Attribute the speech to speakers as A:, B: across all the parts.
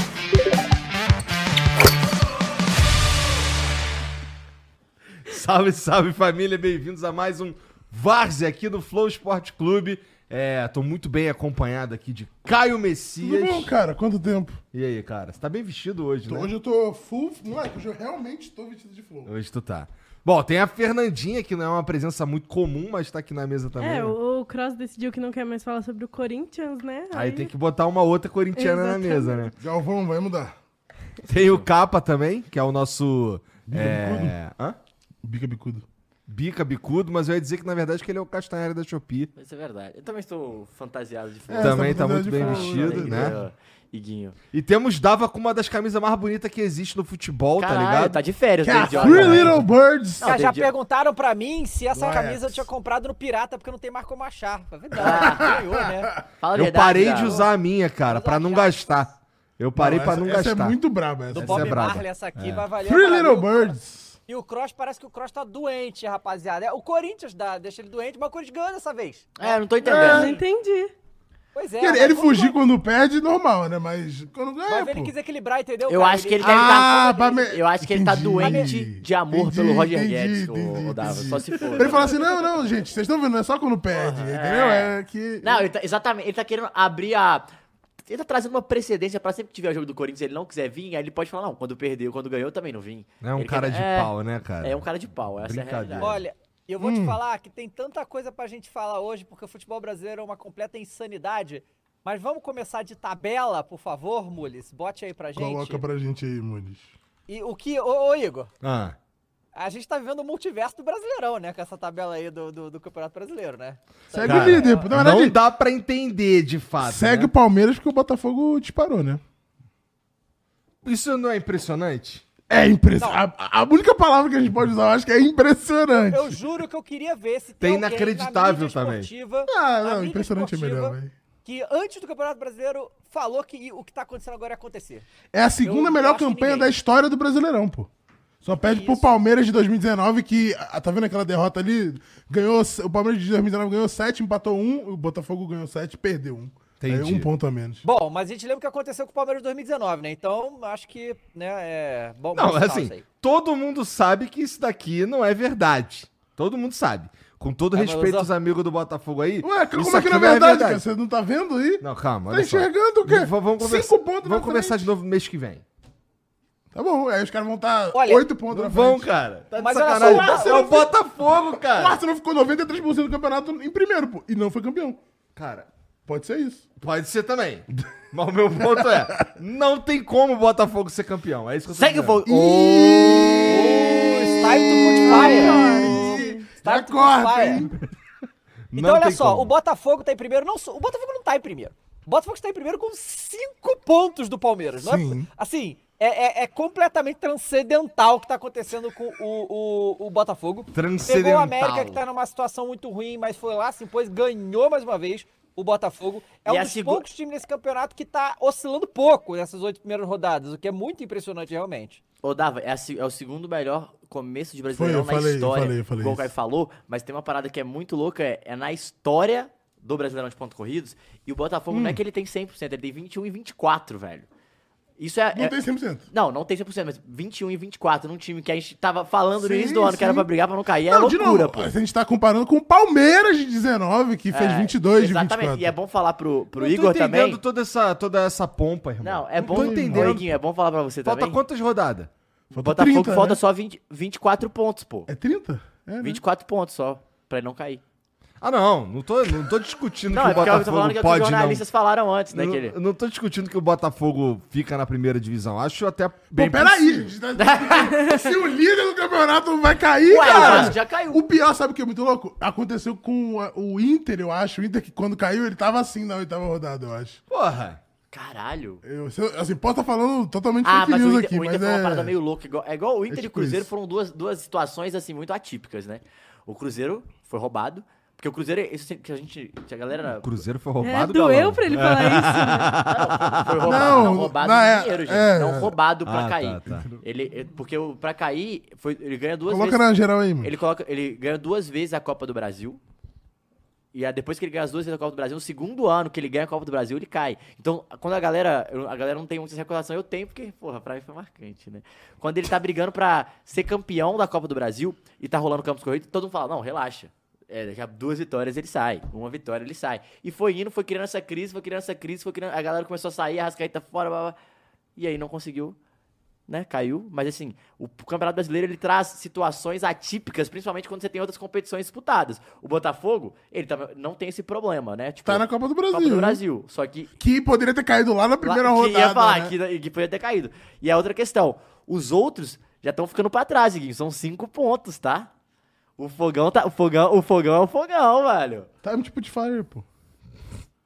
A: Salve, salve família, bem-vindos a mais um Várzea aqui do Flow Esporte Clube. É, tô muito bem acompanhado aqui de Caio
B: Tudo
A: Messias.
B: bom, cara? Quanto tempo?
A: E aí, cara, você tá bem vestido hoje, né?
B: Hoje eu tô full. Moleque, hoje eu realmente tô vestido de flow.
A: Hoje tu tá. Bom, tem a Fernandinha, que não é uma presença muito comum, mas tá aqui na mesa também.
C: É,
A: né?
C: o, o Cross decidiu que não quer mais falar sobre o Corinthians, né?
A: Aí tem que botar uma outra corintiana na mesa, né?
B: Galvão, vai mudar.
A: Tem o Capa também, que é o nosso. É... Hã?
B: Bica bicudo.
A: Bica bicudo, mas eu ia dizer que na verdade que ele é o Castanheira da Shopee.
D: Isso é verdade. Eu também estou fantasiado de
B: É,
D: futebol.
A: também
B: essa
A: tá muito
B: oportunidade
A: bem
B: foi-
A: vestido,
D: É,
A: né?
D: Iguinho.
A: E temos Dava com uma das camisas mais bonitas que existe no futebol, tá
D: Caralho, tá,
A: ligado?
D: de férias, né, idiota?
B: Three Little Birds!
E: Já, já
D: entendi.
E: perguntaram pra mim se essa
B: Ué.
E: camisa eu tinha comprado no Pirata, porque não tem mais como achar. É verdade,
B: Ah.
E: ganhou, né?
D: Fala a
A: Eu
D: verdade,
A: parei
D: cara.
A: de usar a minha, cara, pra não gastar. Eu parei pra não
B: essa,
A: gastar.
B: Essa é muito braba, essa.
E: Do
A: é
E: Bob
A: braba.
E: Marley, essa aqui vai valer.
D: é
B: Three
E: agora,
B: Little
E: viu?
B: Birds!
E: E o Cross, parece que o Cross tá doente, rapaziada. É, O Corinthians dá, deixa ele doente, mas o Corinthians ganha dessa vez.
D: É, não tô
C: Eu Ah, não
D: entendendo.
C: entendi.
E: Pois é.
B: ele
E: mas
B: ele
E: quando-
B: fugir quando perde, normal, né? Mas quando
E: Vai
B: ganha,
E: ver,
B: pô.
E: ele quis equilibrar, entendeu?
D: Eu
E: cara?
D: acho que ele deve
B: Ah,
D: estar.
B: pra me-
D: Eu acho que ele tá
B: Entendi.
D: doente de amor
B: Entendi,
D: pelo Roger
B: entendi,
D: Guedes, o-
B: entendi,
D: o Dava.
B: entendi.
D: Só se for.
B: Ele fala assim, não, não, gente, vocês estão vendo, não é só quando perde, entendeu? É, que...
D: Não, ele tá- exatamente. Ele tá querendo abrir a. Ele tá trazendo uma precedência pra sempre que tiver o jogo do Corinthians e ele não quiser vir, aí ele pode falar, não, quando perdeu, quando ganhou, eu também não vim.
A: É um
D: Ele
A: cara
D: quer-
A: de
D: é,
A: pau, né, cara?
D: É um cara de pau,
B: Ah.
D: essa é a
A: Brincadeira.
D: realidade.
E: Olha, eu vou
B: Hum.
E: te falar que tem tanta coisa pra gente falar hoje, porque o futebol brasileiro é uma completa insanidade. Mas vamos começar de tabela, por favor, Mules. Bote aí pra gente.
B: Coloca pra gente aí, Muniz.
E: E o que. Ô, ô, Igor,
A: Ah.
E: a gente tá vivendo o multiverso do Brasileirão, né? Com essa tabela aí do, do, do Campeonato Brasileiro, né?
D: Tá
B: Segue
A: Cara,
B: o líder, é pô. na
A: não
B: verdade,
A: dá pra entender, de fato.
B: segue o
A: né?
B: Palmeiras porque o Botafogo disparou, né?
A: Isso não é impressionante?
B: É impressionante. A, a única palavra que a gente pode usar, eu acho que é impressionante.
E: Eu juro que eu queria ver se
A: Tem
E: alguém na
A: inacreditável
E: mídia
A: também.
E: esportiva-
B: Ah,
E: na
B: não,
E: mídia
B: impressionante é
E: esportiva,
B: melhor, velho.
E: Que antes do Campeonato Brasileiro falou que o que tá acontecendo agora ia acontecer.
B: É a segunda
E: Eu
B: melhor
E: acho que
B: campanha
E: ninguém.
B: da história do Brasileirão, pô. Só perde pro Palmeiras de 2019, que. ah, Tá vendo aquela derrota ali? Ganhou. O Palmeiras de 2019 ganhou 7, empatou 1, o Botafogo ganhou 7, perdeu 1.
A: Entendi.
B: um ponto a menos.
E: Bom, mas a gente lembra o que aconteceu com o Palmeiras em 2019, né? Então, acho que, né, é... Bom,
A: Não,
E: bom sinal
A: assim,
E: isso aí.
A: todo mundo sabe que isso daqui não é verdade. Todo mundo sabe. Com todo
E: Ah, mas
A: respeito
E: ó-
A: aos amigos do Botafogo aí.
B: Ué, como
A: isso
B: é que
A: aqui
B: não é verdade, cara? Você não tá vendo aí?
A: Não, calma,
B: Tá
A: olha só.
B: enxergando o quê?
A: V- Vamos
B: Cinco
A: conversar,
B: pontos na
A: vamos conversar
B: frente.
A: de novo mês que vem.
B: Tá bom, aí os caras vão estar
E: Olha,
B: 8 pontos
A: Não
B: na
A: vão,
B: frente.
A: cara. Tá de
E: Mas olha só,
A: sacanagem.
E: o
A: é
B: Arsenal
A: o
B: foi-
A: Botafogo,
B: O
A: cara.
B: Arsenal ficou 93% do campeonato em primeiro, pô. E não foi campeão.
A: Cara,
B: Pode ser isso.
A: pode ser também. Mas o meu ponto é, não tem como o Botafogo ser campeão. É isso que eu tô
D: Segue o
A: dizendo.
D: Vol- Oh,
E: Style to put
D: Então,
E: fire. Style to put
B: Acorda,
E: fire.
B: hein?
A: Não
E: Então, olha
A: tem
E: só,
A: como.
E: o Botafogo tá em primeiro. Não, só- o Botafogo não tá em primeiro. O Botafogo está em primeiro com cinco pontos do Palmeiras. não é-
B: Sim.
E: assim, é, é- é completamente transcendental o que tá acontecendo com o, o, o Botafogo. Pegou
A: Transcendental.
E: o América, que tá numa situação muito ruim, mas foi lá, se impôs, ganhou mais uma vez o Botafogo. É
D: E
E: um
D: a
E: dos
D: segu-
E: poucos times nesse campeonato que tá oscilando pouco nessas oito primeiras rodadas, o que é muito impressionante, realmente.
D: Ô, Dava, é, a se- é o segundo melhor começo de Brasileirão
B: Foi, eu
D: na
B: falei,
D: história.
B: falei, eu falei
D: igual o
B: isso.
D: Caio falou, mas tem uma parada que é muito louca, é, é na história do Brasileirão de pontos corridos, e o Botafogo
B: Hum.
D: não é que ele tem 100%, ele tem 21 e 24, velho. Isso é...
B: Não
D: é-
B: tem 100%.
D: Não, não tem 100%, mas 21 e 24 num time que a gente tava falando no
B: Sim,
D: início do ano que era
B: sim.
D: pra brigar pra não cair, é
B: Não, de
D: loucura,
B: novo,
D: pô.
B: A gente tá comparando com o Palmeiras de 19, que fez
D: É,
B: 22 de
D: Exatamente,
B: 24.
D: e é bom falar pro, pro
A: Não tô
D: Igor também...
A: entendendo toda essa, toda essa pompa, irmão.
D: Não, é
A: tô
D: bom,
A: entendendo.
D: Iguinho, é bom falar pra você
A: Falta
D: também.
A: quantas rodadas?
B: Falta
D: Botafogo
B: 30,
D: falta
B: né?
D: só 20, 24 pontos, pô.
B: É 30? É, né?
D: 24 pontos só, pra ele não cair.
A: Ah, não, não tô, não tô discutindo
D: Não,
A: que
D: é
A: o
D: porque eu tô
A: Botafogo
D: falando que é o que os
A: pode não.
D: jornalistas falaram antes, né?
A: Eu
D: que
A: não-
D: ele-
A: Eu não tô discutindo que o Botafogo fica na primeira divisão. Acho até bem.
B: Pô, peraí, gente. tá- Se o líder do campeonato vai cair,
D: Ué, o
B: cara.
D: Vasco já caiu.
B: O pior, sabe o que é muito louco? Aconteceu com a- o Inter, eu acho. O Inter, que quando caiu, ele tava assim na oitava rodada, eu acho.
A: Porra.
D: Caralho.
B: Eu, se eu- assim, posso estar falando totalmente
D: Ah,
B: fake
D: mas o
B: news
D: Inter,
B: aqui,
D: o Inter
B: mas
D: foi uma parada
B: é...
D: meio louca. igual- é igual o Inter e o
B: tipo
D: Cruzeiro
B: isso.
D: foram duas, duas situações, assim, muito atípicas, né? O Cruzeiro foi roubado, porque o Cruzeiro, isso sempre que a gente, que a galera
A: O Cruzeiro foi
C: É,
A: roubado,
C: doeu
A: galera.
C: pra ele falar isso, né?
D: foi roubado,
B: Não,
D: não, roubado
B: não,
D: de
B: é-
D: dinheiro, gente,
B: é-
D: não roubado pra
A: Ah,
D: cair.
A: tá, tá.
D: Ele, ele- porque o- pra cair, foi, ele ganha duas
B: Coloca
D: vezes.
B: na geral aí, mano.
D: Ele, coloca, ele ganha duas vezes a Copa do Brasil. E aí, depois que ele ganha as duas vezes a Copa do Brasil, no segundo ano que ele ganha a Copa do Brasil, ele cai. Então, quando a galera. eu- A galera não tem muita recordação, eu tenho, porque, porra, pra mim foi marcante, né? Quando ele tá brigando pra ser campeão da Copa do Brasil e tá rolando Campos Corrido, todo mundo fala, não, relaxa. É, daqui a duas vitórias ele sai. Uma vitória ele sai. E foi indo, foi criando essa crise, foi criando essa crise, foi criando. A galera começou a sair, a rascaeta fora, blá, blá. E aí não conseguiu né? Caiu. Mas assim, o Campeonato Brasileiro ele traz situações atípicas, principalmente quando você tem outras competições disputadas. O Botafogo, ele também não tem esse problema, né? Tipo,
B: Tá na Copa do Brasil.
D: Copa do
B: né?
D: Brasil. Só que.
B: Que poderia ter caído lá na primeira
D: lá-
B: rodada.
D: que ia falar
B: né?
D: que, que podia ter caído. E a outra questão: os outros já estão ficando pra trás, Guinho. São cinco pontos, tá? O fogão tá. O fogão, o fogão é o fogão, velho.
B: Time tipo de fire, pô.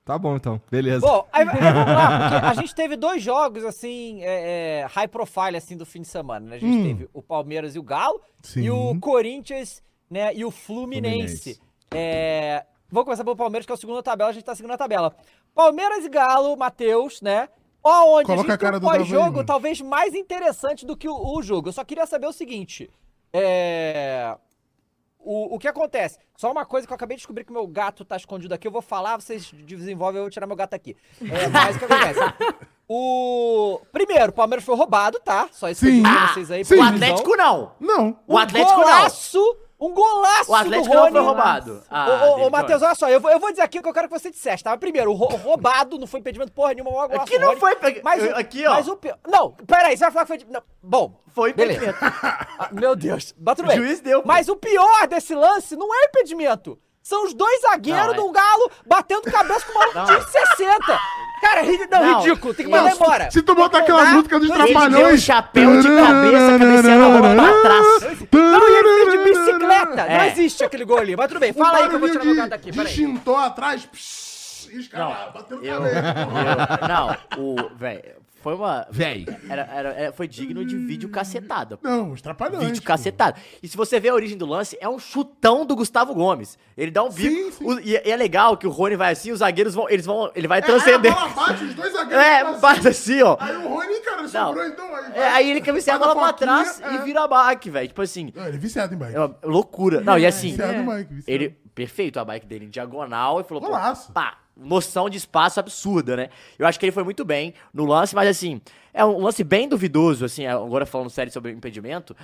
A: Tá bom, então. Beleza.
E: Bom, aí, aí vamos lá, porque a gente teve dois jogos, assim, é, é, high profile, assim, do fim de semana, né? A gente
B: Hum.
E: teve o Palmeiras e o Galo,
B: Sim.
E: e o Corinthians, né, e o Fluminense.
A: Fluminense.
E: É, vou começar pelo Palmeiras, que é o segundo na tabela, a gente tá seguindo a tabela. Palmeiras e Galo, Matheus, né? Ó, onde
B: Coloca
E: a gente
B: a cara
E: tem um
B: do Davi,
E: pós-jogo
B: mano.
E: talvez mais interessante do que o, o jogo. Eu só queria saber o seguinte, é... O, o que acontece? Só uma coisa que eu acabei de descobrir que meu gato tá escondido aqui. Eu vou falar, vocês desenvolvem, eu vou tirar meu gato aqui. É, mas o que acontece? O. Primeiro, o Palmeiras foi roubado, tá? Só isso
B: Sim. Ah,
E: que eu digo pra vocês aí.
B: Sim. então.
E: por
D: O
E: visão.
D: Atlético não.
B: Não.
D: O Atlético
E: um
D: não.
E: golaço, Um golaço
D: O Atlético
E: do
D: não
E: Rony.
D: foi roubado. Ah,
E: ô, ô, ô
D: David
E: Matheus, olha só, eu vou, eu vou dizer aqui o que eu quero que você dissesse, tá? Mas Primeiro, o ro- roubado não foi impedimento porra nenhuma, o maior golaço
D: Aqui
E: do
D: não
E: Rony.
D: foi. pe-
E: Mas o,
D: aqui, ó.
E: Mas o pior. Não, peraí, você vai falar que foi. de- não, Bom,
D: Foi
E: Beleza.
D: impedimento.
E: ah, meu Deus. Mas tudo
D: O
E: bem.
D: juiz deu, pô.
E: Mas o pior desse lance não é impedimento. São os dois zagueiros
D: Não, é-
E: de um galo batendo cabeça com uma
D: Não.
E: maluco de 60. Cara, é ri- não,
D: Não.
E: ridículo. Tem que mandar
B: Não,
E: embora.
B: Se tu botar aquela música dos
E: Ele
D: Ele deu um
B: trapalhões.
D: chapéu de cabeça, cabeceando a bola pra trás.
E: Não, e ele veio de bicicleta. Não
D: É.
E: existe aquele gol ali. Mas tudo bem,
B: Um
E: fala aí que eu vou tirar meu
B: barulhinho
E: gato
B: de,
E: daqui.
B: de
E: Peraí.
B: extintor atrás. psh, E os caras batendo
D: Eu,
B: cabeça.
D: eu- não, o. Véi, foi uma.
A: Véi.
D: Era, era- era- foi digno de vídeo cacetada. pô.
B: Não, os trapalhões.
D: Vídeo
B: Hum, pô.
D: cacetado. E se você ver a origem do lance, é um chutão do Gustavo Gomes. Ele dá um bico.
B: Sim, sim.
D: o- e, e é legal que o Rony vai assim, os zagueiros vão. Eles vão. Ele vai
B: É,
D: transcender.
B: Aí a bola bate, os dois zagueiros.
D: É,
B: pra
D: bate assim,
B: cima.
D: ó.
B: Aí o Rony, cara, sobrou então. Aí,
D: É, aí ele cabeceia a bola pra
B: Foquinha,
D: trás
B: é.
D: e vira a back, velho. Tipo assim.
B: Não, ele é viciado em bike.
D: É uma loucura. Não, e assim.
B: Viciado
C: É.
B: em bike. viciado.
D: Ele, perfeito, a bike dele em diagonal e falou, pô,
B: um Golaço.
D: pá, noção de espaço absurda, né? Eu acho que ele foi muito bem no lance, mas assim, é um lance bem duvidoso, assim, agora falando sério sobre impedimento.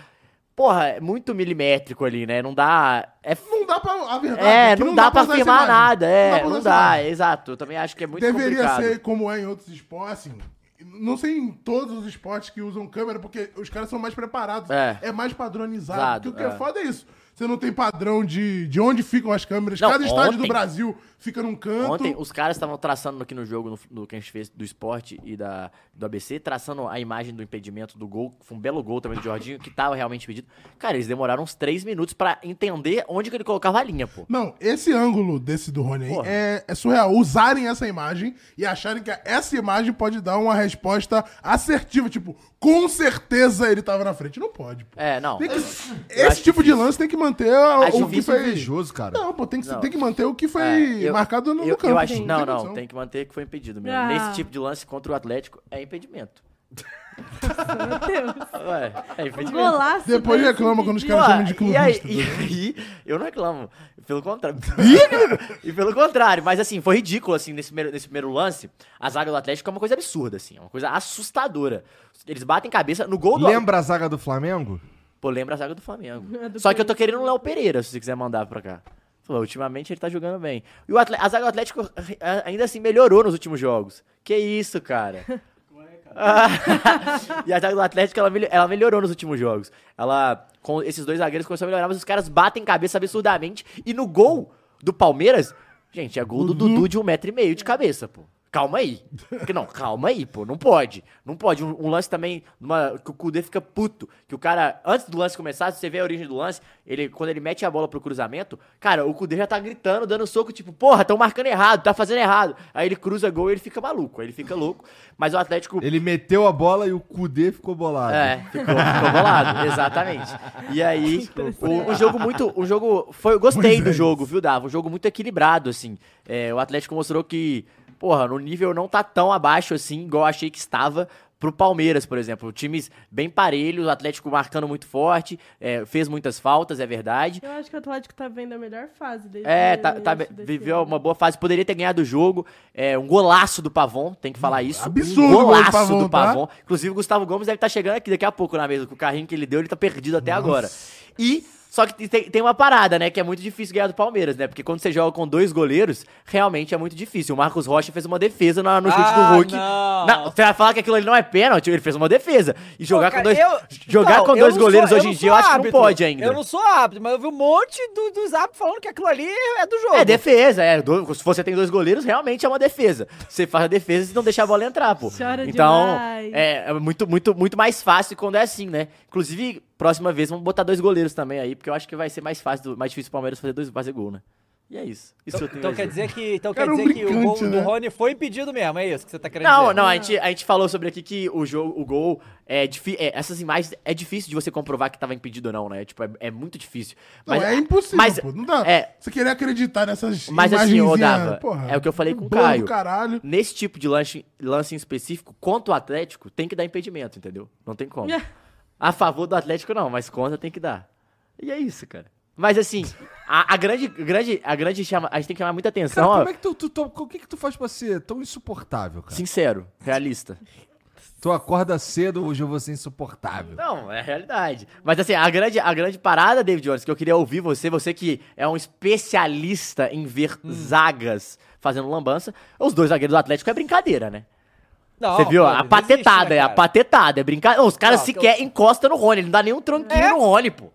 D: Porra, é muito milimétrico ali, né? Não dá. É, f-
B: Não dá pra. A verdade
D: é,
B: que
D: não, dá,
B: usar
D: pra
B: essa
D: afirmar
B: imagem.
D: nada. É,
B: pra
D: não
B: usar essa
D: dá,
B: imagem.
D: exato. Eu também acho que é muito
B: Deveria
D: complicado.
B: ser como é em outros esportes, assim. Não sei em todos os esportes que usam câmera, porque os caras são mais preparados.
D: É.
B: mais padronizado.
D: Exato,
B: porque o que é.
D: é.
B: foda é isso. Você não tem padrão de, de onde ficam as câmeras.
D: Não,
B: Cada estádio do
D: ontem-
B: Brasil fica num canto.
D: Ontem os caras estavam traçando aqui no jogo no, no que a gente fez do esporte e da, do ABC, traçando a imagem do impedimento do gol. que Foi um belo gol também do Jorginho, que tava realmente impedido. Cara, eles demoraram uns três minutos pra entender onde que ele colocava a linha, pô.
B: Não, esse ângulo desse do Rony aí
D: Porra.
B: é, é surreal. Usarem essa imagem e acharem que essa imagem pode dar uma resposta assertiva. Tipo, com certeza ele tava na frente. Não pode, pô.
D: É, não.
B: Tem que-
D: acho
B: esse tipo de lance tem que manter o que
D: difícil
B: foi.
A: invejoso, cara.
B: Não, pô, tem que,
D: Não.
B: tem que manter o que foi
D: É, eu-
B: marcado no,
D: eu,
B: no campo.
D: Eu
B: pô,
D: acho, não,
B: tem
D: não,
B: condição.
D: tem que manter que foi impedido mesmo.
C: Ah.
D: Nesse tipo de lance contra o Atlético é impedimento.
C: né? Meu Deus.
D: Ué, é impedimento.
C: Golaço. né?
B: Depois
C: desse
B: reclama quando os
C: vídeo.
B: caras chamam de
D: Pô, e aí,
B: clubista.
D: e aí, eu não reclamo. Pelo contrário. e pelo contrário, mas assim, foi ridículo, assim, nesse primeiro, nesse primeiro lance. A zaga do Atlético é uma coisa absurda, assim, é uma coisa assustadora. Eles batem cabeça no gol do.
A: Lembra a zaga do Flamengo?
D: Pô, lembra a zaga do Flamengo.
C: É do
D: Só que eu tô querendo o Léo Pereira, se você quiser mandar pra cá. Pô, ultimamente ele tá jogando bem. E o Atle- a zaga do Atlético eh, ainda assim melhorou nos últimos jogos. Que isso, cara. Ah, e a zaga do Atlético, ela, melho- ela melhorou nos últimos jogos. Ela, com esses dois zagueiros, começou a melhorar, mas os caras batem cabeça absurdamente. E no gol do Palmeiras, gente, é gol do Dudu de um metro e meio de cabeça, pô. Calma aí. Que Não, calma aí, pô. Não pode. Não pode. Um, um lance também numa- que o Kudê fica puto. Que o cara, antes do lance começar, se você vê a origem do lance, ele, quando ele mete a bola pro cruzamento, cara, o Kudê já tá gritando, dando soco, tipo, porra, tão marcando errado, tá fazendo errado. Aí ele cruza gol e ele fica maluco. Aí ele fica louco. Mas o Atlético.
A: Ele meteu a bola e o Kudê ficou bolado.
D: É, ficou, ficou bolado, exatamente. E aí, o, um jogo muito. Um jogo. Foi, eu gostei do jogo, viu, Dava? Um jogo muito equilibrado, assim. É, o Atlético mostrou que, porra, no nível não tá tão abaixo assim, igual eu achei que estava. pro Palmeiras, por exemplo. Times bem parelhos, o Atlético marcando muito forte, é, fez muitas faltas, é verdade.
C: Eu acho que o Atlético tá vendo a melhor fase desde
D: É,
C: o
D: tá, tá-
C: início um desse
D: viveu
C: ano.
D: uma boa fase, poderia ter ganhado o jogo. É, um golaço do Pavon, tem que
E: Hum,
D: falar isso.
B: absurdo
D: um
B: o gol do
D: golaço
B: Pavon,
D: do
B: tá?
D: Pavon. Inclusive, o Gustavo Gomes deve estar chegando aqui daqui a pouco na mesa. Com o carrinho que ele deu, ele tá perdido até agora. E. Só que tem, tem uma parada, né? Que é muito difícil ganhar do Palmeiras, né? Porque quando você joga com dois goleiros, realmente é muito difícil. O Marcos Rocha fez uma defesa na- no chute
E: Ah,
D: do Hulk.
E: não.
D: Na- você vai falar que aquilo ali não é pênalti? Ele fez uma defesa. E jogar
E: Pô, cara,
D: com dois,
E: eu-
D: jogar
E: então,
D: com
E: eu
D: dois
E: não sou-
D: goleiros hoje
E: não
D: em
E: sou
D: dia, eu acho que não
E: árbitro.
D: pode ainda.
E: Eu não sou árbitro, mas eu vi um monte do- dos árbitros falando que aquilo ali é do jogo.
D: É defesa, é. Do- se você tem dois goleiros, realmente é uma defesa. Você faz a defesa e não deixa a bola entrar, pô.
C: Chora
D: então,
C: demais.
D: é, é muito, muito, muito mais fácil quando é assim, né? Inclusive, próxima vez vamos botar dois goleiros também aí, porque eu acho que vai ser mais fácil, do- mais difícil o Palmeiras fazer dois fazer gol, né? E é isso. Isso que eu tenho
E: Então
D: a
E: quer dizer que, então quer
B: Cara, um
E: dizer que o
B: brincante,
E: gol do
B: né?
E: Rony foi impedido mesmo, é isso que você tá querendo
D: Não,
E: dizer?
D: não, a gente, a gente falou sobre aqui que o jogo, o gol, é, difi- é, essas imagens, é difícil de você comprovar que tava impedido ou não, né? Tipo, é, é muito difícil.
B: Não, é impossível,
D: mas-
B: pô. Não dá.
D: é.
B: Você querer acreditar nessas
D: Mas assim, ô,
B: imagenzinhas,
D: Dava,
B: porra,
D: é o que eu falei com o
B: bolo do
D: Caio.
B: caralho.
D: Nesse tipo de lance, lance em específico, contra o Atlético, tem que dar impedimento, entendeu? Não tem como.
C: É.
D: A favor do Atlético, não, mas contra tem que dar. E é isso, cara. Mas assim, a, a grande. grande, a, grande chama, a gente tem que chamar muita atenção,
A: Cara,
D: ó.
A: como é que tá? tu, tu, tu- o que que tu faz pra ser tão insuportável, cara?
D: Sincero, realista.
A: Tu acorda cedo, hoje eu vou ser insuportável.
D: Não, é a realidade. Mas assim, a grande, a grande parada, David Jones, que eu queria ouvir você, você que é um especialista em ver
A: Hum.
D: zagas fazendo lambança, os dois zagueiros do Atlético é brincadeira, né?
E: Não,
D: Você viu?
E: pô,
D: a
E: desiste,
D: patetada,
E: né,
D: é a
E: cara?
D: patetada, é brincadeira. Os caras
E: Não,
D: sequer encostam no Rony, ele não dá nenhum tranquinho no Rony, pô.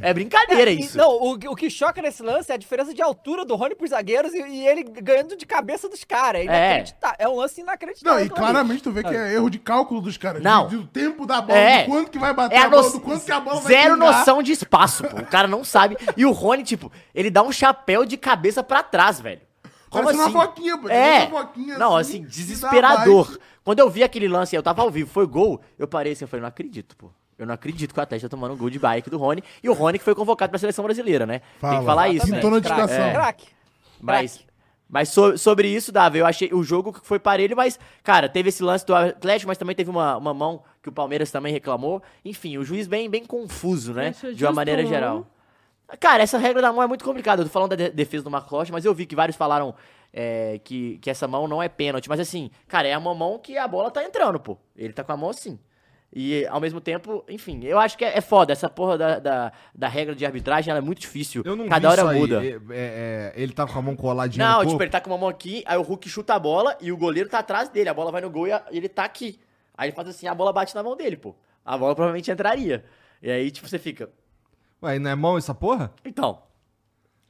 D: É brincadeira
E: E-
D: isso.
B: então,
E: Não, o, o que choca nesse lance é a diferença de altura do Rony pros zagueiros e, e ele ganhando de cabeça dos caras. É, inacredita- é um lance inacreditável.
B: Não, e
E: aquilo ali.
B: claramente tu vê que é erro de cálculo dos caras.
D: Não.
B: De- Do tempo da bola,
D: É.
B: do quanto que vai bater
D: É
B: a,
D: a
B: bola,
D: noção.
B: do quanto que a bola vai
D: Zero
B: pingar.
D: noção de espaço, pô. O cara não sabe. E o Rony, tipo, ele dá um chapéu de cabeça pra trás, velho. Como
B: Parece
D: assim?
B: uma foquinha, pô. Ele
D: É.
B: bota uma foquinha
D: não,
B: assim, e
D: assim,
B: dá
D: desesperador.
B: bike.
D: Quando eu vi aquele lance, eu tava ao vivo, foi gol, eu parei assim, eu falei, não acredito, pô. Eu não acredito que o Atlético tá tomando um gol de bike do Rony. E o Rony que foi convocado pra seleção brasileira, né? Tem
B: Fala.
D: que falar isso, né?
B: Pintou
E: Craque, É.
B: notificação.
E: Craque.
D: Mas, mas so- sobre isso, Davi, eu achei o jogo que foi parelho, mas, cara, teve esse lance do Atlético, mas também teve uma, uma mão que o Palmeiras também reclamou. Enfim, o juiz bem, bem confuso, né?
C: Deixa
D: de uma
C: justo
D: maneira
C: um.
D: geral. Cara, essa regra da mão é muito complicada. Eu tô falando da de- defesa do Marco Rocha, mas eu vi que vários falaram é, que, que essa mão não é pênalti. Mas assim, cara, é uma mão que a bola tá entrando, pô. Ele tá com a mão assim. E ao mesmo tempo, enfim, eu acho que é, é foda. Essa porra da, da, da regra de arbitragem ela é muito difícil.
A: Eu não
D: Cada
A: vi
D: hora
A: isso aí.
D: muda.
A: É- é- é, ele tava com a mão
B: um
A: coladinha
D: Não,
A: no
D: tipo,
A: corpo.
D: ele tá com uma mão aqui, aí o Hulk chuta a bola e o goleiro tá atrás dele. A bola vai no gol e a- ele tá aqui. Aí ele faz assim, a bola bate na mão dele, pô. A bola provavelmente entraria. E aí, tipo, você fica.
A: Ué, não é mão essa porra?
D: Então.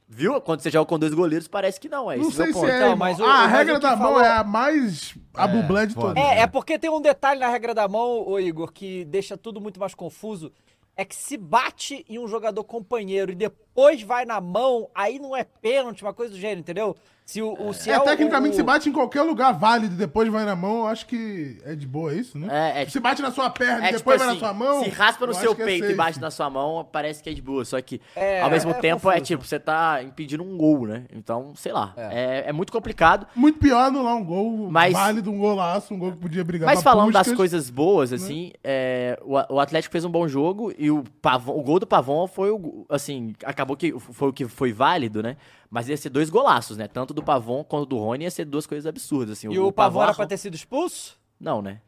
D: Viu? Quando você joga com dois goleiros, parece que não. É
B: Não
D: isso
B: sei se é.
E: Então,
B: irmão.
E: mas o-
B: Ah, a
E: mas
B: regra
E: o que
B: da mão
E: falou-
B: é a mais abublé de
A: foda.
B: todas.
E: É, é porque tem um detalhe na regra da mão, ô Igor, que deixa tudo muito mais confuso. É que se bate em um jogador companheiro e depois vai na mão, aí não é pênalti, uma coisa do gênero, entendeu? Se o, o- se
B: É,
E: o-
B: tecnicamente,
E: o-
B: se bate em qualquer lugar válido e depois vai na mão, eu acho que é de boa, é isso, né?
D: É, é.
B: Se bate na sua perna
D: É
B: e
D: tipo
B: depois vai
D: assim,
B: na sua mão.
D: se raspa no
B: eu
D: seu
B: acho que é
D: peito e
B: safe.
D: bate na sua mão, parece que é de boa. Só que,
E: É,
D: ao mesmo
E: é
D: tempo, é
E: confuso.
D: tipo, você tá impedindo um gol, né? Então, sei lá. é- é muito complicado.
B: Muito pior anular um gol
D: Mas-
B: válido, um golaço, um gol que podia brigar
D: Mas
B: pra
D: falando das
B: Puskás.
D: coisas boas, assim, é, o, A- o Atlético fez um bom jogo e o, Pavon- o gol do Pavon foi o. go- Assim, acabou que foi o que foi válido, né? Mas ia ser dois golaços, né? Tanto do Pavon quanto do Rony ia ser duas coisas absurdas, assim.
E: E o Pavão era
D: arran-
E: pra ter sido expulso?
D: Não, né?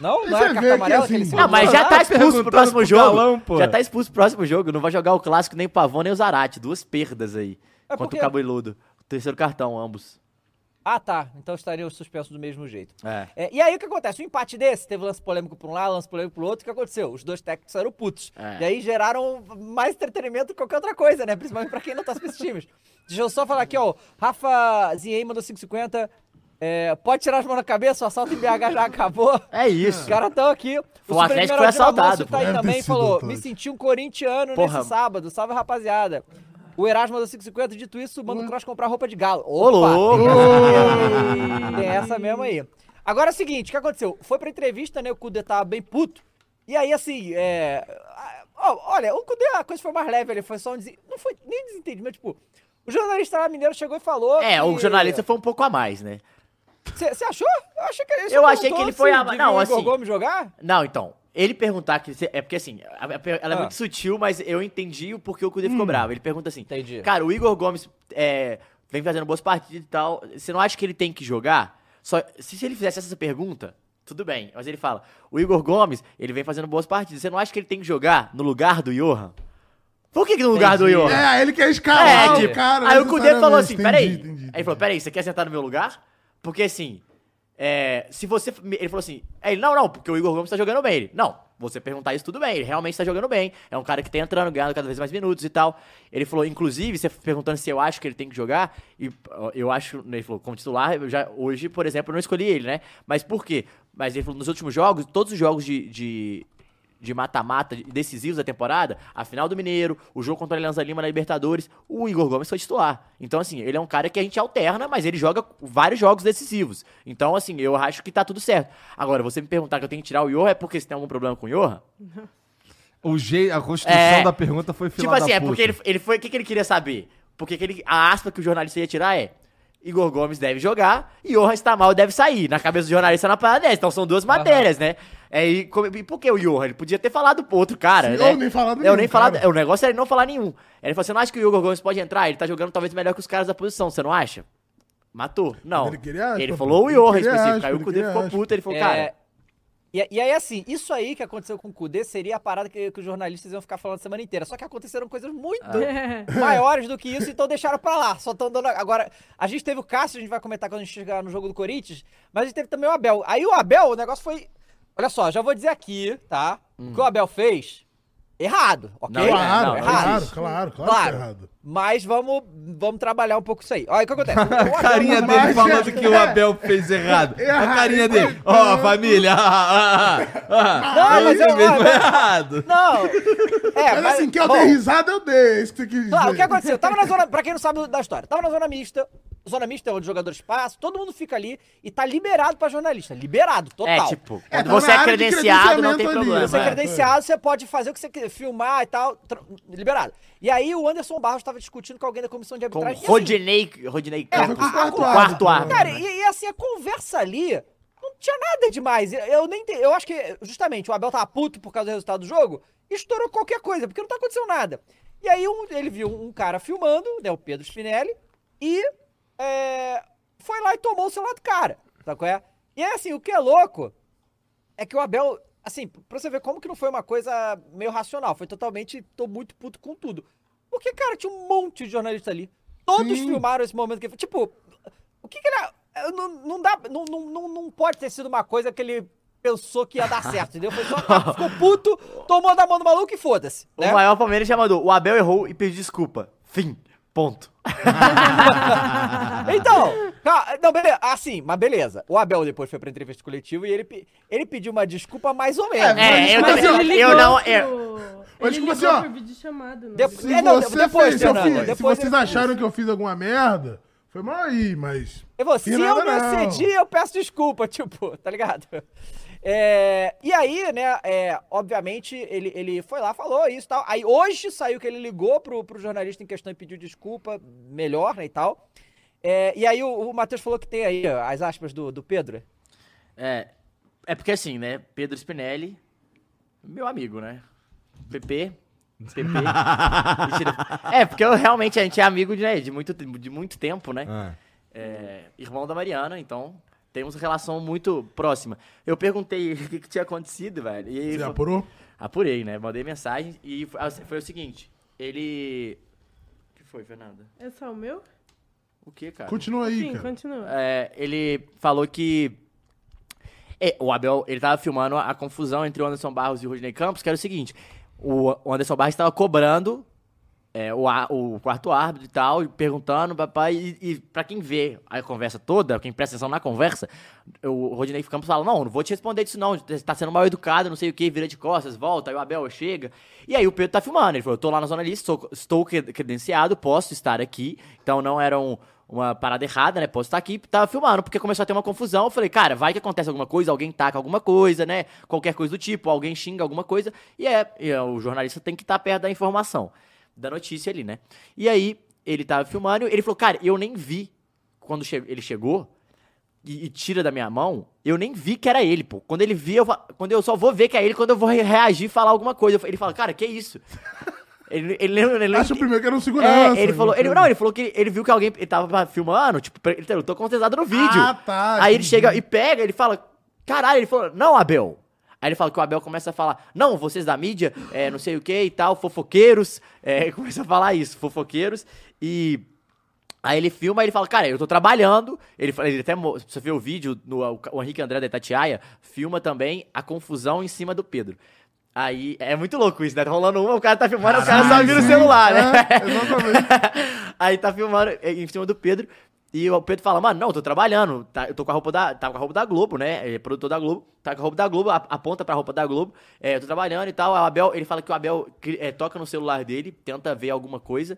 E: Não,
B: Aí
E: não
B: você
E: era
B: vê
E: cartão
B: que,
E: amarelo
B: assim,
E: que ele se
B: Pô,
D: Ah, mas já tá
A: tá
D: expulso pro
A: perguntando
D: próximo
A: pro
D: jogo.
A: Galão, pô.
D: já tá expulso pro próximo jogo. Não vai jogar o clássico nem o Pavon nem o Zarate. Duas perdas aí.
E: É
D: contra
E: porque-
D: o Cabeludo. Terceiro cartão, ambos.
E: Ah, tá. Então estariam suspensos do mesmo jeito.
D: É.
E: É, e aí o que acontece? Um empate desse, teve lance polêmico pra um lado, lance polêmico pro outro, o que aconteceu? Os dois técnicos saíram putos.
D: É.
E: E aí geraram mais entretenimento que qualquer outra coisa, né? Principalmente pra quem não torce pra esses times. Deixa eu só falar aqui, ó. Rafa Zinhei mandou 550. É, pode tirar as mãos da cabeça, o assalto em BH já acabou.
D: É isso.
E: Os caras estão aqui.
D: O Atlético foi assaltado,
E: tá
D: pô.
E: aí
B: Deve ter
E: também
B: sido,
E: falou:
B: Antônio.
E: me senti um corintiano
D: Porra.
E: nesse sábado. Salve, rapaziada. O Erasmo mandou 550, dito isso, manda o
B: Hum.
E: Cross comprar roupa de galo.
D: Ô, louco!
E: Tem essa mesmo aí. Agora é o seguinte, o que aconteceu? Foi pra entrevista, né? O Kudê tava bem puto. E aí, assim, é... ah, ó, Olha, o Kudê, a coisa foi mais leve, ele foi só um... desen- Não foi nem desentendimento, tipo... O jornalista lá mineiro chegou e falou
D: É, o
E: que-
D: jornalista foi um pouco a mais, né?
E: Você achou? Eu achei que ele só
D: Eu achei
E: perguntou
D: que ele foi
E: se
D: a-
E: devia
D: não,
E: o
D: assim-
E: Igor Gomes jogar?
D: Não, então. Ele perguntar que. É porque assim, a- a- ela é
E: Ah. Hum.
D: muito sutil, mas eu entendi o porquê o Cudê ficou bravo. Ele pergunta assim:
E: Entendi.
D: Cara, o Igor Gomes é, vem fazendo boas partidas e tal. Você não acha que ele tem que jogar? Só, se, se ele fizesse essa pergunta, tudo bem. Mas ele fala: O Igor Gomes, ele vem fazendo boas partidas. Você não acha que ele tem que jogar no lugar do Johan? Por que, que no lugar do
E: Entendi.
D: Johan?
B: É, aí ele quer
D: É,
B: escalar
D: tipo,
B: o cara.
D: aí o Cudê falou assim,
B: necessariamente.
D: peraí.
B: Entendi, entendi,
D: Aí ele falou, peraí, você quer sentar no meu lugar? Porque assim, é, se você... Ele falou assim, aí ele, não, não, porque o Igor Gomes tá jogando bem. Ele, não, você perguntar isso, tudo bem, ele realmente tá jogando bem. É um cara que tá entrando, ganhando cada vez mais minutos e tal. Ele falou, inclusive, você perguntando se eu acho que ele tem que jogar, e ó, eu acho, né, ele falou, como titular, eu já, hoje, por exemplo, eu não escolhi ele, né? Mas por quê? Mas ele falou, nos últimos jogos, todos os jogos de- de de mata-mata decisivos da temporada, a final do Mineiro, o jogo contra o Alianza Lima na Libertadores, o Igor Gomes foi titular. Então, assim, ele é um cara que a gente alterna, mas ele joga vários jogos decisivos. Então, assim, eu acho que tá tudo certo. Agora, você me perguntar que eu tenho que tirar o Johan é porque você tem algum problema com o Johan?
A: O jeito, a construção
D: É.
A: da pergunta foi
D: Tipo
A: final
D: assim,
A: da
D: é
A: puta.
D: porque ele, ele foi. O que, que ele queria saber? Porque que ele, a aspa que o jornalista ia tirar é. Igor Gomes deve jogar e Johan está mal deve sair. Na cabeça do jornalista na parada dessa. Então são duas matérias, né? É, e, como- e por que o Johan? Ele podia ter falado pro outro cara.
B: Sim,
D: né?
B: ou nem falado
D: Eu
B: nenhum,
D: nem falado.
B: cara.
D: O negócio era ele não falar nenhum. Ele falou: você não acha que o Igor Gomes pode entrar? Ele tá jogando talvez melhor que os caras da posição, você não acha? Matou. Não.
B: Ele queria aspa,
D: Ele
B: pô.
D: falou o
B: Ele
D: Johan
B: queria
D: específico.
B: aspa,
D: Aí o
B: ele
D: Cudê
B: queria
D: ficou
B: aspa.
D: puto, ele falou,
E: É,
D: cara.
E: E, e aí, assim, isso aí que aconteceu com o Kudê seria a parada que, que os jornalistas iam ficar falando a semana inteira. Só que aconteceram coisas muito
C: É.
E: maiores do que isso, então deixaram pra lá. Só estão dando. Agora, a gente teve o Cássio, a gente vai comentar quando a gente chegar no jogo do Corinthians, mas a gente teve também o Abel. Aí o Abel, o negócio foi. Olha só, já vou dizer aqui, tá? O que o Abel fez, errado, ok?
D: Não,
B: Claro,
D: não, é não
B: claro,
E: existe.
B: claro, claro, que
E: Claro.
B: é errado.
E: Mas vamos, vamos trabalhar um pouco isso aí. Olha o que acontece. O Abel-
A: A carinha
B: Mas,
A: dele falando
B: gente,
A: que o Abel fez é. errado. A carinha dele. Ó, família. Ah, ah, ah, ah.
E: Não, mas
A: Ele
E: eu-
A: mesmo
E: ó, mas-
A: errado.
E: Não! É,
B: Mas assim, que eu
E: bom,
B: dei risada, eu dei. é Isso que você quis dizer.
E: Claro, o que aconteceu? Eu tava na zona. Pra quem não sabe da história, tava na zona mista. Zona mista é onde os jogadores passam, todo mundo fica ali e tá liberado pra jornalista. Liberado, total.
D: É, tipo,
B: É,
D: quando
B: tá
D: você
B: na
D: é
B: área de
D: credenciado, não tem
B: credenciamento ali,
D: problema.
B: você
E: Você
D: é.
E: é credenciado, você pode fazer o que você quiser, filmar e tal, tr- liberado. E aí o Anderson Barros tava discutindo com alguém da comissão de
D: Com
E: arbitragem. e assim,
D: Rodinei, Rodinei Campos,
B: foi É, com o quarto
D: o
B: árbitro,
D: quarto
B: né?
D: árbitro.
E: Cara, e, e assim, a conversa ali não tinha nada demais. Eu- Eu nem te- Eu acho que, justamente, o Abel tava puto por causa do resultado do jogo, estourou qualquer coisa, porque não tá acontecendo nada. E aí um- ele viu um cara filmando, né, o Pedro Spinelli, e é, foi lá e tomou o celular do cara. Sabe qual é? E é assim, o que é louco é que o Abel, assim, pra você ver como que não foi uma coisa meio racional, foi totalmente, tô muito puto com tudo. Porque, cara, tinha um monte de jornalista ali. Todos
B: Sim.
E: filmaram esse momento que ele. Tipo, o que que ele. eu Não, não dá. Não, não, não, não pode ter sido uma coisa que ele pensou que ia dar certo, entendeu? Foi só. Cara, ficou puto, tomou da mão do maluco e foda-se.
D: O
E: né?
D: maior Palmeiras já mandou. O Abel errou e pediu desculpa. Fim. Ponto.
E: Então, ca- não, beleza. Assim, mas beleza. O Abel depois foi pra entrevista coletiva e ele, pe- ele pediu uma desculpa mais ou menos.
B: É, mas-
D: eu
C: Mas
D: também-
C: ele ligou
D: eu não- é-
C: pro-
D: eu-
B: Mas,
C: Ele
B: tipo
C: ligou
B: assim, ó,
C: pro videochamado, não.
E: Depois-
B: Se
E: É, não,
B: você
E: depois,
B: fez, se eu
E: Fernando,
B: fiz- se
E: depois
B: vocês
E: eu-
B: acharam que eu fiz alguma merda, foi mal aí, mas.
E: E você,
B: Fiz
E: eu
B: nada,
E: me
B: não.
E: excedi, eu peço desculpa, tipo, tá ligado? É, e aí, né, é, obviamente, ele, ele foi lá, falou isso e tal. Aí hoje saiu que ele ligou pro, pro jornalista em questão e pediu desculpa, melhor, né, e tal. É, e aí o, o Matheus falou que tem aí ó, as aspas do, do Pedro.
D: É, é porque assim, né? Pedro Spinelli, meu amigo, né? PP. PP. Mentira. é, porque eu, realmente a gente é amigo de, né, de, muito, de muito tempo, né?
A: Ah.
D: É, irmão da Mariana, então temos relação muito próxima. Eu perguntei o que, que tinha acontecido, velho. E ele
B: Você
D: falou-
B: apurou?
D: Apurei, né? Mandei mensagem e foi, ah, foi o seguinte. Ele. O que foi, Fernanda?
C: É só o meu?
D: O que, cara?
B: Continua aí,
C: Sim,
B: cara.
C: continua.
D: É, ele falou que. É, o Abel, ele tava filmando a confusão entre o Anderson Barros e o Rodney Campos, que era o seguinte: o, o Anderson Barros estava cobrando é, o, á- o quarto árbitro e tal, e perguntando, papai, e, e pra quem vê a conversa toda, quem presta atenção na conversa, o Rodinei Campos fala, não, não vou te responder disso não, você tá sendo mal educado, não sei o que, vira de costas, volta, aí o Abel chega, e aí o Pedro tá filmando, ele falou, eu tô lá na zona lista, sou- estou cre- credenciado, posso estar aqui, então não era um- uma parada errada, né, posso estar aqui, tava filmando, porque começou a ter uma confusão, eu falei, cara, vai que acontece alguma coisa, alguém taca alguma coisa, né, qualquer coisa do tipo, alguém xinga alguma coisa, e é, e é, o jornalista tem que estar perto da informação da notícia ali, né? E aí, ele tava filmando, ele falou, cara, eu nem vi quando che- ele chegou e, e tira da minha mão, eu nem vi que era ele, pô. Quando ele via, eu, fa- quando eu só vou ver que é ele, quando eu vou re- reagir e falar alguma coisa. Eu fa- Ele fala, cara, que isso? ele, ele, lembra- ele lembra
B: Acho
D: que-
B: primeiro que era um
D: é,
B: segurança.
D: ele falou, ele,
B: alguma
D: não,
B: coisa.
D: ele falou que ele, ele viu que alguém ele tava filmando, tipo, ele tô contestado no vídeo.
B: Ah, tá.
D: Aí ele
B: entendi.
D: chega e pega, ele fala, caralho, ele falou, não, Abel. Aí ele fala que o Abel começa a falar, não, vocês da mídia, é, não sei o que e tal, fofoqueiros. É, ele começa a falar isso, fofoqueiros. E aí ele filma, aí ele fala, cara, eu tô trabalhando. Ele, fala- ele até, mo- se você vê o vídeo, no, o, o Henrique André da Itatiaia filma também a confusão em cima do Pedro. Aí, é muito louco isso, né? Tá rolando uma, o cara tá filmando, o cara só vira o
B: Sim,
D: celular, né?
B: É, exatamente.
D: aí tá filmando em cima do Pedro. E o Pedro fala, mano, não, eu tô trabalhando, tá, eu tô com a roupa da. Tá com a roupa da Globo, né? Ele é produtor da Globo, tá com a roupa da Globo, a- aponta pra roupa da Globo, é, eu tô trabalhando e tal. O Abel, ele fala que o Abel cri- é, toca no celular dele, tenta ver alguma coisa,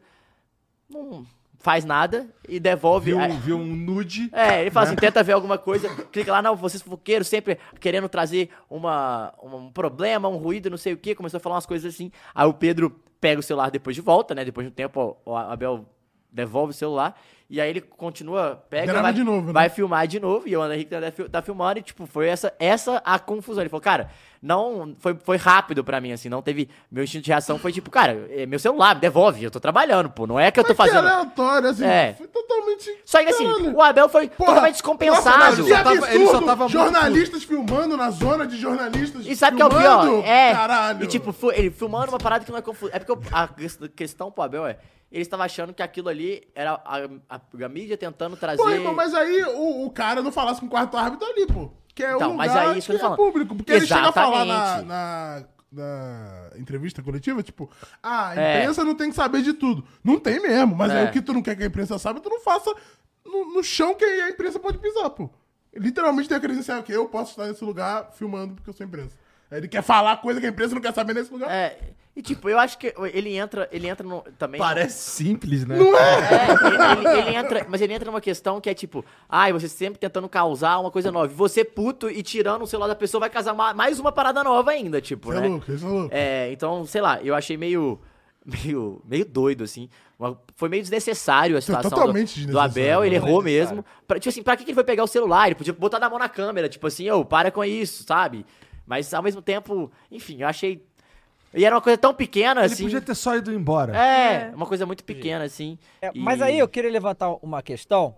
D: não faz nada e devolve.
A: Viu,
D: aí-
A: viu um nude.
D: é, ele fala
B: Né?
D: assim, tenta ver alguma coisa, clica lá, não, vocês fofoqueiros sempre querendo trazer uma, uma- um problema, um ruído, não sei o que, começou a falar umas coisas assim. Aí o Pedro pega o celular depois de volta, né, depois de um tempo ó, o Abel devolve o celular, e aí ele continua, pega,
B: Grava
D: vai,
B: de novo, né?
D: vai filmar de novo, e o André Henrique tá, tá filmando, e tipo, foi essa, essa a confusão. Ele falou, cara, não, foi, foi rápido pra mim, assim, não teve, meu instinto de reação foi tipo, cara, é meu celular, me devolve, eu tô trabalhando, pô, não é que eu tô
B: Mas que
D: fazendo...
B: aleatório, assim.
D: É.
B: Foi totalmente.
D: Só que assim,
B: Caralho.
D: o Abel foi
B: Porra,
D: totalmente
B: Nossa,
D: descompensado.
B: Brasil,
A: Ele só tava- ele
B: absurdo!
A: só tava muito
B: jornalistas filmando na zona de jornalistas.
D: E sabe o que é o pior?
B: filmando?
D: É.
B: Caralho.
D: E tipo, fu- ele filmando uma parada que não é confusa. É porque eu- a ques- questão pro Abel é. Ele estava achando que aquilo ali era a, a- a mídia tentando trazer.
B: Pô, irmão, mas aí o, o cara não falasse com o quarto árbitro ali, pô. Que é
D: Então,
B: um lugar
D: mas aí é isso que
B: que
D: eu tô
B: é
D: falando.
B: público. Porque ele chega a falar na,
D: Exatamente.
B: na, na entrevista coletiva, tipo, ah, a
D: É.
B: imprensa não tem que saber de tudo. Não tem mesmo, mas
D: É.
B: aí o que tu não quer que a imprensa saiba, tu não faça no, no chão que a imprensa pode pisar, pô. Literalmente tem a credencial que eu posso estar nesse lugar filmando porque eu sou imprensa. Aí ele quer falar coisa que a imprensa não quer saber nesse lugar.
D: É, e tipo, eu acho que ele entra. Ele entra no, também.
A: Parece simples, né?
D: É, ele, ele- ele entra, mas ele entra numa questão que é tipo, ai, você sempre tentando causar uma coisa nova. E você puto e tirando o celular da pessoa vai casar ma- mais uma parada nova ainda, tipo,
B: Isso é
D: né?
B: louco, isso é louco.
D: É, então, sei lá, eu achei meio. Meio, meio doido, assim. Uma- Foi meio desnecessário a situação
B: totalmente
D: do, do
B: desnecessário.
D: Abel, ele errou
E: Desnecessário.
D: mesmo. Pra, tipo assim, pra que que ele foi pegar o celular? Ele podia botar na mão na câmera, tipo assim, ô, para com isso, sabe? Mas ao mesmo tempo, enfim, eu achei. E era uma coisa tão pequena,
A: Ele
D: assim.
A: podia ter só ido embora.
D: É, uma coisa muito pequena, assim.
E: É,
D: e-
E: Mas aí eu queria levantar uma questão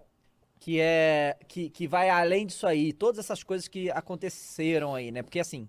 E: que é que, que vai além disso aí, todas essas coisas que aconteceram aí, né? Porque assim,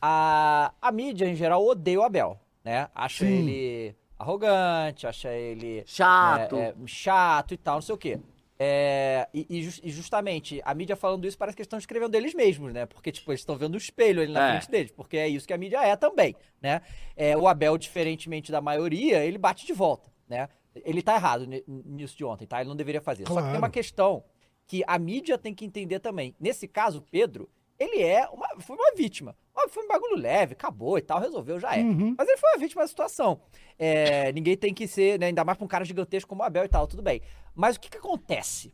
E: a, a mídia em geral odeia o Abel, né? Acha
B: Sim.
E: ele arrogante, acha ele
D: Chato.
E: é, é, chato e tal, não sei o quê. É, e, e jus- e justamente, a mídia falando isso parece que eles estão escrevendo deles mesmos, né? Porque, tipo, eles estão vendo o espelho ali na
D: É.
E: frente deles, porque é isso que a mídia é também, né? É, o Abel, diferentemente da maioria, ele bate de volta, né? Ele tá errado ni- nisso de ontem, tá? Ele não deveria fazer. Só que tem uma
B: Claro.
E: questão que a mídia tem que entender também. Nesse caso, o Pedro, ele é uma, foi uma vítima. Ó, Foi um bagulho leve, acabou e tal, resolveu, já é.
B: Uhum.
E: Mas ele foi uma vítima da situação. É, ninguém tem que ser, né, ainda mais pra um cara gigantesco como o Abel e tal, tudo bem. Mas o que, que acontece?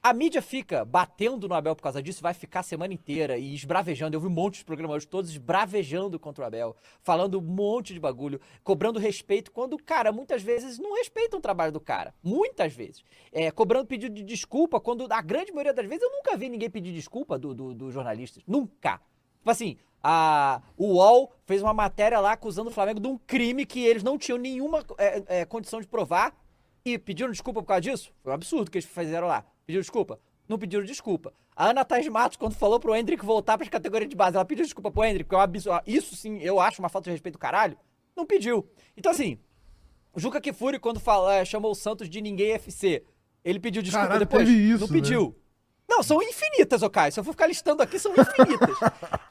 E: A mídia fica batendo no Abel por causa disso, vai ficar a semana inteira e esbravejando. Eu vi um monte de programas hoje, todos esbravejando contra o Abel, falando um monte de bagulho, cobrando respeito, quando, cara, muitas vezes não respeitam o trabalho do cara. Muitas vezes. É, cobrando pedido de desculpa, quando a grande maioria das vezes eu nunca vi ninguém pedir desculpa do- do- dos jornalistas. Nunca. Tipo assim, a, o UOL fez uma matéria lá acusando o Flamengo de um crime que eles não tinham nenhuma é, é, condição de provar e pediram desculpa por causa disso? Foi um absurdo que eles fizeram lá. Pediram desculpa? Não pediram desculpa. A Ana Thais Matos, quando falou pro Hendrick voltar pras categorias de base, ela pediu desculpa pro Hendrick, que é um absurdo. Isso sim, eu acho uma falta de respeito do caralho. Não pediu. Então assim, o Juca Kifuri, quando fala, eh, chamou o Santos de ninguém FC, ele pediu desculpa
B: Caralho,
E: depois.
B: teve isso, né?
E: não pediu. Não, são infinitas, Okai. Se eu for ficar listando aqui, são infinitas.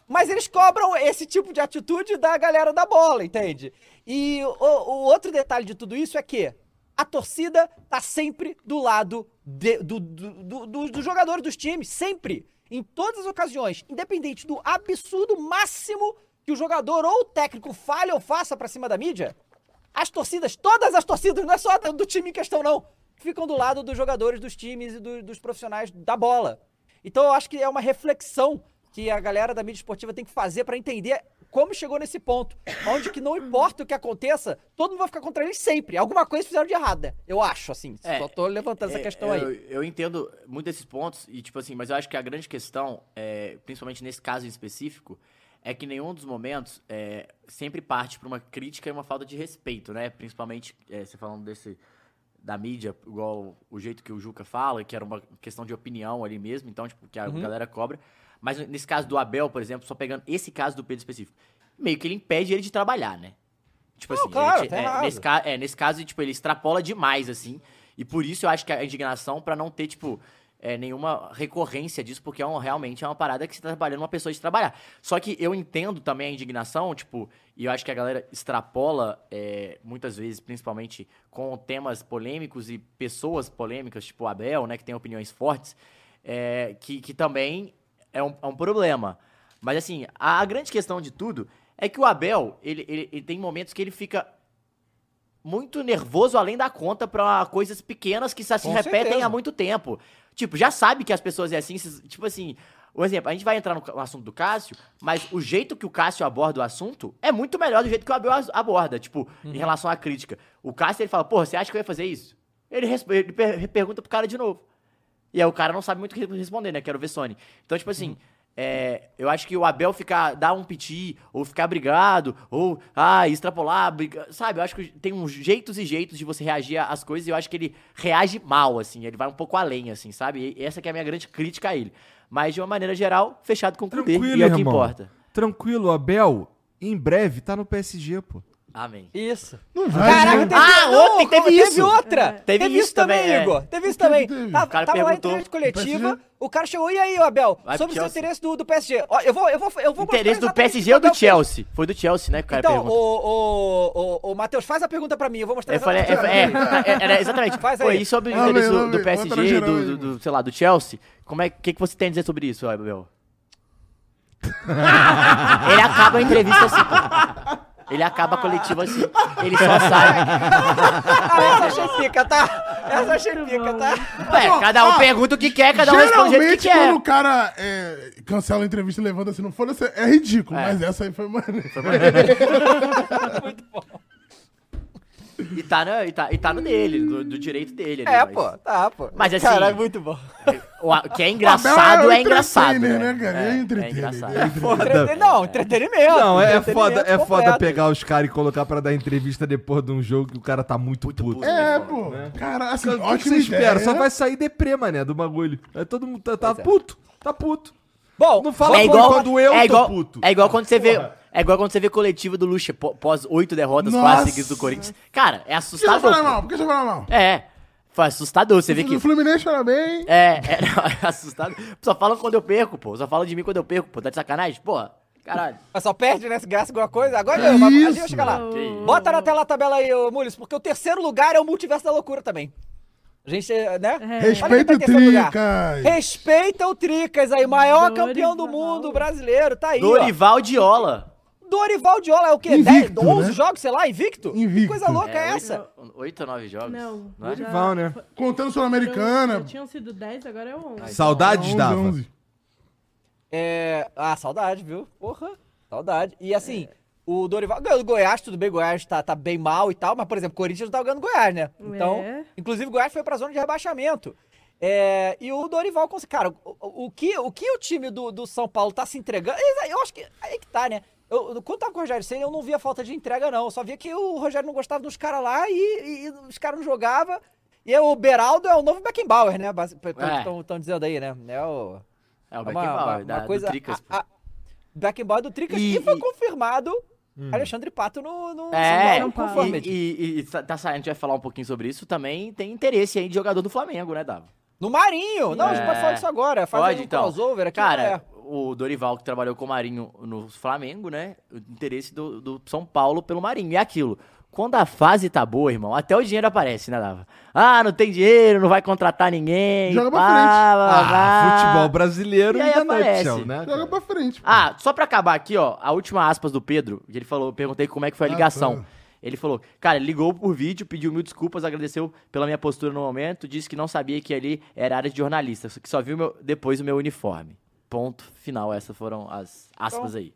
E: Mas eles cobram esse tipo de atitude da galera da bola, entende? E o, o outro detalhe de tudo isso é que a torcida tá sempre do lado de- do- do- do- do- dos jogadores dos times, sempre. Em todas as ocasiões, independente do absurdo máximo que o jogador ou o técnico falha ou faça pra cima da mídia, as torcidas, todas as torcidas, não é só do time em questão, não, ficam do lado dos jogadores, dos times e do- dos profissionais da bola. Então eu acho que é uma reflexão que a galera da mídia esportiva tem que fazer pra entender como chegou nesse ponto. Onde que não importa o que aconteça, todo mundo vai ficar contra eles sempre. Alguma coisa fizeram de errada. Eu acho, assim.
D: É,
E: só tô levantando essa
D: É,
E: questão
D: é,
E: aí.
D: Eu, eu entendo muito desses pontos, e tipo assim, mas eu acho que a grande questão, é, principalmente nesse caso em específico, é que nenhum dos momentos é, sempre parte para uma crítica e uma falta de respeito, né? Principalmente é, você falando desse da mídia, igual o jeito que o Juca fala, que era uma questão de opinião ali mesmo, então, tipo, que a
E: Uhum.
D: galera cobra. Mas nesse caso do Abel, por exemplo, só pegando esse caso do Pedro específico, meio que ele impede ele de trabalhar, né? Tipo assim,
E: claro,
D: ele,
E: tá
D: é,
E: errado.
D: nesse, ca- é, nesse caso, tipo, ele extrapola demais, assim. E por isso eu acho que a indignação, pra não ter, tipo, é, nenhuma recorrência disso, porque é um- realmente é uma parada que você tá trabalhando uma pessoa de trabalhar. Só que eu entendo também a indignação, tipo, e eu acho que a galera extrapola é, muitas vezes, principalmente com temas polêmicos e pessoas polêmicas, tipo o Abel, né, que tem opiniões fortes, é, que, que também é um, é um problema. Mas assim, a, a grande questão de tudo é que o Abel, ele, ele, ele tem momentos que ele fica muito nervoso além da conta pra coisas pequenas que só se
E: Com
D: repetem
E: certeza.
D: há muito tempo. Tipo, já sabe que as pessoas é assim, esses- tipo assim, um exemplo, a gente vai entrar no, ca- no assunto do Cássio, mas o jeito que o Cássio aborda o assunto é muito melhor do jeito que o Abel as- aborda, tipo,
E: Uhum.
D: em relação à crítica. O Cássio, ele fala, porra, você acha que eu ia fazer isso? Ele, resp- ele per- pergunta pro cara de novo. E aí o cara não sabe muito o que responder, né? Quero ver Sony. Então, tipo
E: Uhum.
D: assim, é, eu acho que o Abel ficar, dar um piti, ou ficar brigado, ou, ah, extrapolar, briga- sabe? Eu acho que tem uns jeitos e jeitos de você reagir às coisas e eu acho que ele reage mal, assim. Ele vai um pouco além, assim, sabe? E essa que é a minha grande crítica a ele. Mas, de uma maneira geral, fechado com o Kudê,
A: Tranquilo,
D: e é o que
A: irmão.
D: importa.
A: Tranquilo, Abel, em breve tá no PSG, pô.
D: Amém.
E: Isso.
B: Não vai,
E: Caraca,
B: né?
E: teve,
D: Ah,
E: não,
D: ontem teve
E: teve
D: isso.
E: outra.
D: Teve isso também, é.
E: Igor. Teve isso
B: O que
E: também.
B: que teve?
E: Tava,
D: O cara
E: tava lá em
D: perguntou.
E: entrevista
B: O
E: coletiva,
B: PSG?
E: o cara chegou, e aí, ô Abel,
D: Vai pro
E: sobre o seu
D: Chelsea.
E: interesse do, do PSG. Ó, eu vou, eu vou, eu vou mostrar
D: Interesse do
E: exatamente
D: PSG ou
E: qual é
D: do
E: o PSG.
D: Chelsea? Foi do Chelsea, né, que o cara
E: Então,
D: perguntou.
E: o, o, o, Matheus, faz a pergunta pra mim, eu vou mostrar
D: Eu falei, é,
E: pra
D: é,
E: mim.
D: é, era exatamente.
E: Faz aí.
D: Foi isso sobre o
B: Lá
D: interesse
B: vem,
D: do,
B: lá
D: do
B: vem. Outra
D: PSG,
B: geral aí,
D: do, do- do, sei lá, do Chelsea. Como é que, que você tem a dizer sobre isso, Abel? Ele acaba a entrevista assim. pô. Ele acaba a coletiva assim. Ele só sai.
E: Ah, essa achei pica, tá? Essa achei pica, tá?
D: Ué, cada um
B: ah,
D: pergunta o que quer, cada um responde o
B: Geralmente,
D: jeito que quer.
B: quando o cara é, cancela a entrevista e levanta se não for, isso é ridículo.
D: É.
B: Mas essa aí foi maneiro.
E: Muito bom.
D: E tá, no, e, tá, e tá no dele, do, do direito dele. ali,
E: É,
D: mas-
E: pô, tá, pô.
D: Mas assim-
E: Caralho, muito bom.
D: O a- que é engraçado é,
B: o
D: engraçado.
B: um entertainer,
D: né?
B: né, cara? Ele é
D: é
B: entertainer,
D: engraçado.
B: ele é
E: Entreten- Não, entretenimento.
A: Não, é
E: entretenimento
A: foda, é foda
E: completo.
A: pegar
D: né?
A: os caras e colocar pra dar entrevista depois de um jogo que o cara tá muito, puto.
D: puto. né?
B: É, pô. Cara, assim,
A: Cara, O Né? que é. que
B: ótimo
A: você espera? Só vai sair deprê, mané, do bagulho. Aí todo mundo tá, tá puto. Tá puto.
E: Bom,
A: Não fala
D: é
A: como
D: igual,
A: quando eu
D: é
A: tô
D: igual,
A: puto.
D: É igual quando você vê. É igual quando você vê coletivo do Lucha pô- pós oito derrotas
B: Nossa.
D: quase seguidas do Corinthians. Cara, é
B: Por que você
D: assustador.
B: fala
D: pô.
B: mal? Por que você fala mal?
D: É. Foi assustador. Você vê que.
B: O Fluminense fala bem.
D: É, é, não, é assustador. Só falam quando eu perco, pô. Só falam de mim quando eu perco, pô. Tá de sacanagem? Pô, caralho.
E: Mas só perde, né? Se graça alguma coisa. Agora eu, mas a gente vai
B: Isso.
E: chegar lá.
C: O-
D: Que-
E: Bota na tela a tabela aí, ô Mules, porque o terceiro lugar é o multiverso da loucura também. A gente, eh, né?
D: É.
E: Olha
B: Respeita
E: quem
B: o
E: tá em terceiro lugar.
B: Tricas.
E: Respeita o Tricas aí, maior
C: Dorival.
E: campeão do mundo brasileiro. Tá aí, ó.
D: Dorival Diola.
E: Dorival Diola é o quê?
B: Invicto,
E: 10, 11
B: né?
E: jogos, sei lá, invicto?
B: Invicto.
E: Que coisa louca é,
D: oito-
E: essa?
D: Oito ou nove jogos?
C: Não.
D: não é?
C: já-
A: Rival, né?
C: foram-
B: Contando Sul-Americana.
C: Tinham sido 10, agora é 11.
A: Saudades
B: 11,
A: dava.
B: 11.
E: É... Ah, saudade, viu? Porra, saudade. E assim, o Dorival ganhou do Goiás, tudo bem, Goiás tá, tá bem mal e tal, mas, por exemplo, o Corinthians não tava ganhando Goiás, né? Então,
C: É.
E: inclusive, o Goiás foi pra zona de rebaixamento. É, e o Dorival, cons- cara, o, o- o que, o que o time do, do São Paulo tá se entregando, Eles- eu acho que aí que tá, né? Eu, eu- quando tava com o Rogério Senna, eu não via falta de entrega, não. Eu só via que o Rogério não gostava dos caras lá e, e- e os caras não jogavam. E o Beraldo é o novo Beckenbauer, né?
D: É.
E: Estão dizendo aí, né? É o...
D: É o
E: É uma, uma-
D: Beckenbauer,
E: uma
D: da- do
E: coisa.
D: Tricas, pô.
E: a, a, Beckenbauer do Tricas
D: E-
E: e, foi
D: e-
E: confirmado
A: Hum.
E: Alexandre Pato no, no
D: É,
E: São Paulo
C: Paulo.
E: conforme.
D: e, e- e tá, tá saindo, a gente vai falar um pouquinho sobre isso. Também tem interesse aí de jogador do Flamengo, né, Dava?
E: No Marinho! Não, a gente
D: É.
E: pode falar disso agora. Faz
D: Pode,
E: aí um
D: então.
E: crossover aqui.
D: Cara,
E: é.
D: o Dorival, que trabalhou com o Marinho no Flamengo, né? O interesse do, do São Paulo pelo Marinho. E é aquilo. Quando a fase tá boa, irmão, até o dinheiro aparece, né, Dava? Ah, não tem dinheiro, não vai contratar ninguém.
B: Joga pra
D: pá,
B: frente.
D: blá, blá.
A: Ah, futebol brasileiro
D: E aí
A: in the
D: aparece.
A: nutshell, né?
B: Joga pra frente. pô.
D: Ah, só pra acabar aqui, ó, a última aspas do Pedro, que ele falou, eu perguntei como é que foi a
B: Ah,
D: ligação.
B: tá.
D: Ele falou, cara, ele ligou por vídeo, pediu mil desculpas, agradeceu pela minha postura no momento, disse que não sabia que ali era área de jornalista, que só viu meu- depois o meu uniforme. Ponto final, essas foram as aspas aí.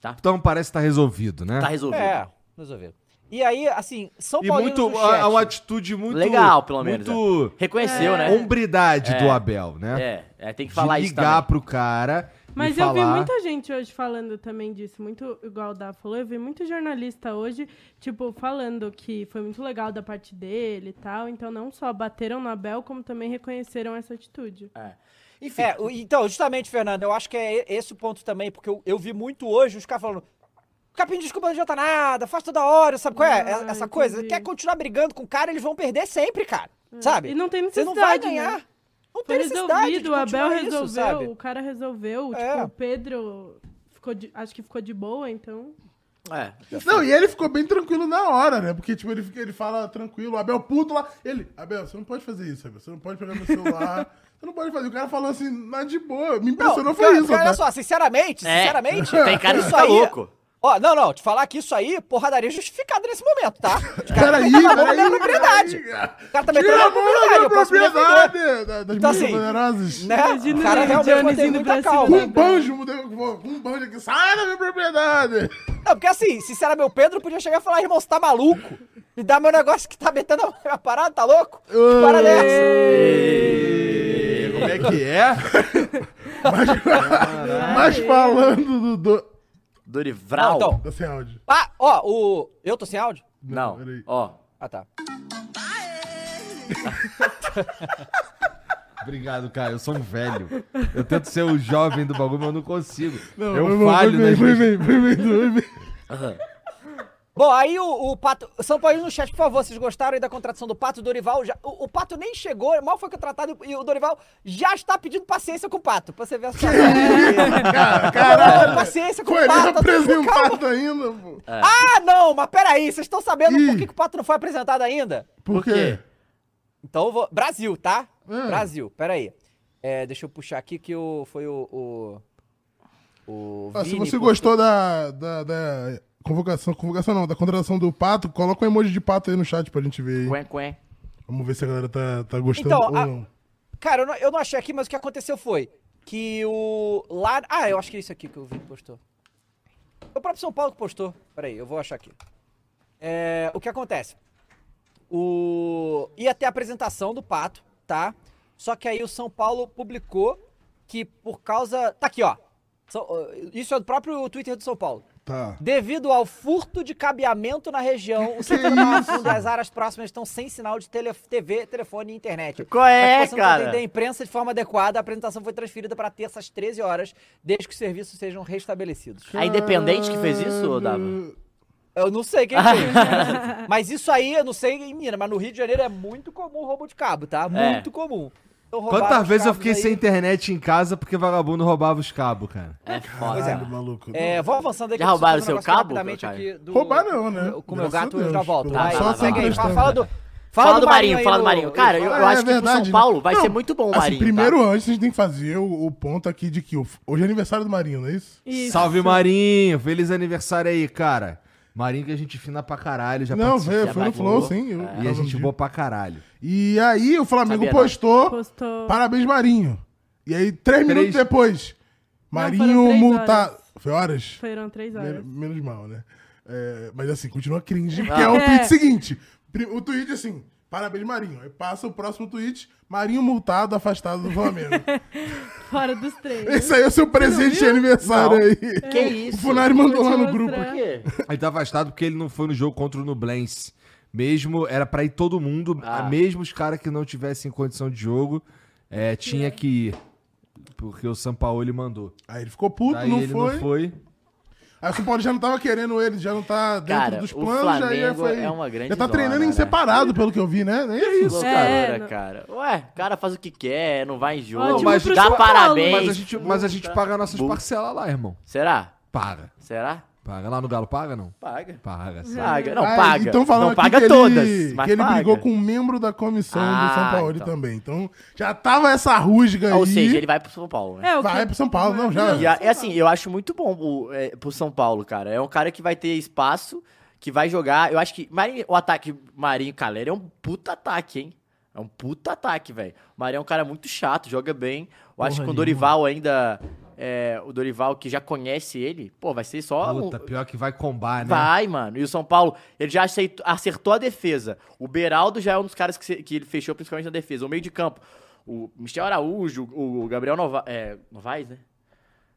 D: Tá?
A: Então parece que tá resolvido, né?
D: Tá resolvido.
E: É, resolveu. E aí, assim, São
A: e
E: Paulo.
A: muito, é uma atitude muito...
D: Legal, pelo menos,
A: Muito...
D: Reconheceu,
E: É.
D: né?
E: Um
A: Hombridade
D: É.
A: do Abel, né?
D: É, é, tem que falar
A: de
D: isso
A: ligar
D: também.
A: pro cara
C: Mas
A: e
C: eu vi
A: falar-
C: muita gente hoje falando também disso, muito igual o Dá falou, eu vi muito jornalista hoje, tipo, falando que foi muito legal da parte dele e tal, então não só bateram no Abel, como também reconheceram essa atitude.
D: Enfim,
E: É, o- então, justamente, Fernando, eu acho que é e- esse o ponto também, porque eu, eu vi muito hoje os caras falando. Capim, desculpa, não adianta nada, faz toda hora, sabe qual é? É-
C: Ah,
E: Essa coisa.
C: entendi.
E: Quer continuar brigando com o cara, eles vão perder sempre, cara.
C: É. E
E: Sabe?
C: não tem
E: Você
C: necessidade,
E: não vai
C: né?
E: ganhar.
C: Foi
E: Não tem necessidade. de
C: resolvido, o Abel
E: continuar isso,
C: resolveu,
E: sabe?
C: o cara resolveu,
E: É.
C: tipo, o Pedro ficou de- acho que ficou de boa, então...
D: é.
B: Não, e ele ficou bem tranquilo na hora, né? Porque, tipo, ele, fica- ele fala tranquilo, o Abel puto lá. Ele, Abel, você não pode fazer isso, Abel. Você não pode pegar meu celular. você não pode fazer. O cara falou assim, na de boa. Me
E: Não,
B: impressionou, foi
E: cara,
B: isso,
E: cara,
B: até.
E: olha só, sinceramente,
D: É,
E: sinceramente.
D: tem cara que
E: isso
D: fica
E: aí- é-
D: louco.
E: Ó, não, não, te falar que isso aí, porradaria justificada nesse momento, tá? O cara
B: Peraí,
E: tá metendo a mão na minha
B: peraí,
E: propriedade.
B: peraí.
E: O cara tá metendo
B: Tira
E: a
B: a mão
E: mão na
B: da
E: minha propriedade,
B: minha
E: eu posso me defender.
B: propriedade, né, da- das
E: Então,
B: minhas
E: assim,
B: poderosas.
E: Né?
C: Imagina
E: o cara
C: o
E: realmente
C: Jones
E: mantém
C: indo
E: muita
C: pra cima
E: calma.
B: Com um banjo, mudei- com um banjo aqui, sai da minha propriedade.
E: Não, porque assim, sinceramente, meu Pedro podia chegar e falar, irmão, você tá maluco? Me dá meu negócio que tá metendo a minha parada, tá louco? Que parada é essa?
A: E Como é que é?
B: Mas falando do... do...
E: Não,
D: Dorival.
E: então,
B: Tá sem áudio.
E: ah, ó, o... Eu tô sem áudio?
D: Não,
B: peraí.
D: ó.
E: Ah, tá.
A: Obrigado, cara. Eu sou um velho. Eu tento ser o jovem do bagulho, mas eu não consigo. eu
B: Foi bom,
A: falho
B: foi
A: nas minhas...
B: bem, foi bem, foi bem, foi bem.
E: Bom, aí o, o Pato... São Paulo no chat, por favor, vocês gostaram aí da contratação do Pato? O Dorival já... O, o Pato nem chegou, mal foi contratado e o Dorival já está pedindo paciência com o Pato. Pra você ver essa...
B: Cara,
E: Caralho,
B: caralho.
E: paciência com o
B: Coelho
E: Pato. tá tudo com calma.
B: apresentado ainda, pô.
E: Ah, não, mas peraí, vocês estão sabendo por
B: Ih.
E: que, que o Pato não foi apresentado ainda?
B: Por quê?
E: Então eu vou. Brasil, tá?
B: Hum.
E: Brasil, peraí. É, deixa eu puxar aqui que o, foi o. O. o
B: Ah, se
E: Vini
B: você
E: postou-
B: gostou da, da, da convocação, convocação não, da contratação do pato, coloca um emoji de pato aí no chat pra gente ver. aí.
D: Quen, quen.
B: Vamos ver se a galera tá, tá gostando
E: Então,
B: ou
E: a-
B: não.
E: Cara, eu não, eu não achei aqui, mas o que aconteceu foi que o. Lá. Ah, eu acho que é isso aqui que o Vini postou. O próprio São Paulo que postou. Peraí, eu vou achar aqui. É, o que acontece? O. Ia ter a apresentação do Pato, tá? Só que aí o São Paulo publicou que por causa. Tá aqui, ó. São- Isso é do próprio Twitter do São Paulo.
B: Tá.
E: Devido ao furto de cabeamento na região, o setor da fundo e as áreas próximas estão sem sinal de tele- TV, telefone e internet.
D: Qual é,
E: Mas, possamos
D: cara?
E: atender a imprensa de forma adequada, a apresentação foi transferida para terça às 13 horas, desde que os serviços sejam restabelecidos.
D: A Independente que fez isso, ô, Dava?
E: Eu não sei quem foi. mas isso aí, eu não sei em Minas, mas no Rio de Janeiro é muito comum roubo de cabo, tá?
D: É.
E: Muito comum. Então, roubaram
A: Quantas
E: os
A: vezes eu
E: cabos
A: fiquei
E: aí.
A: sem internet em casa porque vagabundo roubava os cabos, cara?
D: É
E: Pois
D: foda.
E: é.
B: Caralho, maluco.
E: É, vou avançando aqui.
D: Já
E: que eu preciso
D: roubaram
E: fazer um
D: seu
E: negócio
D: cabo,
E: rapidamente
D: Caio?
E: aqui do-
B: Roubar não, né?
E: Com o meu
B: Graças
E: gato
B: a
E: eu já
B: Deus.
E: volto.
B: Pelo
E: Vai,
D: menos
E: vai,
D: só sem
E: vai.
B: questão,
E: Fala, fala do...
D: Fala, do Marinho,
E: aí
D: fala do
E: no-
D: Marinho. Cara, eu, eu
B: Ah, é
D: acho que pro
B: verdade,
D: São Paulo
B: né?
D: vai
B: Não,
D: ser muito bom o
B: assim,
D: Marinho. tá?
B: primeiro antes a gente tem que fazer o, o ponto aqui de que o- hoje é aniversário do Marinho, não é isso?
C: Isso.
A: Salve, Marinho! Feliz aniversário aí, cara. Marinho que a gente fina pra caralho, já
B: não,
A: participou.
B: foi, um- foi no Flow,
D: participou. É.
B: sim. eu
A: E
B: tava
A: a
B: no
A: gente
B: dia.
A: boa pra caralho.
B: E aí o Flamengo
D: Sabia não.
B: postou,
C: Postou.
B: parabéns Marinho. E aí, três,
A: Três.
B: minutos depois,
C: foram
B: Marinho
C: três
B: multado. Foi horas?
C: Foram três horas.
B: Men- menos mal, né? É, mas assim, continua cringe,
D: Ah.
B: porque é o
C: É.
B: tweet seguinte. Pri- O tweet assim, parabéns Marinho. Aí passa o próximo tweet, Marinho multado, afastado do Flamengo.
C: Fora dos três. né?
B: Esse aí é o seu presente de aniversário
D: Não.
B: aí.
D: Que isso?
B: O Funari mandou
C: Vou
B: lá
C: te
B: no grupo.
C: mostrar.
D: Por quê?
A: Ele tá afastado porque ele não foi no jogo contra o Nublense. Mesmo, era pra ir todo mundo,
D: Ah.
A: mesmo os caras que não tivessem condição de jogo, é, tinha que ir. Porque o Sampaoli mandou.
B: Aí ele ficou puto,
A: Daí
B: não,
A: ele
B: foi.
A: não foi.
B: Aí o São Paulo já não tava querendo ele, já não tá dentro
D: Cara,
B: dos
D: o
B: planos. já aí
D: Flamengo
B: foi.
D: é uma grande
B: já tá
D: zona,
B: treinando em
D: né?
B: separado, pelo que eu vi, né? Não É isso.
D: Loucura,
C: É, não-
D: cara. Ué, o cara faz o que quer, não vai em jogo,
C: Ótimo
A: mas-
C: pro
A: dá
C: São Paulo.
D: parabéns.
A: Mas a gente, mas a gente paga nossas parcelas lá, irmão.
D: Será?
A: Paga.
D: Será?
A: Paga. Lá no Galo paga, não?
D: Paga.
A: Paga, sim.
D: Paga. Não,
B: Ah,
D: paga.
B: Então falando
D: não
B: aqui
D: paga
B: que ele-
D: todas, mas
B: que ele
D: paga.
B: brigou com um membro da comissão
D: Ah,
B: do São Paulo
D: então.
B: também. Então já tava essa rusga aí.
D: Ou seja, ele vai pro São Paulo, né?
C: É, o
B: vai
C: que...
B: pro São Paulo, não, já.
D: E a- é assim, eu acho muito bom o, é, pro São Paulo, cara. É um cara que vai ter espaço, que vai jogar. Eu acho que Marinho- o ataque Marinho Calera é um puta ataque, hein? É um puta ataque, velho. O Marinho é um cara muito chato, joga bem. Eu acho que com o Dorival ainda é, o Dorival, que já conhece ele, pô, vai ser só. um-
A: Puta, pior que vai combar, né?
D: Vai, mano. E o São Paulo, ele já aceitou- acertou a defesa. O Beraldo já é um dos caras que, se- que ele fechou principalmente na defesa. O meio de campo. O Michel Araújo, o o Gabriel Nova, é, Novaes, né?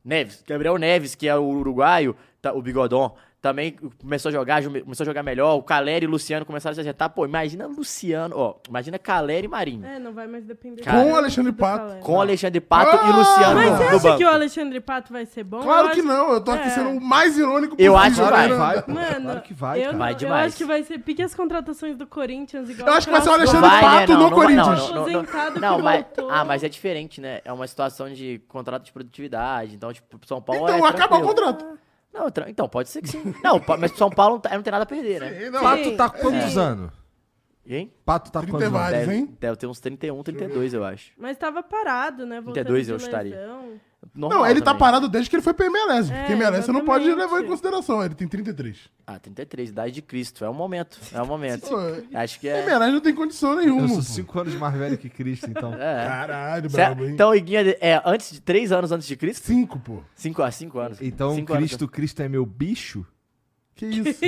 D: Neves. Gabriel Neves, que é o uruguaio, tá- o Bigodon, também começou a jogar, ju- começou a jogar melhor. O Caleri e o Luciano começaram a se acertar. Pô, imagina Luciano, ó. Imagina Caleri e Marinho.
C: É, não vai mais depender
D: Cara,
C: do-
B: com o Alexandre
C: do
B: Pato.
C: Salerno.
D: Com Alexandre Pato e
B: Ah,
D: Luciano
C: Mas você
D: no
C: acha
D: banco.
C: que o Alexandre Pato vai ser bom?
B: Claro
C: Eu
B: que
C: acho-
B: não, eu tô aqui
C: É.
B: sendo o mais irônico
D: Eu acho que
B: né,
D: vai.
B: né?
A: vai pô,
C: Mano,
A: claro que vai,
C: eu,
A: cara.
C: não-
D: Vai
C: eu
D: demais.
C: acho que vai ser pique as contratações do Corinthians igual
B: Eu acho que vai ser o
C: aquela-
B: Alexandre
D: né?
B: Pato no Corinthians.
C: Aposentado
D: não,
C: que
D: mas,
C: voltou.
D: ah, mas é diferente, né? É uma situação de contrato de produtividade. Então, tipo, São Paulo é
B: Então acaba o
D: tranquilo.
B: contrato.
D: Não, tra- então, pode ser que sim. Não, pa- mas São Paulo não, tá- não tem nada a perder, né?
B: Sim, não.
A: Pato tá com
C: Sim.
D: É.
A: quantos anos?
D: Hein?
A: Pato tá com
B: Trinta
A: quantos
B: e
A: anos?
B: vários. Mas,
D: Deve,
B: hein?
D: deve ter uns 31, 32, eu acho.
C: Mas tava parado, né? Voltando
D: 32 eu
C: de
D: estaria.
C: lesão.
D: Normal
B: Não, ele tá
D: também.
B: parado desde que ele foi pra MLS. Porque
C: É,
B: MLS você não pode
C: exatamente.
B: levar em consideração, ele tem 33.
D: Ah, 33, idade de Cristo. É o momento, é o momento.
B: Pô,
D: acho que é...
B: MLS não tem condição nenhuma.
A: Eu
B: um, pô.
A: sou cinco anos mais velho que Cristo, então.
D: é.
B: Caralho,
D: Cê-
B: Ah, brabo, hein?
D: Então, Iguinha, é antes de 3 anos antes de Cristo?
B: Cinco, pô.
D: 5 a 5 anos.
A: Então,
D: Cinco anos.
A: Cristo, Cristo é meu bicho?
B: Que isso?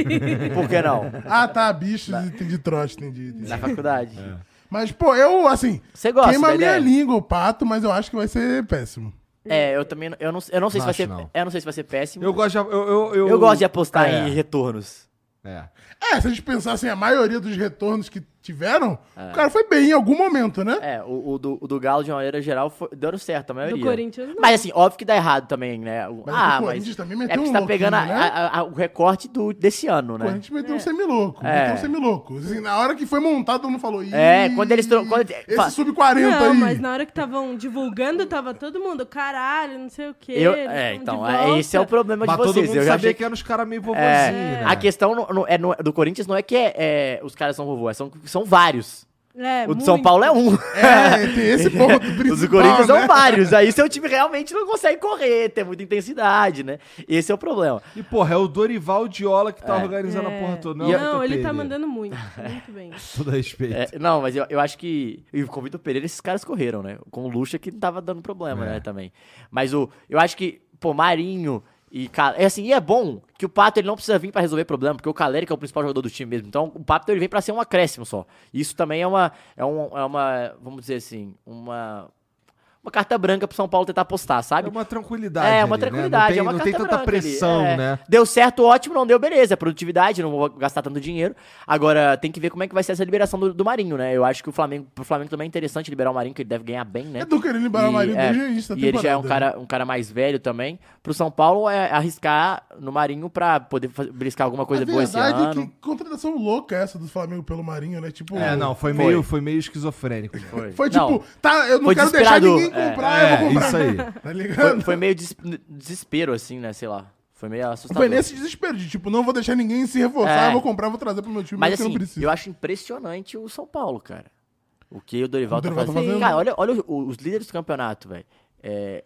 D: Por que não?
B: ah, tá, bicho, entendi trote, entendi. entendi.
D: Na faculdade.
A: É.
B: Mas, pô, eu, assim,
D: Você gosta
B: queima
D: da
B: a minha
D: ideia?
B: língua o pato, mas eu acho que vai ser péssimo.
D: É, eu também. não- Eu não, eu não sei
A: Não
D: se vai
A: acho,
D: ser.
A: não.
D: Eu não sei se vai ser péssimo.
A: Eu gosto de... Eu, eu,
D: Eu
A: eu-
D: gosto de apostar
A: É.
D: em retornos.
A: É.
B: É, se a gente pensasse assim, a maioria dos retornos que tiveram, o cara foi bem em algum momento, né?
D: É, o, o do, o do Galo, de uma maneira geral, foi, dando certo, a maioria.
C: Do Corinthians, não.
D: Mas assim, óbvio que dá errado também, né? O-
B: Mas
D: ah,
B: o
D: mas.
B: Corinthians também
D: É
B: meteu
D: porque
B: um
D: você tá
B: louquinho,
D: pegando a-
B: né?
D: a- a- o recorte do, desse ano,
B: Pô, a
D: né?
B: gente meteu um semilouco.
D: É.
B: Meteu um semilouco. Assim, na hora que foi montar, todo mundo falou. "Ih,
D: É, quando eles tro- quando- fa-
B: Esse sub-40
C: Não,
B: aí.
C: mas na hora que estavam divulgando, tava todo mundo, caralho, não sei o quê.
D: Eu,
C: eles
D: é,
C: tão
D: então,
C: de
D: é,
C: volta."
D: esse é o problema
A: Mas
D: de vocês.
A: todo mundo
D: eu já
A: sabia
D: achei É.
A: que eram os caras meio vovozinho, né?
D: A questão não- não- é, não- do Corinthians não é que é, é, os caras são vovô, é, são, são vários.
C: É,
D: o de São
C: muito.
D: Paulo é um.
B: É, tem esse ponto
D: Os do
B: principal,
D: Corinthians
B: né?
D: são vários. Aí seu time realmente não consegue correr, ter muita intensidade, né? Esse é o problema.
A: E, porra, é o Dorival Diola que tá
D: É.
A: organizando a
C: É.
A: porra toda.
C: Não,
A: Não, é o Vitor
C: ele tá
A: Pereira.
C: mandando muito, muito bem.
A: Todo respeito.
D: É, não, mas eu, eu acho que. E com o Vitor Pereira, esses caras correram, né? Com o Lucha que não tava dando problema, né? Também. Mas o, eu acho que, pô, Marinho e. Ca- É assim, e é bom que o Pato ele não precisa vir pra resolver problema, porque o Caleri que é o principal jogador do time mesmo. Então o Pato ele vem pra ser um acréscimo só. Isso também é uma. É, um, é uma. Vamos dizer assim. Uma. Uma carta branca pro São Paulo tentar apostar,
A: É
D: sabe?
A: uma tranquilidade.
D: É, uma
A: ali, né?
D: tranquilidade.
A: Não tem,
D: é uma
A: não tem
D: carta
A: tanta
D: branca ali,
A: pressão,
D: é.
A: né?
D: Deu certo, ótimo, não deu, beleza. É produtividade, não vou gastar tanto dinheiro. Agora, tem que ver como é que vai ser essa liberação do, do Marinho, né? Eu acho que o Flamengo, pro Flamengo também é interessante liberar o Marinho, que ele deve ganhar bem, né?
B: Eu tô querendo liberar o Marinho
D: é,
B: desde o início da
D: E ele já é um
B: temporada. né?
D: cara, um cara mais velho também. Pro São Paulo é arriscar no Marinho pra poder fa- briscar alguma coisa
B: a
D: boa esse
B: verdade
D: ano.
B: é que contratação louca essa do Flamengo pelo Marinho, né? Tipo,
A: É, não, foi,
D: Foi.
A: Meio, foi meio esquizofrênico. né?
B: Foi tipo,
D: Não,
B: tá, eu não
D: Foi
B: quero deixar
D: desesperado.
B: ninguém comprar, eu
A: É,
B: vou comprar.
A: isso aí.
B: Tá ligado?
D: foi, foi meio des- desespero, assim, né? Sei lá. Foi meio assustador.
B: Foi nesse desespero de, tipo, não vou deixar ninguém se reforçar,
D: É.
B: eu vou comprar, vou trazer pro meu time,
D: Mas
B: mesmo que eu
D: assim,
B: não preciso.
D: eu acho impressionante o São Paulo, cara. O que o Dorival,
B: O Dorival
D: tá
B: tá
D: fazendo.
B: fazendo.
D: Cara, olha, olha o- os líderes do campeonato, velho. É,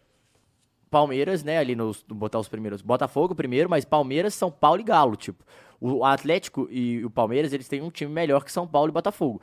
D: Palmeiras, né, ali nos botar os primeiros. Botafogo primeiro, mas Palmeiras, São Paulo e Galo, tipo. O Atlético e o Palmeiras, eles têm um time melhor que São Paulo e Botafogo.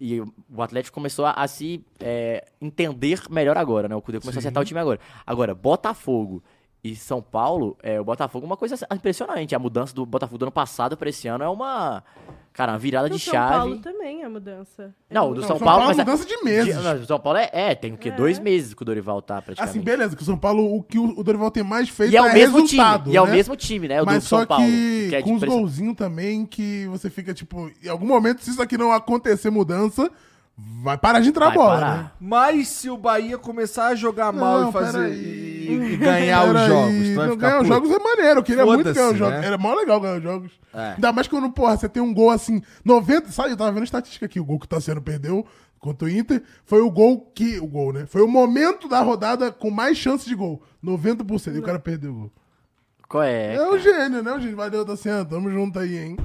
D: E o Atlético começou a, a se é, entender melhor agora, né? O Cudê começou a acertar o time agora. Agora, Botafogo e São Paulo, é, o Botafogo é uma coisa impressionante. A mudança do Botafogo do ano passado pra esse ano é uma. Cara, uma virada
C: Do
D: de
C: São
D: chave.
C: Paulo também a mudança. É
D: Não, o
C: muito-
D: do
B: Não,
D: São, Paulo. mas a-
B: mudança de meses.
D: de- não, o São Paulo é, é, tem o quê?
C: É.
D: Dois meses que o Dorival tá praticamente.
B: Assim, beleza, que o São Paulo, o que o Dorival tem mais feito
D: e é o mesmo
B: resultado,
D: time. E é o
B: né?
D: mesmo time, né? O
B: Mas
D: do
B: só
D: São Paulo.
B: que,
D: que é de
B: com os
D: pressão.
B: golzinhos também que você fica, tipo, em algum momento, se isso aqui não acontecer mudança, vai parar de entrar
D: Vai
B: a bola,
D: parar.
B: né?
A: Mas se o Bahia começar a jogar mal
B: Não,
A: e fazer.
B: peraí.
A: E, e ganhar os
B: Peraí,
A: jogos, tu vai
B: não,
A: ficar.
B: ganhar os
A: puto.
B: jogos é maneiro, eu queria muito
A: Foda-se,
B: ganhar os jogos.
A: né?
B: Era mó legal ganhar os jogos.
A: É.
B: Ainda mais quando, porra, você tem um gol assim, 90, sabe, eu tava vendo a estatística aqui, o gol que o Tassiano perdeu contra o Inter, foi o gol que, o gol, né? Foi o momento da rodada com mais chance de gol, 90%,
D: Hum.
B: e o cara perdeu o gol.
D: Qual é?
B: É um gênio, né? Um gênio. Valeu, Tassiano. Tamo junto aí, hein?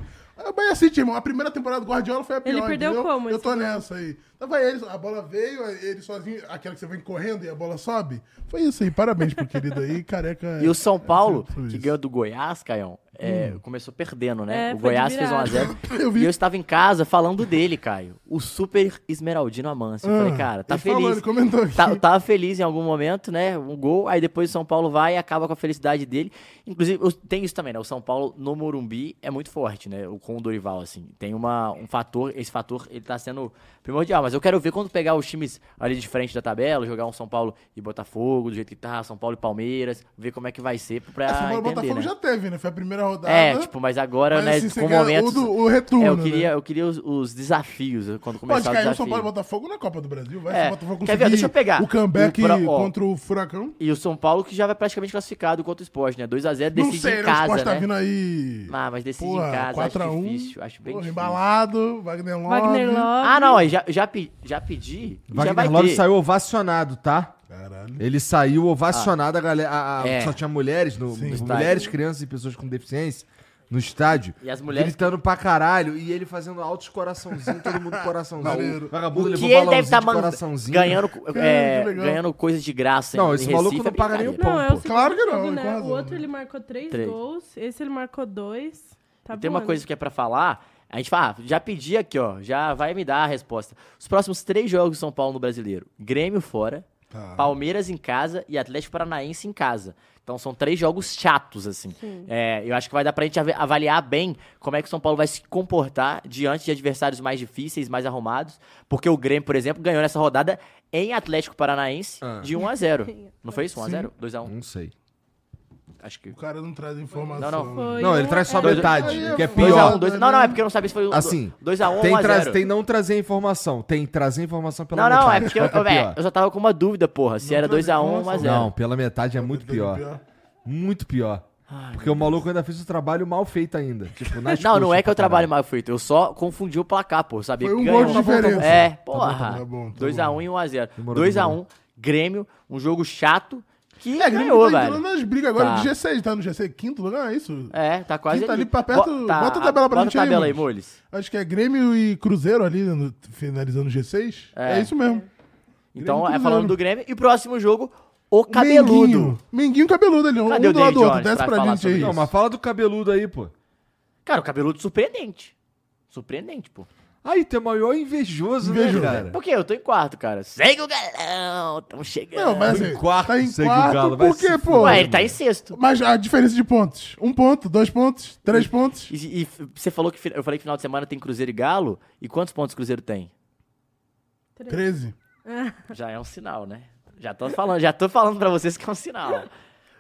B: Mas é assim, irmão. A primeira temporada do Guardiola foi a pior,
C: Ele perdeu
B: entendeu?
C: como
B: Eu
C: esse
B: tô
C: gol?
B: nessa aí. Tava ele, a bola veio, aí ele sozinho, aquela que você vem correndo e a bola sobe. Foi isso aí. Parabéns pro querido aí, careca.
D: E o São Paulo,
B: Isso,
D: que
B: é isso. Hum.
D: ganhou do Goiás, Caião, é, é, começou perdendo, né?
C: É, foi
D: o
C: de
D: Goiás fez
C: virada.
D: 1x0.
B: Eu
D: E
B: vi.
D: eu estava em casa falando dele, Caio. O super Esmeraldino Amâncio. Eu falei,
B: Ah,
D: cara, tá
B: ele falou,
D: feliz.
B: ele comentou aqui.
D: Tá- eu tava feliz em algum momento, né? Um gol, aí depois o São Paulo vai e acaba com a felicidade dele. Inclusive, eu- tem isso também, né? O São Paulo no Morumbi é muito forte, né? O- Com o Dorival, assim. Tem uma, um fator, esse fator, ele tá sendo primordial. Mas eu quero ver quando pegar os times ali de frente da tabela, jogar um São Paulo e Botafogo, do jeito que tá, São Paulo e Palmeiras, ver como é que vai ser pra
B: São Paulo e
D: entender,
B: Botafogo
D: né?
B: já teve, né? Foi a primeira rodada.
D: É, tipo, mas agora,
B: Mas,
D: né,
B: assim, você
D: com
B: quer
D: momentos...
B: o, do- o retorno,
D: é, eu queria,
B: né?
D: eu queria os, os desafios, né, quando
B: Pode
D: começar o
B: cair o
D: desafio.
B: São Paulo e Botafogo na Copa do Brasil. Vai
D: É.
B: se o Botafogo
D: Quer ver? Deixa eu pegar.
B: o comeback
D: O pro- ó.
B: contra o Furacão.
D: E o São Paulo que já vai praticamente classificado contra o Sport, né? 2x0,
B: Não
D: decide
B: sei,
D: em
B: né? O
D: casa,
B: Sport tá
D: né?
B: vindo aí...
D: Ah, mas decide em
B: Porra,
D: casa,
B: 4 a
D: acho
B: 1
D: difícil, acho bem
B: Porra,
D: difícil.
B: embalado, Wagner Love.
C: Wagner Love.
D: Ah, não, aí já, já, pe- já pedi, e já vai
A: Wagner Love
D: ter.
A: saiu ovacionado, tá?
B: Caralho.
A: Ele saiu ovacionado, a galera. a- a-
D: É.
A: Só tinha mulheres, no,
B: Sim.
A: no-
D: estádio.
A: mulheres, crianças e pessoas com deficiência no estádio.
D: E as mulheres-
A: Gritando pra caralho. E ele fazendo altos coraçãozinho, todo mundo coraçãozinho.
B: Maneiro.
A: vagabundo
D: O
A: levou
D: que ele deve
A: balãozinho
D: estar
A: de coraçãozinho.
D: ganhando, é,
B: que legal.
D: ganhando coisa de graça. em-
A: Não, esse
D: em
A: maluco
D: Recife
A: não
D: é
A: paga nem o
D: brincadeira.
A: pau.
C: Não, é o segundo
B: Claro que não,
C: jogo,
B: ele
C: né?
B: com razão,
C: o outro
B: né?
C: ele marcou três,
D: Três.
C: gols, esse ele marcou dois. Tá
D: E Tem uma
C: voando.
D: coisa que é pra falar. A gente fala, ah, já pedi aqui, ó. Já vai me dar a resposta. Os próximos três jogos do São Paulo no brasileiro: Grêmio fora,
A: Ah.
B: Tá.
D: Palmeiras em casa e Atlético Paranaense em casa. Então são três jogos chatos, assim. É, eu acho que vai dar pra gente ava- avaliar bem como é que o São Paulo vai se comportar diante de adversários mais difíceis, mais arrumados. Porque o Grêmio, por exemplo, ganhou nessa rodada em Atlético Paranaense
A: Ah.
D: de 1 a 0 Não foi isso? 1 a
B: Sim.
D: 0 2 a 1
A: Não sei.
D: Acho que.
B: O cara não traz informação. Tá
D: Não, não.
C: Foi
A: Não, ele
C: um-
A: traz só
C: é,
D: dois-
A: metade,
B: aí é
A: que é
B: foda,
D: Dois a um,
A: pior.
D: dois- Não, não, é porque eu não sabia se foi
A: Assim,
D: 2x1
A: Tem,
D: ou 1 a
A: tra-
D: 0
A: tem não trazer informação, tem trazer informação pela
D: Não,
A: metade.
D: não, é porque eu,
A: que
D: eu, é,
A: pior.
D: eu já tava com uma dúvida, porra, se
B: Não
D: era 2x1 ou
B: traz informação.
D: 1x0.
A: Não, pela metade é muito pior.
B: é
A: Muito pior. Porque o maluco ainda fez o trabalho mal feito ainda. Tipo, nas
D: Não, não
A: coxas,
D: é que
A: caralho.
D: eu trabalho mal feito. Eu só confundi o placar, pô. Eu sabia
B: Foi
D: que
B: um
D: ganhou.
B: gol de diferença.
D: É,
B: bom, tá bom,
D: porra.
B: tá bom, tá
D: 2x1
B: bom.
D: e 1x0.
A: Demorou,
D: 2x1, Grêmio, um jogo chato que
B: É, Grêmio
D: ganhou,
B: tá
D: velho.
B: entrando nas brigas agora
D: Tá.
B: de G6, tá no G6, quinto lugar, é isso?
D: É, tá quase
B: Quinta ali pra perto.
D: Bo-
B: Bota a tabela pra
D: bota
B: gente
D: a
B: aí,
D: tabela aí,
B: Mules.
D: Mules.
B: Acho que é Grêmio e Cruzeiro ali, no- finalizando o G6. É,
D: É.
B: isso mesmo.
D: Então,
B: Grêmio tá
D: é
B: e
D: falando
B: Cruzeiro.
D: do Grêmio. E próximo jogo, o É. Cabeludo.
B: Menguinho, Menguinho cabeludo ali, um
D: Cadê o
B: do lado
D: David
B: do outro.
D: Jones
B: Desce
D: pra
B: pra
D: falar
B: gente
D: sobre
B: aí.
D: isso?
A: Não, mas fala do cabeludo aí, pô.
D: Cara, o Cabeludo surpreendente. Surpreendente, pô.
A: Aí, tem maior invejoso,
B: Invejoso.
A: né, cara?
D: Por quê? Eu tô em quarto, cara. Segue o galão, tamo chegando.
B: Não, mas
A: Tá em
B: assim,
A: quarto,
B: tá em
A: segue o
B: quarto,
A: Galo, vai
B: por quê,
A: se
B: pô?
D: Ué, ele tá em sexto.
B: Mas a diferença de pontos? Um ponto, dois pontos, três pontos.
D: E, e f- você falou que fi- eu falei que final de semana tem Cruzeiro e Galo. E quantos pontos o Cruzeiro tem?
B: Treze.
D: Já é um sinal, né? Já tô falando, já tô falando pra vocês que é um sinal.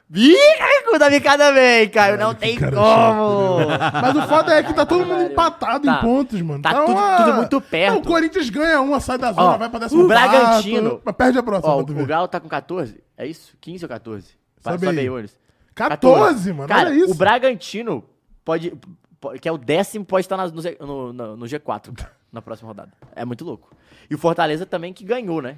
D: Bico da bicada vem, Caio. Não tem
B: cara
D: como.
B: Mas o foda é que tá todo mundo
D: Caralho.
B: empatado
D: Tá.
B: em pontos, mano.
D: Tá tudo-
B: é
D: tudo muito perto.
B: Não, o Corinthians ganha uma, sai da zona,
D: Ó,
B: vai pra
D: o
B: décimo quarto,
D: Bragantino-
B: mas perde a próxima
D: Ó,
B: pra tu
D: o, o
B: ver.
D: Galo tá com 14? É isso? 15 ou 14? Vai
B: Sobe
D: saber
B: aí.
D: aí, Ulis.
B: 14, mano,
D: Cara,
B: olha isso.
D: o Bragantino pode, po- que é o décimo, pode estar nas- no, Z- no- no- no G4 na próxima rodada. É muito louco. E o Fortaleza também que ganhou, né?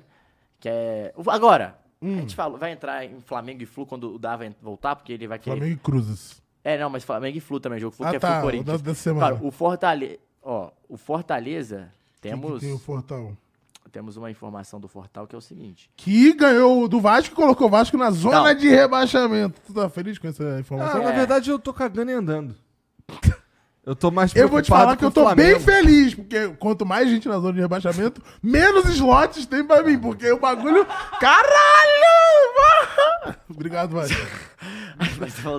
D: Que é... o- Agora, a
B: Hum.
D: gente falou, vai entrar em Flamengo e Flu quando o Dava en- voltar, porque ele vai querer...
B: Flamengo e Cruzes.
D: É, não, mas Flamengo e Flu também, jogo Flu
B: Ah,
D: que é
B: tá,
D: Flu
B: o
D: Corinthians.
B: nosso dessa semana.
D: Cara, o Fortaleza... Ó, o Fortaleza...
B: Quem que
D: Temos,
B: Tem o Fortal.
D: temos uma informação do Fortal que é o seguinte.
B: Que ganhou o do Vasco e colocou o Vasco na zona
D: Não.
B: de rebaixamento. Tu tá feliz com essa
A: Ah,
B: informação?
A: na
D: É.
A: verdade, eu tô cagando e andando. Eu tô
D: Ah,
A: mais
B: eu vou te falar que eu
A: com o
B: tô bem
A: Flamengo.
B: feliz, porque quanto mais gente na zona de rebaixamento, menos slots tem pra mim, porque o bagulho. Caralho! Obrigado, Vasco.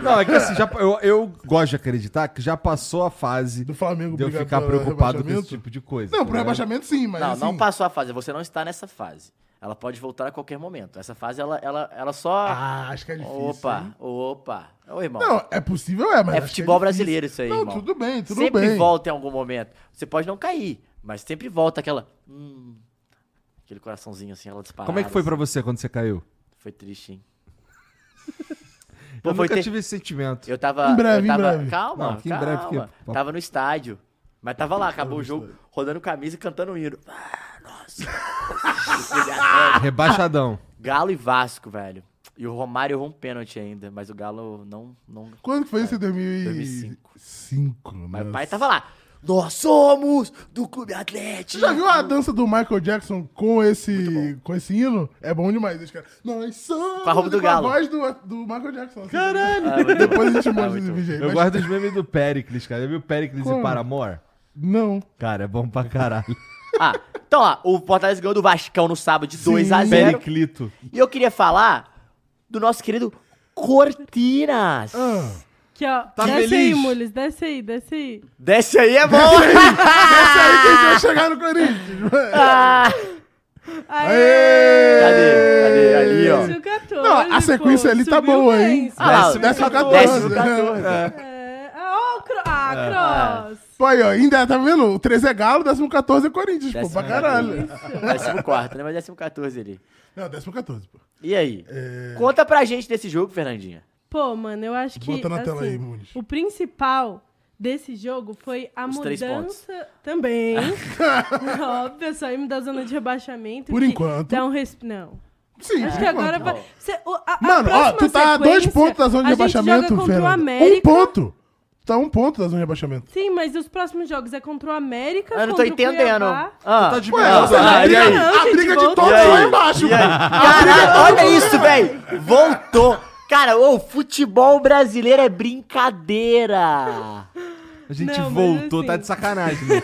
A: Não, é que assim, já, eu, eu gosto de acreditar que já passou a fase
B: Do
A: de
B: Flamengo,
A: eu
B: obrigado
A: ficar
B: pelo
A: preocupado com esse
B: rebaixamento.
A: tipo de coisa.
B: Não,
A: tá
B: pro
A: ligado?
B: rebaixamento sim, mas.
D: Não,
B: assim,
D: não passou a fase. Você não está nessa fase. Ela pode voltar a qualquer momento. Essa fase, ela, ela, ela só...
B: Ah, acho que é difícil.
D: opa,
B: hein?
D: opa. Ô, irmão.
B: Não, é possível, é, mas.
D: é
B: acho que
D: futebol
B: difícil.
D: brasileiro isso aí,
B: Não,
D: irmão.
B: tudo bem, tudo
D: sempre
B: bem.
D: volta em algum momento. Você pode não cair, mas sempre volta aquela... hum, aquele coraçãozinho assim, ela disparada.
A: Como é que foi pra
D: assim.
A: você quando você caiu?
D: Foi triste, hein? Pô,
A: Eu
D: foi
A: nunca
D: ter-
A: tive esse sentimento.
D: Eu tava...
B: Em breve,
D: eu tava-
B: em breve.
D: Calma,
A: Não, que em
D: calma.
A: breve, porque-
D: Tava no estádio. Mas tava lá, acabou o jogo, rodando camisa e cantando o hino. Ah, nossa.
A: Rebaixadão.
D: Galo e Vasco, velho. E o Romário errou um pênalti ainda, mas o Galo não. não...
B: Quando que foi isso em 2005?
D: 2005?
B: 2005
D: É, Mas o pai tava lá. Nós somos do Clube Atlético.
B: Você já viu né? a dança do Michael Jackson com esse, com esse hino? É bom demais. Esse cara. Nós somos.
D: Com a roupa do
B: e
D: galo.
B: A voz do, do Michael Jackson. assim.
A: Caralho!
D: Ah, muito bom.
B: Depois a gente
D: Ah,
B: mostra
D: muito
B: esse
D: bom.
B: vídeo aí.
A: Eu
B: mas-
A: gosto dos memes do Pericles, cara. Já viu Pericles
B: Como?
A: e Paramore?
B: Não.
A: Cara, é bom pra caralho.
D: Ah, então, ó, o Fortaleza ganhou do Vascão no sábado de 2x0.
A: Periclito.
D: E eu queria falar do nosso querido Cortinas.
B: Ah,
C: Aqui, ó.
A: Tá
C: desce aí,
A: feliz?
C: Mules. Desce aí, desce aí.
D: Desce aí, é bom!
B: aí que a gente vai chegar no Corinthians.
D: Ah,
C: Aê!
D: cadê? Cadê? Ali, ó.
C: Desce o 14,
B: Não, a sequência
C: pô.
B: ali tá
C: Subiu
B: boa,
C: bem,
B: hein?
D: Ah, lá,
A: Décimo
B: Décimo né?
A: 14.
B: 14.
D: Décimo 14.
C: É, Ah, ó, o Cro- Ah,
D: É,
C: Cross.
B: Pô, aí, ó, ainda tá vendo? O 13 é Galo, 14 é Corinthians, pô,
D: Décimo
B: pra caralho.
D: Décimo quarto, né? Mas décimo 14 ali.
B: Não, 14, pô.
D: E aí?
B: É.
D: Conta pra gente desse jogo, Fernandinha.
C: Pô, mano, eu acho que.
B: Bota na tela
C: assim,
B: aí, Muniz.
C: O principal desse jogo foi a
D: Os três
C: mudança também. Óbvio, saímos da zona de rebaixamento.
B: Por
C: que
B: enquanto.
C: Dá um resp... Não.
B: Sim,
C: Acho
B: por
C: que
B: enquanto.
C: agora vai. Cê- o- a- a
B: Mano, ó,
C: próxima
B: tu tá a dois
C: sequência,
B: pontos da zona de
C: a gente
B: rebaixamento,
C: joga contra o
B: Fernando. Um
C: América.
B: ponto. Tu Tá um ponto da zona de rebaixamento.
C: Sim, mas os próximos jogos é contra o América.
D: Eu não tô
C: contra o
D: entendendo.
C: Cuiabá.
D: Ah.
A: Tá de
B: Ué,
A: boa.
B: você-
D: ah,
B: a
D: e
B: briga,
D: aí?
C: Não,
B: a
C: gente,
B: briga de
C: volta.
B: todos
D: E aí?
B: lá embaixo, mano.
D: Caralho, olha isso, velho! Voltou! Cara, o futebol brasileiro é brincadeira!
A: A gente
C: Não, mas
A: voltou,
C: assim-
A: tá de sacanagem, né?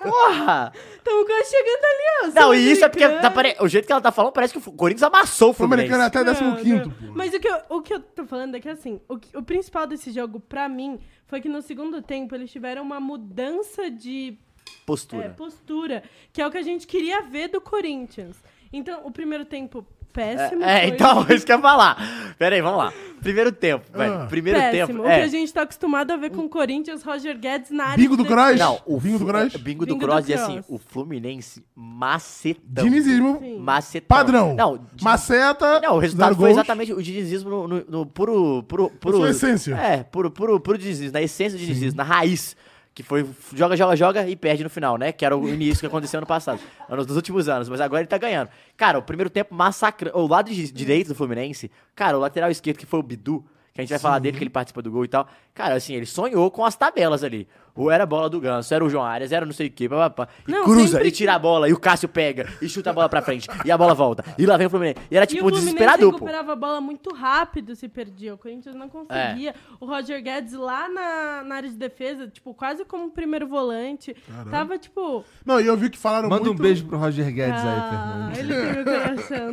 D: Porra!
C: Estamos quase chegando ali, ó.
D: Não,
C: Sul-Americana.
D: e isso é porque tá pare- o jeito que ela tá falando parece que o Corinthians amassou o
B: O
D: Fluminense.
B: americano é até
C: Não,
B: 15,
C: não.
B: pô.
C: Mas o que, eu, o que eu tô falando é que, assim, o, que- o principal desse jogo, pra mim, foi que no segundo tempo eles tiveram uma mudança de
D: Postura.
C: é, postura, que é o que a gente queria ver do Corinthians. Então, o primeiro tempo, péssimo.
D: É,
C: foi
D: então, isso que eu ia falar. Pera aí, vamos lá. Primeiro tempo, velho.
B: Ah.
D: Primeiro
C: Péssimo.
D: tempo.
C: o que
D: É.
C: a gente tá acostumado a ver com o Corinthians, Roger Guedes na área.
B: Bingo
C: de
B: do
C: defesa.
B: Cross?
D: Não, o
B: Bingo do
D: Flu-
B: Cross?
D: Bingo do
C: Bingo do
D: Cross e assim,
C: Cross.
D: o Fluminense macetão.
B: Dinizismo.
C: Sim.
D: Macetão.
B: Padrão.
D: Não, de-
B: Maceta.
D: Não, o resultado
B: zero
D: foi
B: gols.
D: exatamente o dinizismo no, no- no puro, puro, puro.
B: sua essência.
D: É, puro, puro, puro dinizismo, na essência do dinizismo, na raiz. Que foi joga, joga, joga e perde no final, né? Que era o início que aconteceu ano passado, nos nos últimos anos, mas agora ele tá ganhando. Cara, o primeiro tempo massacrando. O lado di- direito do Fluminense, cara, o lateral esquerdo que foi o Bidu, que a gente vai falar dele, que ele participa do gol e tal. Cara, assim, ele sonhou com as tabelas ali. Ou era a bola do Ganso, era o João Arias, era não sei o quê, papapá. E
C: Não,
D: cruza,
C: sempre
D: e tira a bola, e o Cássio pega, e chuta a bola pra frente, e a bola volta. E lá vem o Fluminense. E era
C: E
D: tipo
C: o Fluminense
D: desesperador, pô.
C: recuperava a bola muito rápido se perdia. O Corinthians não conseguia.
D: É.
C: O Roger Guedes lá na, na área de defesa, tipo, quase como primeiro volante. Tava, tipo...
B: Não, e eu vi que falaram
A: Manda
B: muito...
A: um beijo pro Roger Guedes aí,
C: Ah,
A: Fernando.
C: ele tem o coração,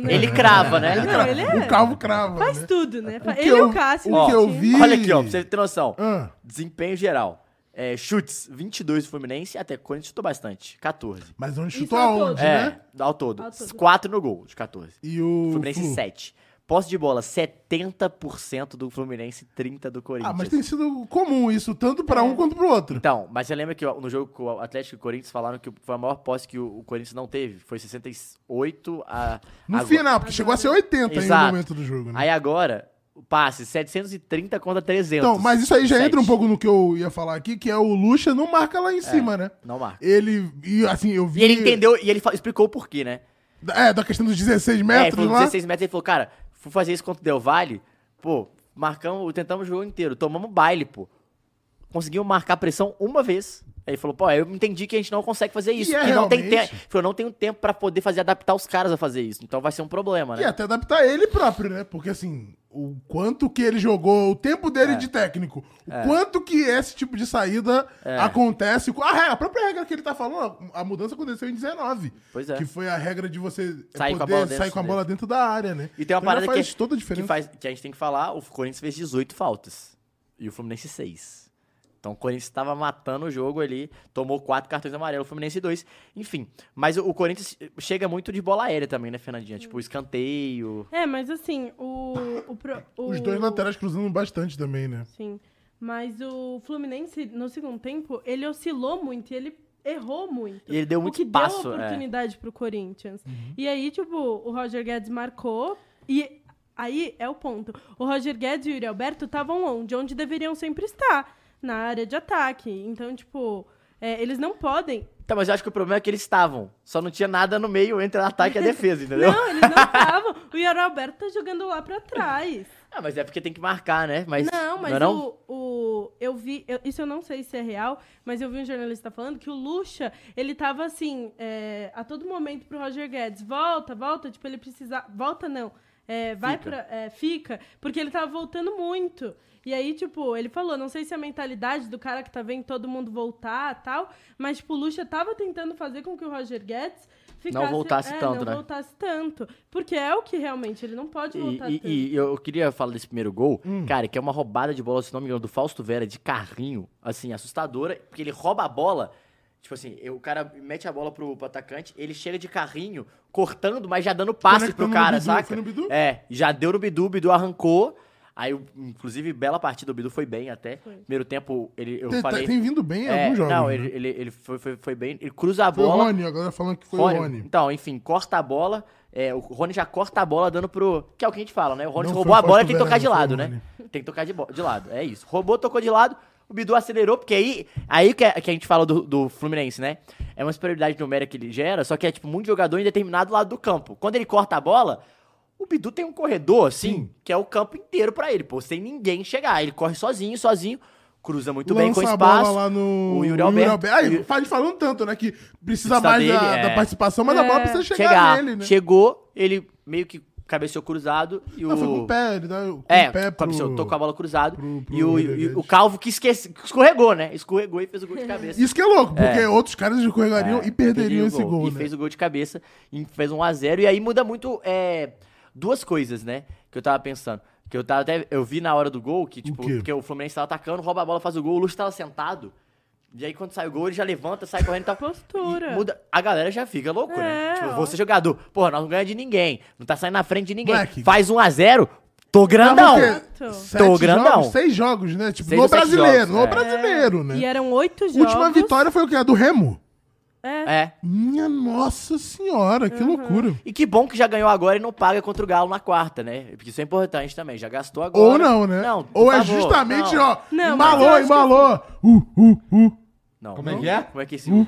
C: né?
D: Ele crava, né?
C: Não, ele é...
B: O calvo crava.
C: Faz
B: né?
C: tudo, né?
B: O que
C: ele e
B: eu-
C: o Cássio.
B: o que
C: no
B: eu
C: time.
B: vi-
D: Olha aqui, ó, pra você ter noção.
B: Ah.
D: Desempenho geral. É, chutes, 22 do Fluminense, até Corinthians chutou bastante, 14.
B: Mas onde
C: Isso
B: chutou
C: é
B: aonde,
C: todo.
D: É,
B: né?
D: ao todo.
C: Ao todo.
D: 4 no gol, de 14.
B: E o...
D: Fluminense
B: Flu.
D: 7. Posse de bola, 70% do Fluminense, 30% do Corinthians.
B: Ah, mas tem sido comum isso, tanto pra
C: É.
B: um quanto pro outro.
D: Então, mas você lembra que ó, no jogo com o Atlético e o Corinthians falaram que foi a maior posse que o, o Corinthians não teve? Foi 68 a.
B: No
D: agora-
B: final, porque chegou a ser 80 em um
D: Exato.
B: momento do jogo, né?
D: Aí agora, o passe 730 contra 300.
B: Então, mas isso aí já entra um
D: Sete.
B: pouco no que eu ia falar aqui, que é o Lucha não marca lá em cima, né?
D: Não marca.
B: Ele, e assim, eu vi...
D: E ele entendeu, e ele fa- explicou o porquê, né?
B: É, da questão dos 16
D: É, ele
B: metros
D: falou
B: lá.
D: 16 metros, ele falou, cara, fui fazer isso contra o Del Valle, pô, marcamos, tentamos o jogo inteiro, tomamos baile, pô. Conseguimos marcar pressão uma vez. Aí ele falou, pô, eu entendi que a gente não consegue fazer isso.
B: é
D: porque não tem
B: realmente.
D: tempo. Ele falou, não tenho tempo pra poder fazer adaptar os caras a fazer isso. Então vai ser um problema, né?
B: E é até adaptar ele próprio, né? Porque assim, o quanto que ele jogou, o tempo
D: É.
B: dele de técnico, o quanto que esse tipo de saída
D: É.
B: acontece. A, regra, a própria regra que ele tá falando, a mudança aconteceu em 19.
D: Pois é.
B: Que foi a regra de você
D: Sair com a
B: poder
D: bola
B: sair
D: dentro
B: com a
D: dele.
B: bola dentro da área, né?
D: E tem
B: Então
D: uma
B: já
D: parada
B: faz
D: que,
B: toda a
D: que,
B: diferença.
D: faz, que a gente tem que falar, o Corinthians fez 18 faltas. E o Fluminense 6. Então o Corinthians estava matando o jogo ali, tomou 4 cartões amarelos, o Fluminense 2. Enfim, mas o, o Corinthians chega muito de bola aérea também, né, Fernandinha? Tipo,
C: Hum.
D: escanteio.
C: É, mas assim, o... o, pro- o-
B: Os dois laterais cruzando bastante também, né?
C: Sim. Mas o Fluminense, no segundo tempo, ele oscilou muito e ele errou muito.
D: E ele deu muito
C: o que
D: passo,
C: deu
D: é. Uhum.
C: oportunidade pro Corinthians. E aí, tipo, o Roger Guedes marcou e aí é o ponto. O Roger Guedes e o Yuri Alberto estavam onde? Onde deveriam sempre estar, na área de ataque. Então, tipo, é, eles não podem.
D: Tá, mas eu acho que o problema é que eles estavam. Só não tinha nada no meio entre o ataque e a defesa, entendeu?
C: Não, eles não estavam. O Yuri Alberto tá jogando lá pra trás.
D: Ah, mas é porque tem que marcar, né? Mas,
C: não, mas
D: é não?
C: O, o- Eu vi. eu- isso eu não sei se é real, mas eu vi um jornalista falando que o Lucha, ele tava assim, é, a todo momento pro Roger Guedes: volta, volta. Tipo, ele precisa. Volta não. É, vai
D: Fica.
C: pra. é, fica. Porque ele tava voltando muito. E aí, tipo, ele falou: não sei se é a mentalidade do cara que tá vendo todo mundo voltar tal, mas, tipo, o Lucha tava tentando fazer com que o Roger Guedes. Ficasse,
D: voltasse
C: é,
D: tanto,
C: não
D: né?
C: voltasse tanto. Porque é o que realmente, ele não pode
D: E,
C: voltar
D: e-
C: tanto.
D: e eu queria falar desse primeiro gol,
B: Hum.
D: cara, que é uma roubada de bola, se não me engano, do Fausto Vera de carrinho, assim, assustadora, porque ele rouba a bola. Tipo assim, eu- o cara mete a bola pro, pro atacante, ele chega de carrinho, cortando, mas já dando passe
B: Conectando
D: pro
B: no
D: cara,
B: Bidu,
D: saca?
B: foi no Bidu?
D: É, já deu no Bidu, o Bidu arrancou. Aí, o- inclusive, bela partida, o Bidu foi bem até.
C: Foi.
D: Primeiro tempo, ele, eu
B: Tem, tá-
D: falei.
B: tem vindo bem em
D: É,
B: alguns jogos.
D: Não,
B: né?
D: ele, ele, ele foi, foi, foi bem. Ele cruza a
B: Foi o
D: bola.
B: Rony, a galera falando que foi
D: Rony-
B: o Rony.
D: Então, enfim, corta a bola. é, o Rony já corta a bola dando pro. Que é o que a gente fala, né? O Rony
B: Não
D: roubou
B: foi o
D: a bola
B: Fausto
D: tem que
B: Vera,
D: tocar de
B: não foi
D: lado,
B: o
D: né? Tem que tocar de, bo- de lado. É isso. Roubou, tocou de lado. O Bidu acelerou, porque aí, aí que, a, que a gente fala do, do Fluminense, né? É uma superioridade numérica que ele gera, só que é tipo muito jogador em determinado lado do campo. Quando ele corta a bola, o Bidu tem um corredor, assim, que é o campo inteiro pra ele, pô, sem ninguém chegar. Ele corre sozinho, sozinho, cruza muito bem com
B: Lança a
D: espaço.
B: bola lá no
D: o Yuri Alberto.
B: Aí, faz falando tanto, né? Que precisa
D: Precisa
B: mais da,
D: dele, é.
B: da participação, mas a bola precisa chegar,
D: chegar.
B: nele, né?
D: Chegou, ele meio que cabeceou cruzado e
B: Não,
D: o.
B: foi com o pé, ele dá com
D: é,
B: o pé pro...
D: cabeceou, tocou a bola cruzado.
B: pro- pro
D: e o,
B: Rodrigues.
D: e o Calvo que esquece, que escorregou, né? Escorregou e fez o gol de cabeça.
B: Isso que é louco, porque outros caras escorregariam
D: É,
B: e perderiam
D: o
B: esse gol,
D: E
B: né?
D: fez o gol de cabeça, e fez um 1x0. E aí muda muito é, duas coisas, né? Que eu tava pensando. Que eu tava até. Eu vi na hora do gol que, tipo,
B: quê?
D: porque o Fluminense tava atacando, rouba a bola, faz o gol, o Lúcio tava sentado. E aí quando sai o gol, ele já levanta, sai correndo e tal.
C: Postura.
D: E muda- a galera já fica louco, né?
C: É,
D: Tipo,
C: ó.
D: você jogador, porra, nós não ganhamos de ninguém, não tá saindo na frente de ninguém.
B: Moleque. Tá
D: Faz 1 a 0 tô
B: Tava
D: grandão.
B: o quê?
C: Tô
B: é Sete
D: grandão.
B: Jogos, seis jogos, né? Tipo,
D: Seis
B: no
D: ou sete
B: brasileiro,
D: jogos,
B: no
D: é.
B: brasileiro, né?
C: E eram oito jogos.
B: Última vitória foi o quê? A do Remo.
C: É,
D: É.
B: Minha nossa senhora, que
D: Uhum.
B: loucura.
D: E que bom que já ganhou agora e não paga contra o Galo na quarta, né? Porque isso é importante também, já gastou agora.
B: Ou não, né?
D: Não, por
B: Ou é
D: favor,
B: justamente,
D: não.
B: ó,
C: Não, mas eu
B: embalou,
C: acho que-
B: embalou. Uh, uh, uh.
D: Não,
A: Como é
D: não.
A: que é?
D: Como é que esse... Uh.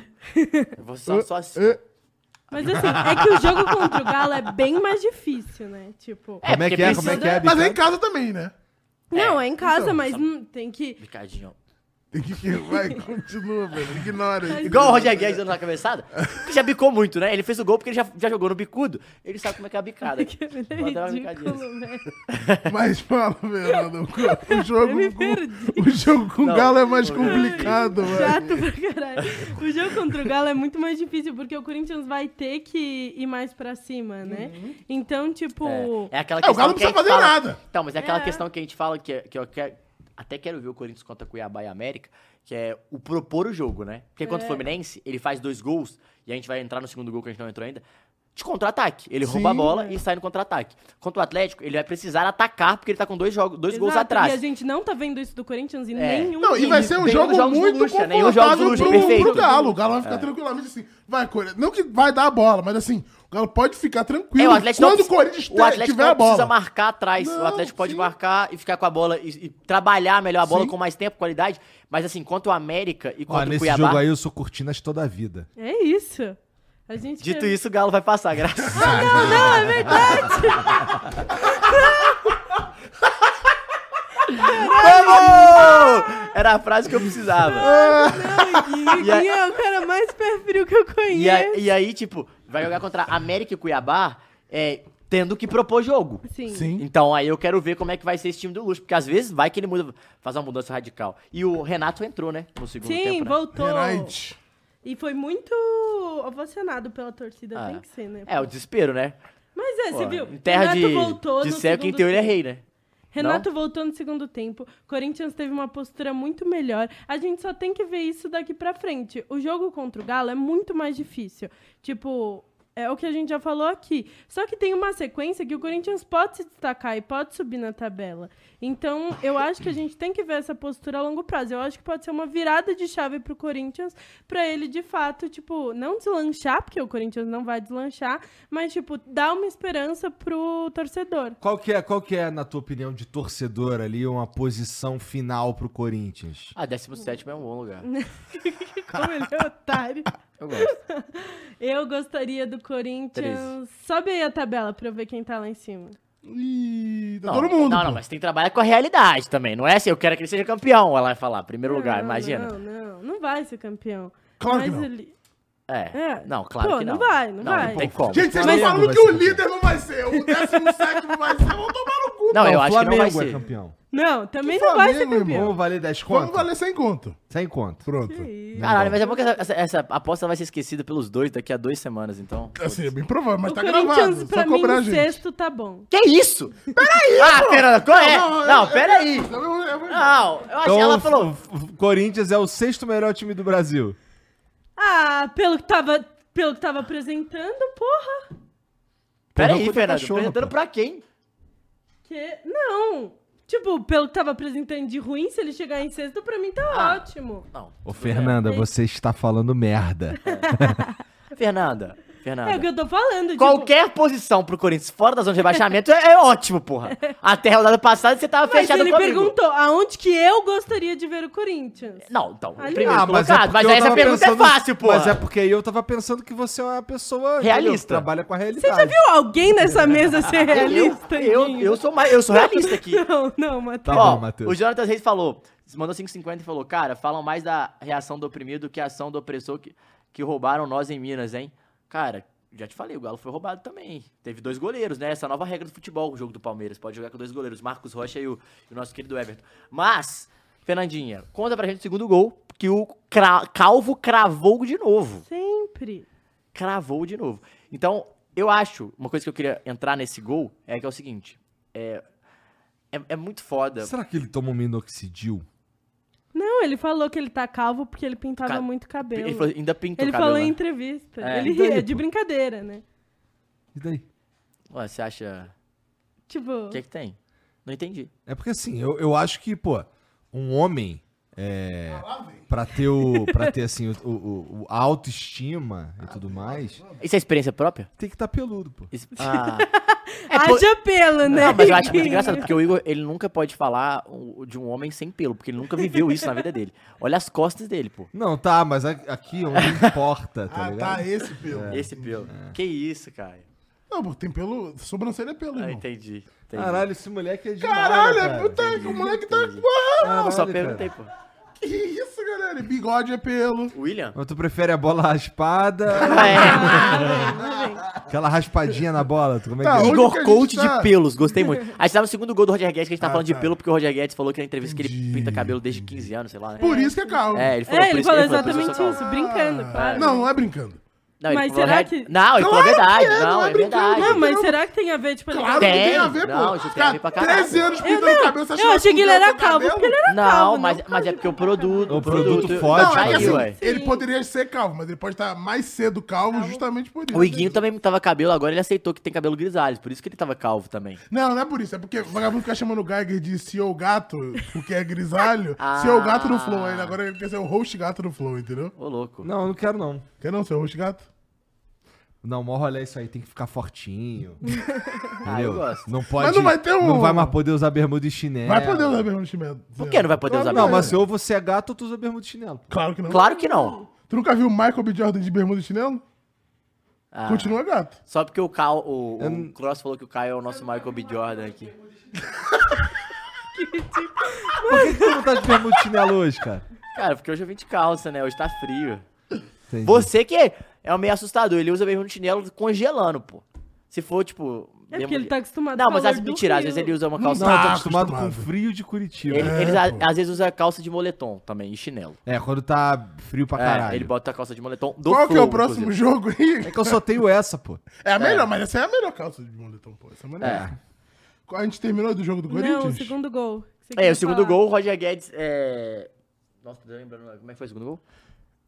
D: Você só, só assim.
B: eh.
C: Mas assim, é que o jogo contra o Galo é bem mais difícil, né? Tipo.
D: É,
A: Como é
D: porque
A: que é? Como é que é?
B: Mas é em
A: Bicão?
B: casa também, né?
C: Não, é em casa,
B: então,
C: mas hum, tem que.
D: Ricardinho.
B: Tem que... Vai, continua, velho. Ignora. aí.
D: Igual o Roger Guedes dando na cabeçada, que já bicou muito, né? Ele fez o gol porque ele já, já jogou no bicudo. Ele sabe como é que é a bicada.
C: que é
D: Vou dar uma bicadinha.
C: ridículo, né?
B: Mas fala, Fernando, o
C: Eu me
B: jogo com,
C: perdi.
B: o jogo com
D: Não,
B: Galo é mais
D: não,
B: complicado, velho.
C: Chato pra caralho. O jogo contra o Galo é muito mais difícil, porque o Corinthians vai ter que ir mais pra cima, né? Então, tipo.
D: Uhum. É, é aquela
B: É, o
D: questão
B: Galo não
D: que
B: precisa
D: a gente
B: fazer
D: fala-
B: nada.
D: Então, mas é aquela
C: É.
D: questão que a gente fala que, que eu quero- até quero ver o Corinthians contra Cuiabá e América, que é o propor o jogo, né? Porque
C: É.
D: contra o Fluminense, ele faz dois gols, e a gente vai entrar no segundo gol que a gente não entrou ainda, de contra-ataque. Ele rouba a
B: Sim.
D: bola e sai no contra-ataque. Contra o Atlético, ele vai precisar atacar, porque ele tá com dois, jogos, dois gols
C: exato,
D: atrás.
C: E a gente não tá vendo isso do Corinthians em
D: É.
C: nenhum.
B: Não, e vai ser um
D: Nenhum
B: jogo
D: jogos do
B: muito
D: Lucha, nenhum jogos do
B: confortável
D: Lucha,
B: pro,
D: perfeito. É.
B: pro Galo. O Galo vai ficar tranquilamente assim. Vai, Corinthians. Não que vai dar a bola, mas assim, o Galo pode ficar
D: É,
B: tranquilo.
D: o Atlético
B: Quando
D: não,
B: o Corinthians
D: o Atlético
B: tiver
D: não
B: a bola.
D: precisa marcar atrás. o
B: Não,
D: Atlético pode
B: sim.
D: marcar e ficar com a bola e, e trabalhar melhor a bola
B: Sim.
D: com mais tempo, qualidade. Mas assim, quanto o América e
A: Ó,
D: quanto o
A: nesse
D: Cuiabá.
A: jogo aí eu sou cortinas toda a vida.
C: É isso. A gente. é,
D: Dito isso, o Galo vai passar, graças a Deus.
C: Não, não, é verdade.
D: Vamos! Era a frase que eu precisava.
C: Não, Guiguinho
D: E a-
C: é o cara mais pé frio que eu conheço.
D: E, a- e aí, tipo, vai jogar contra América e Cuiabá, é, tendo que propor jogo.
C: Sim.
B: Sim.
D: Então aí eu quero ver como é que vai ser esse time do Luxo, porque às vezes vai que ele muda, faz uma mudança radical. E o Renato entrou, né, no segundo
C: Sim,
D: tempo. né?
C: voltou.
B: Right.
C: E foi muito ovacionado pela torcida,
D: Ah,
C: tem que ser, né?
D: É, o desespero, né?
C: Mas é, você
D: Pô,
C: viu?
D: Em terra de,
C: voltou
D: de
C: no
D: céu, quem
C: segundo
D: tem olho é
C: tempo.
D: rei, né?
C: Renato voltou no segundo tempo. Corinthians teve uma postura muito melhor. A gente só tem que ver isso daqui pra frente. O jogo contra o Galo é muito mais difícil. Tipo, é o que a gente já falou aqui. Só que tem uma sequência que o Corinthians pode se destacar e pode subir na tabela. Então, eu acho que a gente tem que ver essa postura a longo prazo. Eu acho que pode ser uma virada de chave pro Corinthians, pra ele de fato, tipo, não deslanchar, porque o Corinthians não vai deslanchar, mas tipo, dar uma esperança pro torcedor.
A: Qual que, é, qual que é, na tua opinião, de torcedor ali, uma posição final pro Corinthians?
D: Ah, 17 é um bom lugar.
C: Como ele é otário.
D: Eu gosto.
C: Eu gostaria do Corinthians. Sobe aí a tabela pra eu ver quem tá lá em cima.
B: Ih, tá
D: Não,
B: todo mundo.
D: Não,
B: pô.
D: não, mas tem que trabalhar com a realidade também. Não é assim, eu quero que ele seja campeão, ela vai falar, primeiro lugar,
C: Não,
D: imagina.
C: Não, não, não vai ser campeão.
B: Claro
C: Mas
B: que não.
C: ele-
D: É.
C: É.
D: Não, claro
C: Pô,
D: que não.
C: não vai, não vai.
D: Não tem como.
B: Gente, vocês estão
D: Não, não
B: falando
D: vai
B: que o
D: ser campeão.
B: líder não vai ser, o 17 não vai ser, vão tomar no cu.
D: Não, eu
A: o
D: acho que não
A: Flamengo é
D: vai ser. É.
A: campeão.
C: Não, também
B: Que
C: não vai ser
B: Flamengo, irmão?
C: campeão.
A: Vamos valer 10 conto?
B: Vamos valer sem conto.
A: Sem conto.
B: Pronto.
C: Que isso.
D: Caralho, mas é bom que essa, essa- essa aposta vai ser esquecida pelos dois daqui a duas semanas, então.
B: Assim, é bem provável, mas
C: o
B: tá
C: Corinthians,
B: gravado.
C: pra
B: Só
C: mim,
B: cobrar a
C: o
B: gente.
C: sexto tá bom.
D: Que isso? Peraí! Ah, Fernanda, qual é? Não,
B: eu-
D: peraí!
B: eu- eu- eu- eu-
D: Não, eu acho que
A: Então,
D: ela falou.
A: o F- Corinthians é o sexto melhor time do Brasil.
C: Ah, pelo que tava, pelo que tava apresentando, porra.
A: Porra,
D: Peraí,
A: puta
D: Fernanda,
A: cachorro,
D: apresentando
A: pô.
D: pra quem?
C: Que... Não. Tipo, pelo que tava apresentando de ruim, se ele chegar em sexto, pra mim tá
D: Ah.
C: ótimo.
D: Não.
A: Ô, Fernanda,
D: É,
A: você está falando merda.
D: Fernanda,
C: É o que
D: Fernanda.
C: eu tô falando. tipo,
D: Qualquer posição pro Corinthians fora da zona de rebaixamento é, é ótimo, porra. Até a rodada passada você tava
C: mas
D: fechado
C: ele
D: com o amigo.
C: perguntou aonde que eu gostaria de ver o Corinthians.
D: Não, então,
C: Ali-
D: primeiro
C: Ah,
A: é
D: colocado. Mas,
A: porque eu
D: essa
A: tava
D: pergunta
A: pensando-
D: é fácil, porra.
A: Mas é porque aí eu tava pensando que você é uma pessoa entendeu,
D: Realista.
A: que trabalha com a
C: Você
A: realidade.
C: já viu alguém nessa mesa
A: É
C: ser realista?
D: é Eu, eu,
C: Guinho?
D: eu, sou, mais- eu sou realista aqui.
C: Não, não, Matheus.
A: Tá bom,
D: Ó,
A: Matheus.
D: O Jonathan Reis falou, mandou 5,50 e falou, cara, falam mais da reação do oprimido que a ação do opressor que, que roubaram nós em Minas, hein? Cara, já te falei, o Galo foi roubado também. Teve dois goleiros, né? Essa nova regra do futebol, o jogo do Palmeiras. Pode jogar com dois goleiros, Marcos Rocha e o, e o nosso querido Everton. Mas, Fernandinha, conta pra gente o segundo gol, que o Cra- Calvo cravou de novo
C: Sempre.
D: cravou de novo. Então, eu acho, uma coisa que eu queria entrar nesse gol é que é o seguinte: é, é, é muito foda.
A: Será que ele tomou minoxidil?
C: Não, ele falou que ele tá calvo porque ele pintava
D: Ca-
C: muito cabelo.
D: Ele
C: Ele,
D: falou, ainda pinta o cabelo.
C: falou em
D: né?
C: entrevista.
D: É.
C: ele
A: E daí,
C: ria, de
A: pô?
C: brincadeira, né?
A: E daí?
D: Ué, você acha.
C: Tipo,
D: O que é que tem? Não entendi.
A: É porque assim, eu, eu acho que, pô, um homem é. Pra ter, o, pra ter assim, o, o- o- a autoestima e tudo mais,
D: Isso é experiência própria?
A: tem que estar peludo, pô.
D: Isso- Ah. É, pô-
C: haja pelo, né?
D: Não, mas eu acho é muito
C: Guinho?
D: engraçado, porque o Igor, ele nunca pode falar o- de um homem sem pelo, porque ele nunca viveu isso na vida dele. Olha as costas dele, pô.
A: Não, tá, mas a- aqui é onde importa, tá
B: Ah,
A: ligado?
B: tá, esse pelo.
D: Esse pelo. Que isso, cara.
B: Não, pô, tem pelo. Sobrancelha é pelo,
D: Ah,
B: irmão.
D: entendi. entendi.
A: Caralho, esse moleque é demais.
B: Caralho,
A: né,
B: é
A: cara?
B: puta, o moleque tá.
D: entendi.
B: Uau,
D: Não, só
A: Caralho,
D: perguntei, pô.
B: que isso, galera? E Bigode é pelo.
D: William?
A: Mas tu prefere a bola raspada?
D: É.
C: Ah, vem, lá vem.
A: aquela raspadinha na bola? Tu, como é
B: Tá,
A: que é?
B: hoje-
D: Igor
B: que a gente
D: Coach
B: tá?
D: de pelos, gostei muito. A gente tava no segundo gol do Roger Guedes, que a gente tá
B: Ah,
D: falando
B: tá.
D: de pelo, porque o Roger Guedes falou que na entrevista que ele
B: Entendi,
D: pinta cabelo desde 15 anos, sei lá, né?
B: Por isso que é calvo.
D: É, ele Ah, falou,
C: É,
D: por
C: ele
D: isso que
C: falou
D: por
C: exatamente
D: isso que eu
C: isso, brincando, claro.
B: Não, não é brincando.
D: Não, ele
C: Mas
D: falou
C: será
D: real-
C: que-
D: Não, ele falou a verdade,
B: é,
D: não,
B: não é
D: é
B: brincando,
D: verdade.
C: Não, mas será que tem a ver, tipo, ele
B: Claro
D: Tem,
B: que tem a ver,
D: não,
B: pô.
D: isso tem a
B: Cara,
D: ver pra caralho.
B: 13 anos
C: Eu,
B: pintando o
C: não,
D: tá
B: cabelo, você
C: eu achei que ele era calvo,
B: cabelo?
C: porque ele era calvo. né?
D: Não, mas,
C: não
D: mas é porque o produto. tá
A: O produto fode, Pode
B: Não, é que
A: cair,
B: assim,
D: ué.
B: ele
C: Sim.
B: poderia ser calvo, mas ele pode estar mais cedo calvo justamente por isso.
D: O Iguinho tá- também tava cabelo, agora ele aceitou que tem cabelo grisalho, por isso que ele tava calvo também.
B: Não, não é por isso. É porque o vagabundo fica chamando o Geiger de CEO Gato, porque é grisalho.
D: Ah.
B: CEO Gato no Flow. Ele agora ele quer ser o host gato no Flow, entendeu?
D: Ô, louco.
A: Não, eu não quero não.
B: Quer não ser o host gato?
A: Não, mó rolê é isso aí, tem que ficar fortinho.
D: Ah, eu gosto.
A: Não pode.
B: Mas não vai ter um-
A: Não vai mais poder usar bermuda e chinelo.
B: Vai poder usar bermuda de chinelo.
D: É. Por que não vai poder
B: Claro
D: usar
B: que
A: Não, mas
D: bermuda?
A: se ou você é gato ou tu usa bermuda e chinelo.
B: Claro que não.
D: Claro que não.
B: Tu nunca viu o Michael B. Jordan de bermuda de chinelo?
D: Ah,
B: Continua gato.
D: Só porque o Cal, o, o Cross falou que o Caio é o nosso Michael B. Jordan aqui.
A: Por que, que tu não tá de bermuda e chinelo hoje, cara?
D: Cara, porque hoje eu vim de calça, né? Hoje tá frio.
A: Entendi.
D: Você que é, é um meio assustador, ele usa mesmo no chinelo congelando, pô. Se for, tipo.
C: É
D: mesmo-
C: porque ele tá acostumado
D: Não,
C: ao
D: mas
C: calor
D: as
C: do
D: mentiras, às
C: Rio.
D: vezes ele usa é uma
A: Não,
D: calça.
A: tá, tá
B: acostumado.
A: acostumado, com o frio de Curitiba.
D: Ele,
A: É,
D: eles, a-
B: pô.
D: às vezes usa calça de moletom também, e chinelo.
A: quando tá frio pra
D: É,
A: caralho.
D: ele bota a calça de moletom do
B: Qual que é
D: Flow,
B: o próximo
D: inclusive.
B: jogo aí?
A: É que eu só tenho essa, pô.
B: É a melhor, mas essa é a melhor calça de moletom, pô. Essa é a melhor.
D: É.
B: A gente terminou do jogo do Corinthians?
C: Não, o segundo gol. que você
D: É,
C: queria
D: o segundo
C: falar.
D: gol, o Roger Guedes. É... Nossa, tô lembrando agora, como é que foi o segundo gol?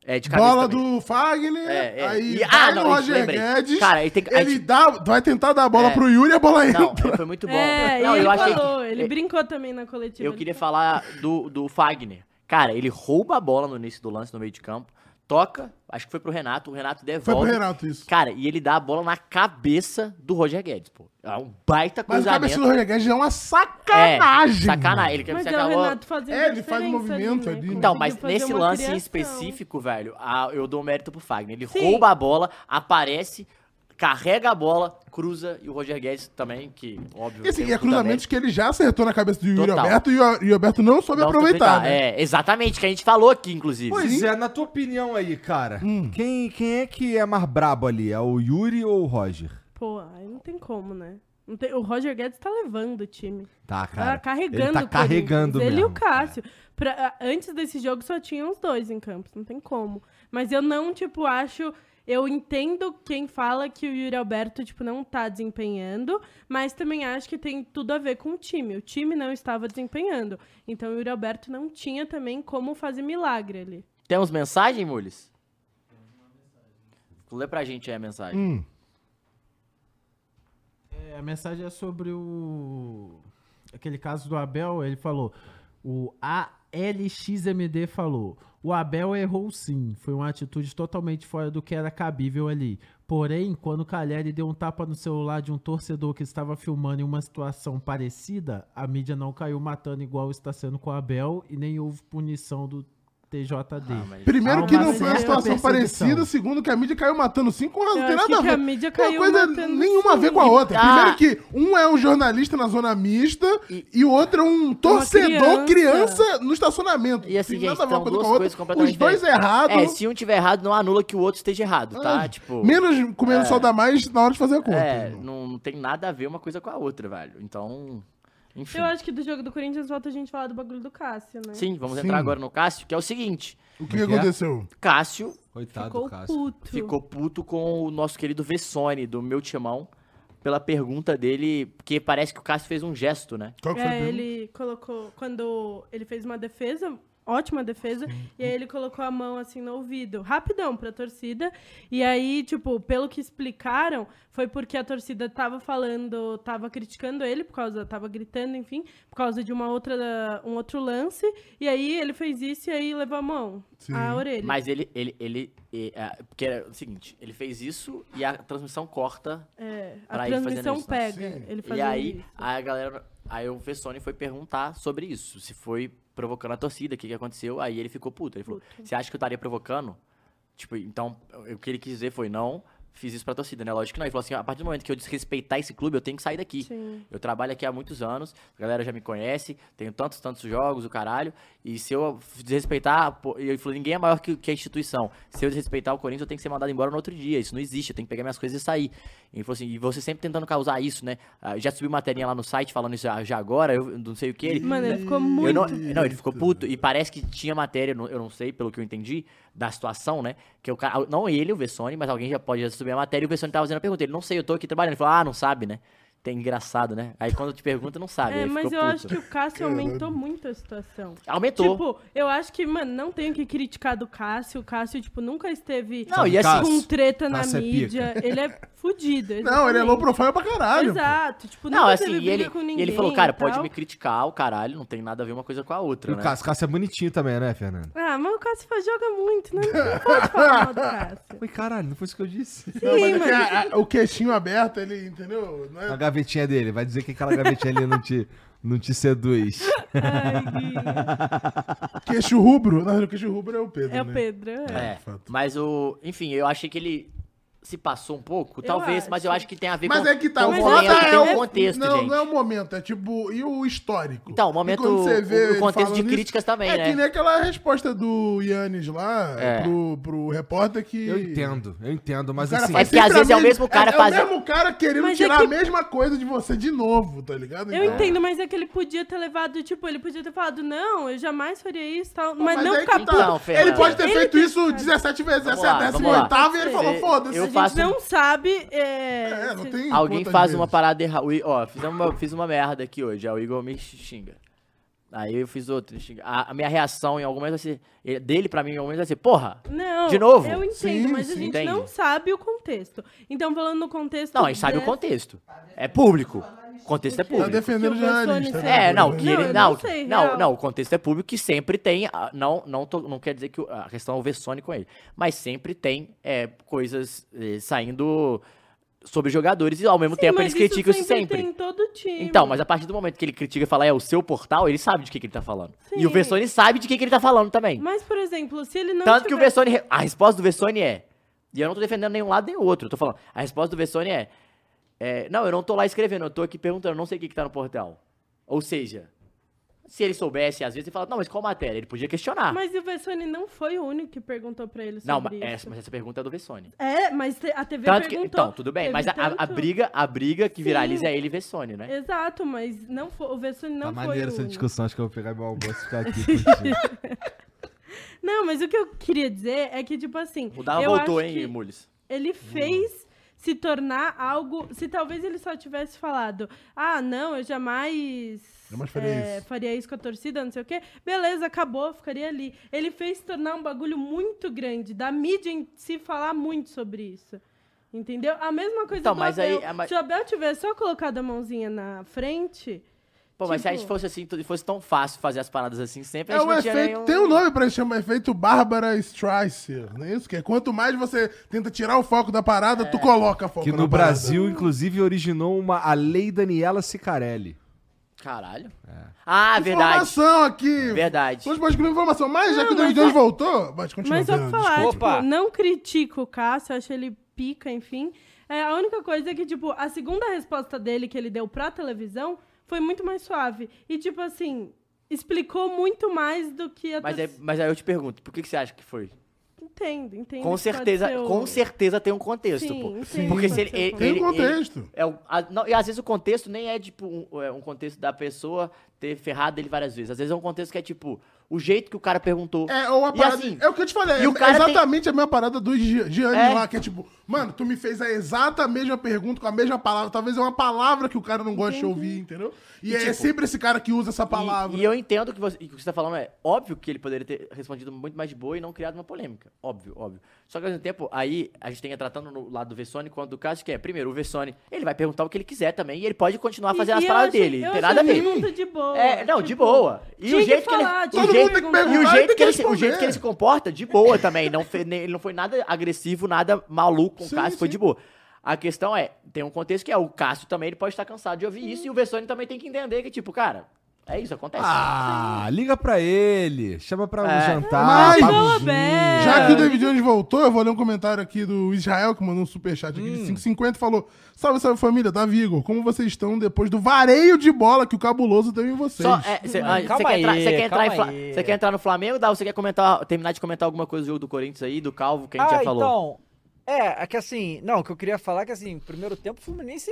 D: É, de cabeça
B: Bola
D: também.
B: do Fagner,
D: É, é.
B: aí
D: E-
B: vai
D: ah, não,
B: no
D: isso,
B: Roger
D: lembrei.
B: Guedes,
D: Cara, aí tem que- aí
B: ele
D: te-
B: dá, vai tentar dar a bola
D: É.
B: pro Yuri e a bola entra.
D: Não, foi muito bom.
C: É,
D: não,
C: e
D: eu
C: ele
D: achei
C: falou,
D: que. é,
C: ele brincou também na coletiva.
D: Eu
C: ele
D: queria
C: falou.
D: falar do, do Fagner. Cara, ele rouba a bola no início do lance, no meio de campo, toca, acho que foi pro Renato, o Renato devolve.
B: Foi pro Renato isso.
D: Cara, e ele dá a bola na cabeça do Roger Guedes, pô. É um baita
B: Mas o cabeça
D: cruzamento.
B: do Roger Guedes é uma
D: É,
B: sacanagem.
D: sacanagem. Ele quer
C: Mas
D: me
C: é o
D: sacar logo.
C: Renato fazendo
B: É, ele faz um
C: diferença
B: movimento ali, né?
D: um Então,
C: Conseguiu
D: mas
C: fazer
D: nesse
C: uma
D: lance em
C: criação.
D: específico, velho, a- eu dou mérito pro Fagner. Ele
C: Sim.
D: rouba a bola, aparece, carrega a bola, cruza e o Roger Guedes também, que óbvio.
B: E assim,
D: tem um
B: e é
D: tudo a ver.
B: cruzamentos que ele já acertou na cabeça do Yuri
D: Total.
B: Alberto e o Yuri Alberto não soube
D: Dá um
B: aproveitar,
D: toque-
B: né?
D: É, exatamente, que a gente falou aqui, inclusive.
A: Pois é, na tua opinião aí, cara, quem, quem é que é mais brabo ali? É o Yuri ou o Roger?
C: Pô, aí não tem como, né? Não tem- O Roger Guedes tá levando o time.
A: Tá,
C: Tá
A: cara.
C: carregando
A: ele tá
C: o Corinthians.
A: carregando
C: Ele e
A: mesmo,
C: o Cássio. Pra- antes desse jogo só tinha os dois em campo, não tem como. Mas eu não, tipo, acho. Eu entendo quem fala que o Yuri Alberto, tipo, não tá desempenhando, mas também acho que tem tudo a ver com o time. O time não estava desempenhando. Então o Yuri Alberto não tinha também como fazer milagre ali.
D: Temos mensagem, Mules? Lê pra gente aí a mensagem.
B: Hum.
F: É, a mensagem é sobre o. Aquele caso do Abel, ele falou. O ALXMD falou. O Abel errou sim. Foi uma atitude totalmente fora do que era cabível ali. Porém, quando o Calheri deu um tapa no celular de um torcedor que estava filmando em uma situação parecida, a mídia não caiu matando igual está sendo com o Abel e nem houve punição do TJD.
D: Tá,
B: Primeiro
F: Ah,
B: que não
F: mas
B: foi uma
F: é
B: situação
F: perseguição.
B: parecida, segundo que a mídia caiu matando cinco,
C: Eu
B: não tem
C: acho
B: nada a
C: que a
B: ver.
C: mídia
B: Tem
C: caiu
B: uma coisa
C: matando
B: nenhuma a ver com a
C: cinco.
B: outra.
D: Ah.
B: Primeiro que um é um jornalista na zona mista e o outro é um torcedor criança.
C: criança.
B: no estacionamento.
D: E assim,
B: Tem
D: gente,
B: nada a ver
D: são
B: uma coisa
D: duas
B: com a outra.
D: coisas completamente
B: Os dois errados.
D: É, se um tiver errado, não anula que o outro esteja errado, tá?
B: É,
D: Tipo.
B: Menos comendo sol da mais na hora de fazer a conta.
D: É,
B: irmão.
D: não, não tem nada a ver uma coisa com a outra, velho. Então. Enfim.
C: Eu acho que do jogo do Corinthians volta a gente falar do bagulho do Cássio, né?
D: Sim, vamos
B: Sim.
D: entrar agora no Cássio, que é o seguinte:
B: O que,
A: Como é que é?
B: aconteceu?
D: Cássio
A: Coitado tá,
C: Ficou
A: do Cássio.
C: puto.
D: ficou puto com o nosso querido Vessone, do meu timão, pela pergunta dele, porque parece que o Cássio fez um gesto, né?
B: Qual que foi a
C: É,
B: pergunta?
C: ele colocou. Quando ele fez uma defesa, ótima defesa, e aí ele colocou a mão assim no ouvido, rapidão pra torcida. E aí, tipo, pelo que explicaram, foi porque a torcida tava falando, tava criticando ele, por causa, tava gritando, enfim, por causa de uma outra, um outro lance. E aí ele fez isso e aí levou a mão
B: Sim.
C: à orelha.
D: Mas ele. ele, ele, e- ah, porque era o seguinte: ele fez isso e a transmissão corta
C: É,
D: pra
C: a
D: ele fazendo
C: transmissão
D: isso, né?
C: pega.
B: Sim.
C: Ele
D: E
C: fazendo
D: aí,
C: isso.
D: aí a galera. Aí o Vessone foi perguntar sobre isso. Se foi provocando a torcida, o que, que aconteceu. Aí ele ficou puto. Ele falou: Você acha que eu estaria provocando? Tipo, então, o que ele quis dizer foi: Não, fiz isso pra torcida, né? Lógico que não. Ele falou assim: A partir do momento que eu desrespeitar esse clube, eu tenho que sair daqui.
C: Sim.
D: Eu trabalho aqui há muitos anos, a galera já me conhece, tenho tantos, tantos jogos, o caralho. E se eu desrespeitar, pô, e ele falou, ninguém é maior que, que a instituição. Se eu desrespeitar o Corinthians, eu tenho que ser mandado embora no outro dia. Isso não existe, eu tenho que pegar minhas coisas e sair. E ele falou assim, e você sempre tentando causar isso, né? Ah, Já subi materinha lá no site falando isso ah, já agora, eu não sei o que. Ele,
C: Mano, ele ficou
D: eu
C: muito.
D: não, não, ele ficou puto. E parece que tinha matéria, não- eu não sei, pelo que eu entendi, da situação, né? Que o cara. Não ele, o Vessone, mas alguém já pode já subir a matéria. E o Vessone tava fazendo a pergunta. Ele não sei, eu tô aqui trabalhando. Ele falou, ah, não sabe, né? Tem engraçado, né? Aí quando te pergunta, não sabe.
C: É,
D: aí
C: mas
D: ficou
C: eu
D: puto.
C: acho que o Cássio aumentou muito a situação.
D: Aumentou.
C: Tipo, eu acho que, mano, não tenho que criticar do Cássio. O Cássio, tipo, nunca esteve
D: Não, e assim-
C: com treta na
A: Cássio é pica.
C: mídia. Ele é fudido.
B: Não, ele é
C: exatamente.
B: low profile pra caralho. pô.
C: Exato. Tipo,
D: não,
C: nunca
D: assim,
C: teve
D: e
C: briga
D: ele,
C: com
D: e
C: ninguém.
D: ele falou, cara,
C: e
D: pode
C: tal.
D: me criticar, o caralho, não tem nada a ver uma coisa com a outra,
A: E o
D: né?
A: Cássio, o Cássio é bonitinho também, né, Fernando?
C: Ah, mas o Cássio faz- joga muito, né? Não pode falar mal do Cássio.
A: Oi, caralho, não foi isso que eu disse.
B: Não, mas é que a- a- o queixinho aberto, ele, entendeu? Não é-
A: A gavetinha dele, vai dizer que aquela gavetinha ali não te, não te seduz.
C: Ai, Gui.
B: Queixo rubro. Não, o queixo rubro é o Pedro.
C: É o
B: né?
C: Pedro. É.
D: É,
B: de fato.
D: mas o. Enfim, eu achei que ele se passou um pouco,
C: Eu
D: talvez, mas eu
C: acho.
D: acho que tem a ver
B: Mas
D: com
B: é que tá,
D: com
B: o
C: Mas
B: foda
D: momento,
C: é-
D: tem um
B: é o
D: contexto,
B: não,
D: gente.
B: Não é o momento, é tipo, e o histórico?
D: Então, o
B: E
D: momento-
B: quando você vê
D: o- o
B: ele
D: contexto
B: falando
D: de
B: isso,
D: críticas também,
B: é
D: né?
B: É que nem aquela resposta do Yannis lá
D: É.
B: pro, pro repórter que...
A: Eu entendo, eu entendo, mas
B: O cara
A: assim.
B: faz
D: É que às
B: sempre a
D: vezes é o
B: mesma-
D: mesmo cara
B: é, É
D: fazendo-
B: o mesmo cara querendo
C: Mas é
B: tirar
C: que-
B: a mesma coisa de você de novo, tá ligado?
C: Eu
B: Então,
C: entendo, mas é que ele podia ter levado, tipo, ele podia ter falado, não, eu jamais faria isso e tal. Mas, não
B: aí
C: ficar
B: é que tá.
C: puto.
D: Então, Fernando.
B: Ele pode ter
C: Ele
B: feito
C: tem que
B: isso
C: ficar-
B: 17 vezes,
D: Vamos
B: essa é a
D: lá, vamos lá.
B: 18 e ele falou,
D: Eu-
B: foda-se.
C: a
D: eu faço-
C: gente não sabe. É,
B: É,
C: se-
B: não tem
D: Alguém
B: conta Tá
D: faz
B: de
D: uma
B: vezes.
D: parada errada. Ó, fiz uma, fiz uma merda aqui hoje. Aí o Igor me xinga. Aí eu fiz outra. ele xinga. A, a minha reação em algum momento vai ser. ele- Dele pra mim em algum momento vai ser, porra!
C: Não,
D: De novo?
C: eu entendo,
B: Sim,
C: mas a
B: sim.
C: gente
D: Entende.
C: não sabe o contexto. Então, falando no contexto.
D: Não, a gente sabe o
C: dessa-
D: contexto. É público. O contexto é
B: Tá
D: público.
B: defendendo o
C: Que o Bolsonaro
B: jornalista.
C: fez.
D: É, não, que
C: Não,
D: ele.
C: eu
D: Não,
C: não sei,
D: não,
C: real.
D: não, o contexto é público que sempre tem. ah, Não, não, tô- não quer dizer que o- a questão é o Vessone com ele. Mas sempre tem é, coisas eh, saindo sobre jogadores e ao mesmo
C: Sim,
D: tempo
C: mas
D: eles
C: isso
D: criticam isso
C: sempre.
D: sempre.
C: Tem em todo time.
D: Então, mas a partir do momento que ele critica e fala é o seu portal, ele sabe de que, que ele tá falando. E o
C: Sim.
D: Vessone sabe de que, que ele tá falando também.
C: Mas, por exemplo, se ele não.
D: Tanto que o
C: tivesse-
D: Vessone. re- A resposta do Vessone é: E eu não tô defendendo nenhum lado nem outro. Eu tô falando, a resposta do Vessone é, é, Não, eu não tô lá escrevendo, eu tô aqui perguntando, eu não sei o que, que tá no portal. Ou seja, se ele soubesse, às vezes, ele fala, não, mas qual matéria? Ele podia questionar.
C: Mas o Vessone não foi o único que perguntou pra ele
D: não,
C: sobre
D: mas
C: isso.
D: essa, mas essa pergunta é do Vessone.
C: É, mas te- a TV
D: Tanto que,
C: perguntou.
D: então, tudo bem,
C: Teve
D: mas a, a- a
C: tanto-
D: briga, a briga
C: Sim.
D: que viraliza é ele e Vessone, né?
C: Exato, mas não foi, o Vessone não
A: Tá
C: foi
A: maneira
C: o
A: essa
C: único.
A: discussão, acho que eu vou pegar meu almoço e ficar aqui contigo.
C: Não, mas o que eu queria dizer é que, tipo assim...
D: O Dava
C: eu
D: voltou,
C: acho
D: hein,
C: que
D: Mules?
C: Ele
B: Hum.
C: fez se tornar algo... Se talvez ele só tivesse falado, ah, não, eu jamais...
B: Jamais faria
C: é,
B: isso."
C: faria isso com a torcida, não sei o quê. Beleza, acabou, ficaria ali. Ele fez se tornar um bagulho muito grande, da mídia em se falar muito sobre isso. Entendeu? A mesma coisa
D: Então,
C: do
D: mas aí-
C: Abel.
D: ah, mas-
C: Se o Abel tivesse só colocado a mãozinha na frente...
D: Pô, mas se a gente
C: Tipo-
D: fosse assim, tudo- fosse tão fácil fazer as paradas assim sempre, a
B: É
D: gente
B: um
D: não tinha
B: efeito.
D: nenhum...
B: Tem um nome pra isso, chama efeito Bárbara Streisand. Não é isso? Que é quanto mais você tenta tirar o foco da parada,
D: É.
B: tu coloca foco
A: que
B: na
A: no
B: parada.
A: Brasil, inclusive, originou uma a Lei Daniela Sicarelli.
D: Caralho. Ah, verdade.
B: Informação aqui.
D: Verdade. é-
B: Hoje pode informação, mas já que o David Jones voltou, pode continuar.
C: Mas eu vou
B: Fernando,
C: falar,
E: desculpa.
C: tipo,
E: Opa.
C: não critico o Cássio, acho ele pica, enfim. É, a única coisa é que, tipo, a segunda resposta dele que ele deu pra televisão foi muito mais suave. E, tipo assim, explicou muito mais do que a
D: Mas é aí,
C: torcida-
D: mas aí eu te pergunto, por que, que você acha que foi?
C: Entendo, entendo. que
D: Com
C: pode
D: certeza,
C: ser o-
D: com certeza tem um contexto,
C: Sim,
D: pô.
C: entendo
D: Porque
C: que
D: se
C: pode
D: ele,
C: ser o
D: ele,
B: Tem um
D: ele-
B: contexto.
D: ele- é o- a- não, e às vezes o contexto nem é tipo um, é um contexto da pessoa ter ferrado ele várias vezes. Às vezes é um contexto que é tipo o jeito que o cara perguntou.
B: É, ou a
D: E
B: parada.
D: assim,
B: é o que eu te falei.
D: e
B: é
D: o cara tem-
B: exatamente a mesma parada do Gi- Gianni
D: É.
B: lá, que é tipo, mano, tu me fez a exata mesma pergunta com a mesma palavra. Talvez é uma palavra que o cara não gosta de ouvir, entendeu? E, é sempre esse cara que usa essa palavra.
D: tipo, E, e eu entendo que você, que o que você tá falando é óbvio que ele poderia ter respondido muito mais de boa e não criado uma polêmica. Óbvio, óbvio. Só que ao mesmo tempo, aí a gente tem que tratando no lado do Vessone quanto do caso, que é, primeiro, o Vessone, ele vai perguntar o que ele quiser também e ele pode continuar
C: E-
D: fazendo
C: e
D: as
C: eu
D: paradas
C: achei-
D: dele.
C: eu
D: Não tem nada a
C: achei
D: ver.
C: muito de boa.
D: É, não, de
C: tipo,
D: boa. E
C: tinha
D: o jeito que,
C: falar, tipo,
D: ele.
C: tinha
B: Todo
D: O jeito,
B: mundo tem que
D: e o
B: perguntar,
D: jeito
B: tem
D: que,
B: que
D: ele, se- o jeito
B: responder.
D: que ele se comporta, de boa também. Não fe- nem- ele não foi nada agressivo, nada maluco com o
B: Sim,
D: Cássio, foi
B: sim.
D: de boa. A questão é, tem um contexto que é, o Cássio também ele pode estar cansado de ouvir isso, e o Vessone também tem que entender que, tipo, cara, é isso, acontece.
A: Ah, liga pra ele, chama pra um
D: É.
A: jantar.
B: Mas-
A: papo
C: Igual a
A: gin.
C: Bel.
B: Já que o
C: É.
B: David Jones voltou, eu vou ler um comentário aqui do Israel, que mandou um superchat aqui de 5,50 e falou: Salve, salve família, Davi Igor, como vocês estão depois do vareio de bola que o cabuloso deu em vocês?
D: Só, é, cê, ah, cê
E: calma
D: quer, entrar,
E: aí,
D: cê quer, entrar em
E: calma
D: Fla-
E: aí.
D: cê quer entrar no Flamengo, Dá? Você quer comentar, terminar de comentar alguma coisa do jogo do Corinthians aí, do Calvo, que a gente já falou?
E: então. É, é que assim, não, o que eu queria falar é que assim, primeiro tempo o Fluminense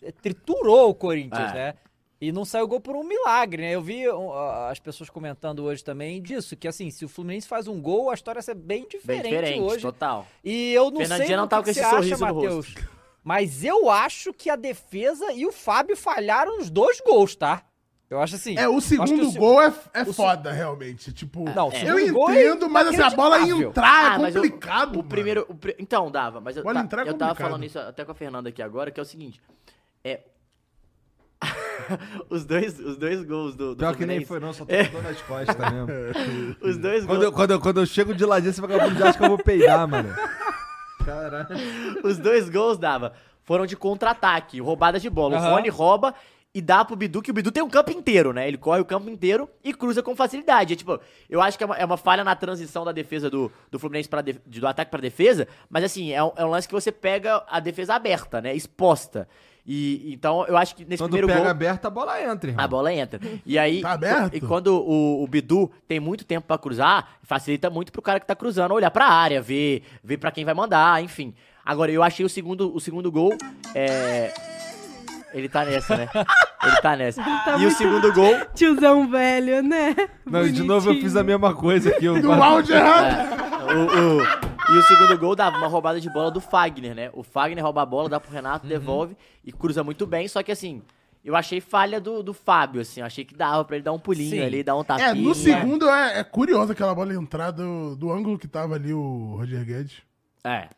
E: eh, triturou o Corinthians,
D: É.
E: né? E não saiu gol por um milagre, né? Eu vi um, ah, as pessoas comentando hoje também disso, que assim, se o Fluminense faz um gol, a história é bem
D: Bem
E: diferente,
D: diferente,
E: hoje.
D: total.
E: E eu não
D: Fernandinho
E: sei
D: não
E: o que
D: tava com
E: que
D: esse
E: você acha,
D: sorriso no
E: Matheus. Mas eu acho que a defesa e o Fábio falharam os dois gols, tá? Eu acho assim.
B: É, o segundo
E: o se-
B: gol é, é
E: se-
B: foda, realmente. Tipo,
E: Não, o
B: eu
E: segundo gol é
B: entendo, mas assim, a bola
E: inacreditável. Ah,
B: entrar é
D: mas o-
B: complicado.
D: O,
B: mano.
D: primeiro. o pri- então, dava, mas eu,
B: Bola
D: tá-
B: entrar é
D: eu tava
B: complicado.
D: falando isso até com a Fernanda aqui agora, que é o seguinte. É. os, dois, os dois gols do. do
A: Pior que nem
D: Fluminense,
A: foi, não, só tô dando nas costas mesmo.
D: Os dois
A: Quando eu,
D: gols.
A: quando, eu, quando eu chego de ladinho, esse vagabundo já acha que eu vou peidar, mano.
D: Os dois gols, dava, foram de contra-ataque, roubadas de bola.
E: Aham.
D: O Rony rouba e dá pro Bidu, que o Bidu tem um campo inteiro, né? Ele corre o campo inteiro e cruza com facilidade. É tipo, eu acho que é uma, é uma falha na transição da defesa do, do Fluminense para do ataque pra defesa, mas assim, é um, é um lance que você pega a defesa aberta, né? Exposta. E então eu acho que nesse
A: Quando
D: primeiro
A: pega
D: gol. Ah,
A: aberta, a bola entra, irmão.
D: A bola entra. E aí,
B: Tá aberto?
D: e quando o, o Bidu tem muito tempo pra cruzar, facilita muito pro cara que tá cruzando olhar pra área, ver, ver pra quem vai mandar, enfim. Agora, eu achei o segundo, o segundo gol. É... Ele tá nessa, né? Ele tá nessa. e o
C: muito-
D: segundo gol.
C: Tiozão velho, né?
A: Não, e de novo eu fiz a mesma coisa aqui. Eu...
B: Do áudio errado.
D: o- o- e o segundo gol dava uma roubada de bola do Fagner, né? O Fagner rouba a bola, dá pro Renato, devolve e cruza muito bem, só que assim. Eu achei falha do, do Fábio, assim. Eu achei que dava pra ele dar um pulinho
E: Sim.
D: ali, dar um tapinha.
B: É, no segundo é, é curioso aquela bola entrar do, do ângulo que tava ali o Roger Guedes.
D: É,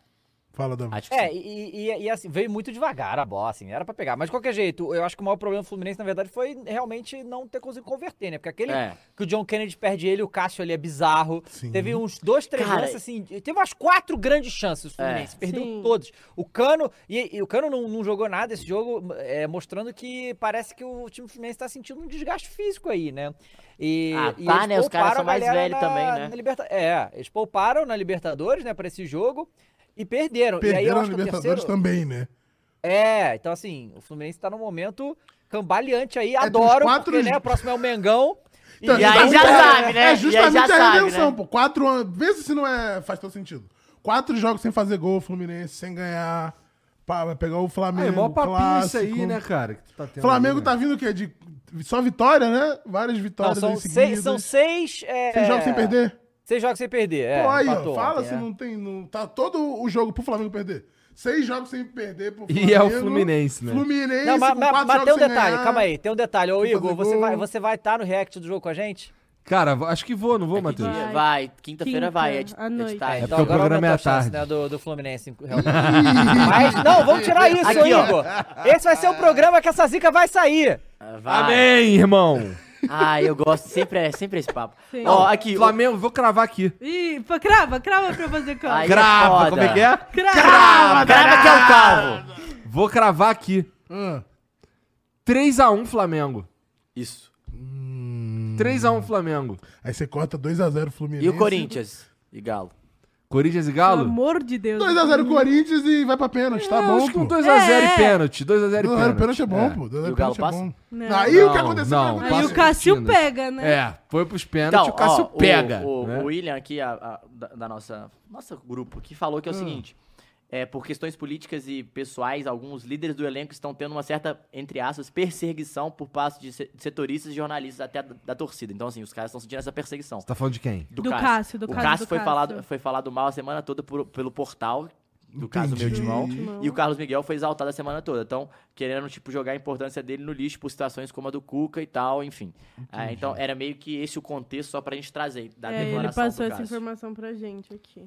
B: Fala, Davi.
D: acho que sim.
E: É, e, e- e- e, assim, veio muito devagar a bola, assim, era pra pegar. Mas de qualquer jeito, eu acho que o maior problema do Fluminense, na verdade, foi realmente não ter conseguido converter, né? Porque aquele
D: É.
E: que o John Kennedy perde ele, o Cássio ali é bizarro.
B: Sim.
E: Teve um- uns dois, três
D: Cara, É.
E: lances, assim, teve umas quatro grandes chances o Fluminense, perdeu
C: Sim.
E: todos. O Cano, e, e o Cano não, não jogou nada esse jogo, é, mostrando que parece que o time do Fluminense tá sentindo um desgaste físico aí, né? E,
D: Ah,
E: e
D: tá,
E: eles
D: né? Os caras
E: pouparam
D: são
E: a
D: mais
E: galera
D: velhos
E: na-
D: também, né?
E: na Liberta- É, eles pouparam na Libertadores, né, pra esse jogo. e perderam. e aí eu
B: Perderam a
E: acho que o
B: Libertadores
E: terceiro...
B: também, né?
E: É, então assim, o Fluminense tá num momento cambaleante aí,
B: tem uns
E: adoro,
B: É quatro
E: porque, né,
B: ju-
E: o próximo é o Mengão.
B: Então,
D: E aí
B: justamente
D: já
B: é-
D: sabe, né? E
B: É
D: aí
B: justamente
D: já
B: a
D: sabe,
B: redenção,
D: né?
B: pô. Quatro anos. Vê se isso não é. faz todo sentido. Quatro jogos sem fazer gol, Fluminense, sem ganhar. Pá, vai pegar o
A: Ah,
B: Flamengo.
A: é mó papinho isso aí,
B: clássico.
A: né, cara? que tu tá tendo
B: Flamengo
A: aí,
B: tá
A: né?
B: vindo o quê? De... Só vitória, né? Várias
E: Não,
B: vitórias
E: são
B: aí
E: seis,
B: seguidas.
E: são seis... é,
B: Seis jogos sem perder.
E: Seis jogos sem perder, é,
B: Pô, aí, ó,
E: empatou
B: fala
E: ontem,
B: se
E: é.
B: não tem. Não, tá todo o jogo pro Flamengo perder. Seis jogos sem perder pro Flamengo.
A: E é o Fluminense, né?
B: Fluminense,
E: Não, mas,
B: com
E: mas-
B: quatro
E: mas tem um
B: jogos sem
E: detalhe,
B: ganhar.
E: calma aí, tem um detalhe. Ô
B: sem fazer
E: Igor, você
B: gol.
E: vai, você vai estar no react do jogo com a gente?
A: Cara, vou- acho que vou, não vou,
D: É que
A: Matheus?
D: dia?
C: Vai.
D: Vai, quinta-feira
C: Quinta,
D: vai. É, de-
C: à
D: é de
C: noite.
D: tarde.
A: É porque o programa é
E: Então aumentou
A: à
E: a
A: tarde.
E: chance, né, do, do Fluminense, realmente. Mas, não, vamos tirar isso,
D: Aqui,
E: ô
D: ó.
E: Igor. Esse vai ser
B: Ah.
E: o programa que essa zica vai sair.
D: Ah, Vai.
A: É. Amém, irmão!
D: Ah, eu gosto. Sempre é sempre esse papo.
C: Sim.
D: Ó, aqui. o-
A: Flamengo, vou cravar aqui.
C: Ih, pô, crava, crava pra fazer cola.
D: Aí é
A: Crava,
D: foda.
A: como é que é?
C: Crava!
D: Ah, Crava que é o calvo.
A: Vou cravar aqui.
B: Ah,
A: 3x1 Flamengo.
D: Isso.
B: Hum.
A: 3x1 Flamengo.
B: aí você corta 2x0 Fluminense.
D: E o Corinthians e Galo.
A: Corinthians e
C: Pelo
A: Galo?
C: amor de Deus.
B: 2x0 Corinthians e vai pra pênalti, tá
A: Eu
B: bom,
A: acho que um
B: pô.
A: 2x0
C: É, é.
A: e pênalti. 2x0 e
B: 2x0
A: pênalti.
B: pênalti é bom,
A: É.
B: pô. 2x0
D: E o Galo
B: pênalti é bom.
C: Não.
B: Aí o que
A: Não,
B: aconteceu
A: não,
B: foi
C: Aí
A: passa
C: o Cássio
A: Cortinas.
C: pega, né?
A: É, foi pros pênaltis
D: Então,
A: o Cássio
D: ó,
A: pega.
D: O,
A: né?
D: o William aqui, a- a- da, da nossa, nossa grupo aqui, falou que
A: Hum.
D: é o seguinte. É, por questões políticas e pessoais, alguns líderes do elenco estão tendo uma certa, entre aspas, perseguição por parte de se- de setoristas e jornalistas até da, da torcida. Então, assim, os caras estão sentindo essa perseguição.
A: Você tá falando de quem?
C: Do Cássio, do
D: o
C: Cássio, do
D: foi,
C: Cássio.
D: Falado, foi falado mal a semana toda por- pelo portal do caso Meu
B: Entendi.
D: Timão.
C: Timão.
D: E o Carlos Miguel foi exaltado a semana toda. Então, querendo, tipo, jogar a importância dele no lixo por situações como a do Cuca e tal, enfim. Ah, então, era meio que esse o contexto só pra gente trazer da
C: É, ele
D: declaração
C: passou
D: do
C: essa
D: Cássio.
C: informação pra gente aqui.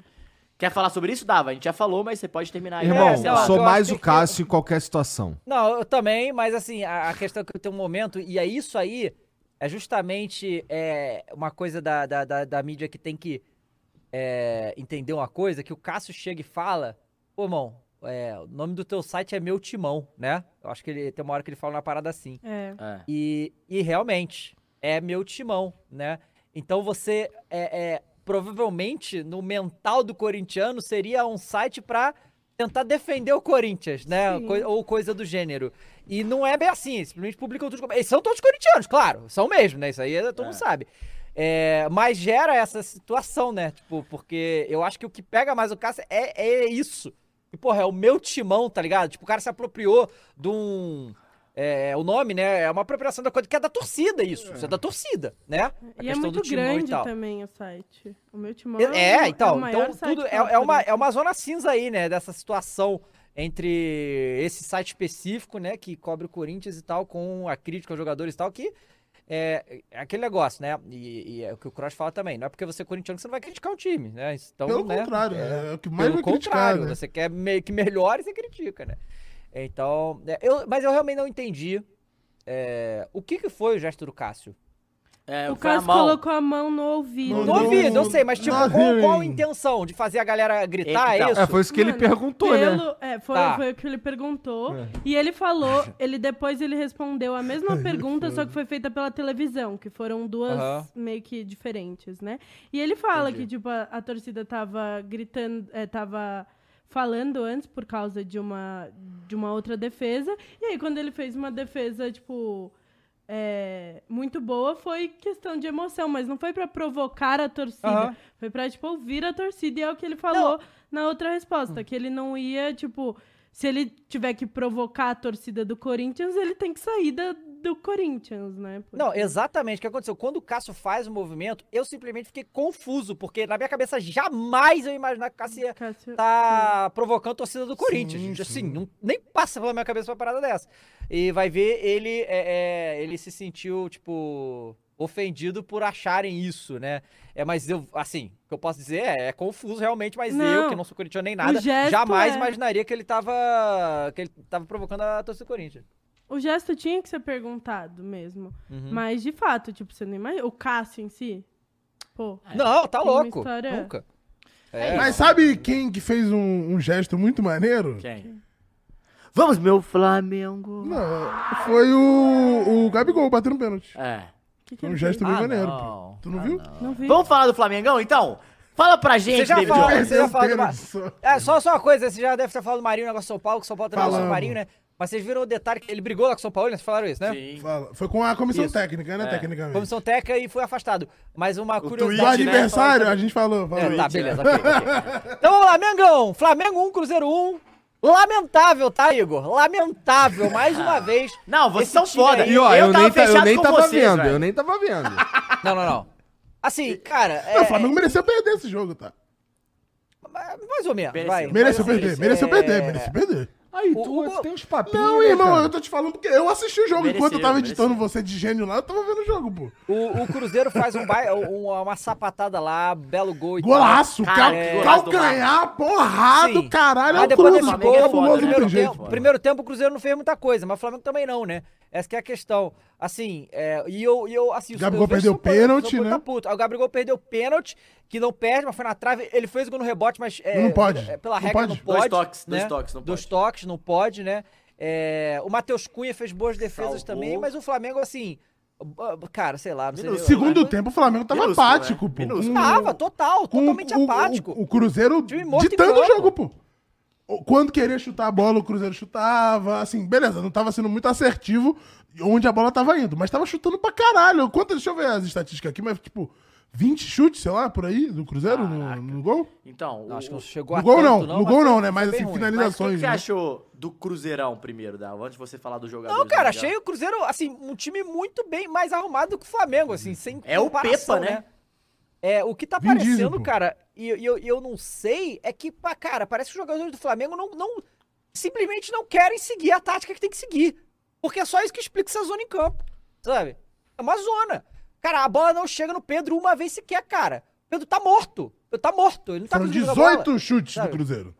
D: Quer falar sobre isso, Dava? A gente já falou, mas você pode terminar aí.
A: Irmão,
E: é, sei lá,
A: sou
E: eu
A: mais
E: acho
A: o
E: que-
A: Cássio em qualquer situação.
E: Não, eu também, mas assim, a, a questão é que tem um momento, e é isso aí, é justamente é, uma coisa da, da, da, da mídia que tem que é, entender uma coisa, que o Cássio chega e fala, pô, irmão, é, o nome do teu site é Meu Timão, né? Eu acho que ele tem uma hora que ele fala uma parada assim.
C: É.
D: É.
E: E, e realmente, é meu timão, né? Então você é, é, provavelmente no mental do corintiano seria um site pra tentar defender o Corinthians, né?
C: Sim.
E: Coi- ou coisa do gênero. E não é bem assim, simplesmente publicam tudo. como- Eles são todos corintianos, claro, são mesmo, né? Isso aí todo mundo sabe. É, mas gera essa situação, né? Tipo, porque eu acho que o que pega mais o Cássio é, é isso. E, porra, é o meu timão, tá ligado? Tipo, o cara se apropriou de um. É, o nome, né? É uma apropriação da coisa que é da torcida, isso. Isso é da torcida, né? A
C: E é
E: questão
C: muito
E: do timão e
C: grande
E: tal.
C: também o site. O meu timão
E: É,
C: o- o
E: então,
C: maior
E: então
C: site
E: tudo é,
C: falado
E: é uma,
C: por
E: é uma zona cinza aí, né? Dessa situação entre esse site específico, né? Que cobre o Corinthians e tal, com a crítica aos jogadores e tal, que é, é aquele negócio, né? E, e é o que o Cross fala também. Não é porque você é corintiano que você não vai criticar o time, né? Então,
B: Pelo
E: né,
B: contrário, é, o que né? mais
E: pelo
B: me criticaram.
E: contrário, você quer meio que melhore, você critica, né? Então, é, eu, mas eu realmente não entendi é, o que, que foi o gesto do Cássio.
D: É,
C: isso. O
D: foi a
C: Cássio
D: mão.
C: colocou a mão no ouvido.
E: No
B: No-
E: ouvido, eu sei, mas tipo,
B: no
E: qual, qual a
B: hearing.
E: intenção? De fazer a galera gritar,
D: Então,
E: é isso?
A: É, foi isso que ele
C: Mano,
A: perguntou, né?
C: Pelo, é, foi,
E: Tá.
C: foi o que ele perguntou. E ele falou, ele depois ele respondeu a mesma pergunta, só que foi feita pela televisão, que foram duas
E: Aham.
C: meio que diferentes, né? E ele fala
D: Entendi.
C: que, tipo, a, a torcida tava gritando, é, tava falando antes por causa de uma, de uma outra defesa. E aí, quando ele fez uma defesa, tipo. é, muito boa foi questão de emoção, mas não foi pra provocar a torcida,
E: Aham.
C: foi pra tipo ouvir a torcida e é o que ele falou na outra
E: Hum.
C: resposta, que ele não ia, tipo, se ele tiver que provocar a torcida do Corinthians, ele tem que sair da- do Corinthians, né? Porque-
E: Não, exatamente. O que aconteceu? Quando o Cássio faz o movimento, eu simplesmente fiquei confuso, porque na minha cabeça jamais eu ia imaginar que o Cássio ia
C: Cássio-
E: tá provocando a torcida do Corinthians,
B: Sim,
E: gente. Assim,
B: sim.
E: não- nem passa pela minha cabeça uma parada dessa. E vai ver, ele, é, é, ele se sentiu, tipo, ofendido por acharem isso, né? É, mas eu, assim, o que eu posso dizer é, é confuso realmente, mas eu,
C: Não.
E: que não sou corintiano nem nada,
C: gesto
E: jamais
C: é-
E: imaginaria que ele tava. que ele tava provocando a torcida do Corinthians.
C: O gesto tinha que ser perguntado mesmo.
E: Uhum.
C: Mas, de fato, tipo, você não imagina. O Cássio em si. Pô.
E: Não, tá
C: Ah, é. Tem uma
E: louco.
C: história-
E: Nunca.
D: É
B: Mas sabe quem que fez um, um gesto muito maneiro?
D: Quem? Vamos, meu Flamengo.
B: Não, foi o, o Gabigol batendo pênalti.
D: É.
C: que que
B: Foi um
C: ele
B: gesto
C: fez?
B: bem
E: Ah,
B: maneiro,
E: não.
B: pô. Tu não viu?
C: Não vi.
D: Vamos falar do Flamengão, então? Fala pra gente,
E: Você já
D: David
E: falou,
D: Jones.
E: você já falou do
B: Inteiro
E: Mar-
B: só.
E: É, só, só uma coisa, você já deve ter falado do Marinho, negócio do São Paulo, que o São Paulo tá negócio do
B: Falamos.
E: Marinho, né? Mas vocês viram o detalhe que ele brigou lá com o São Paulo, né? Vocês falaram isso, né?
D: Sim.
B: Fala. Foi com a comissão
D: Isso.
B: técnica, né?
D: É.
B: Tecnicamente.
E: Comissão técnica e foi afastado. Mas uma curiosidade.
B: Do
D: tweet,
E: né?
B: adversário,
E: Falando-
B: a gente falou. falou.
E: É, tá, beleza,
B: né?
E: ok, ok. Então vamos lá, Mengão. Flamengo 1, Cruzeiro 1. Lamentável, tá, Igor? Lamentável, mais uma vez.
D: Não, vocês
E: Esse
D: são
E: time
D: foda.
E: aí-
A: E ó,
D: Eu
A: eu,
D: tava
A: nem, ta- eu
D: fechado
A: nem
D: com
A: tava
D: vocês,
A: vendo,
D: velho.
A: eu nem tava vendo.
E: Não, não, não. Assim, cara.
B: É,
E: É,
B: o Flamengo mereceu perder esse jogo, tá?
E: mais ou menos,
D: Mereceu.
E: vai.
B: Mereceu
E: Mais ou
B: perder,
E: menos,
B: mereceu
E: é.
B: perder, mereceu perder.
A: Aí,
E: O-
A: tu,
E: o-
A: tu tem uns papinhos.
B: Não,
A: né,
B: irmão,
A: cara?
B: eu tô te falando porque eu assisti o jogo. Enquanto eu tava
D: Mereceu,
B: editando
D: mereceu.
B: você de gênio lá, eu tava vendo o jogo, pô.
E: O, o Cruzeiro faz um bai- um- uma sapatada lá, belo gol e tal.
B: Golaço,
D: Cara,
B: cal-
D: é. golaço do
B: calcanhar, porrado,
E: Sim.
B: caralho.
E: Mas
B: É o
E: Ah, depois
B: Cruz,
E: desse
B: o
E: gol,
D: é
B: cabuloso não
D: foda, né?
E: primeiro,
B: tem
E: tempo,
B: jeito.
D: pô.
E: primeiro tempo o Cruzeiro não fez muita coisa, mas o Flamengo também não, né? Essa que é a questão. Assim, é, e eu, e eu assim, o
B: Gabigol
E: eu vejo
B: perdeu
E: São Paulo-
B: pênalti,
E: São Paulo
B: né?
E: tá puto. Aí O Gabigol perdeu pênalti, que não perde, mas foi na trave. Ele fez o gol no rebote, mas é,
B: Não pode.
E: é, pela
B: Não
E: regra não
B: pode.
E: pode.
D: Dois toques,
E: né?
D: dois toques, não pode.
E: Dois toques, não pode, né? É, o Matheus Cunha fez boas defesas
D: Salvou.
E: também, mas o Flamengo, assim, b- cara, sei lá, não sei.
D: Minúsculo,
E: eu-
B: Segundo tempo, o Flamengo tava
D: né? Minúsculo, né?
B: apático, pô. Hum.
D: Minúsculo.
E: Tava, total,
B: com
E: totalmente
B: o-
E: apático.
B: O, o Cruzeiro
E: Time morto em
B: ditando o
E: campo.
B: jogo, pô. O- Quando queria chutar a bola, o Cruzeiro chutava. Assim, beleza, não tava sendo muito assertivo onde a bola tava indo, mas tava chutando pra caralho. Quanto, deixa eu ver as estatísticas aqui, mas tipo, 20 chutes, sei lá, por aí, do Cruzeiro no, no gol?
E: Tá
D: Então,
E: Não, acho que
D: o-
A: é
E: não chegou a
B: No gol
E: tanto,
B: não, no
E: mas
B: gol
E: foi-
B: não, né? Mas
E: foi bem
B: assim,
D: Mas
E: ruim.
D: o que, que
B: finalizações.
D: você
B: né?
D: achou do Cruzeirão primeiro, Dal? Antes de você falar do jogador.
E: Não, cara, achei o Cruzeiro, assim, um time muito bem mais arrumado que o Flamengo, assim, sem
D: É o
E: comparação,
D: Pepa, né?
E: É, o que tá
B: Vin Diesel,
E: parecendo,
B: pô.
E: cara, e, e eu, e eu não sei, é que, pá, cara, parece que os jogadores do Flamengo não, não- simplesmente não querem seguir a tática que tem que seguir. Porque é só isso que explica essa zona em campo, sabe? É uma zona. Cara, a bola não chega no Pedro uma vez sequer, cara. O Pedro tá morto. O Pedro tá morto. Ele não tá
B: Foram
E: conseguindo jogar bola.
B: 18 chutes
E: Sabe?
B: do Cruzeiro.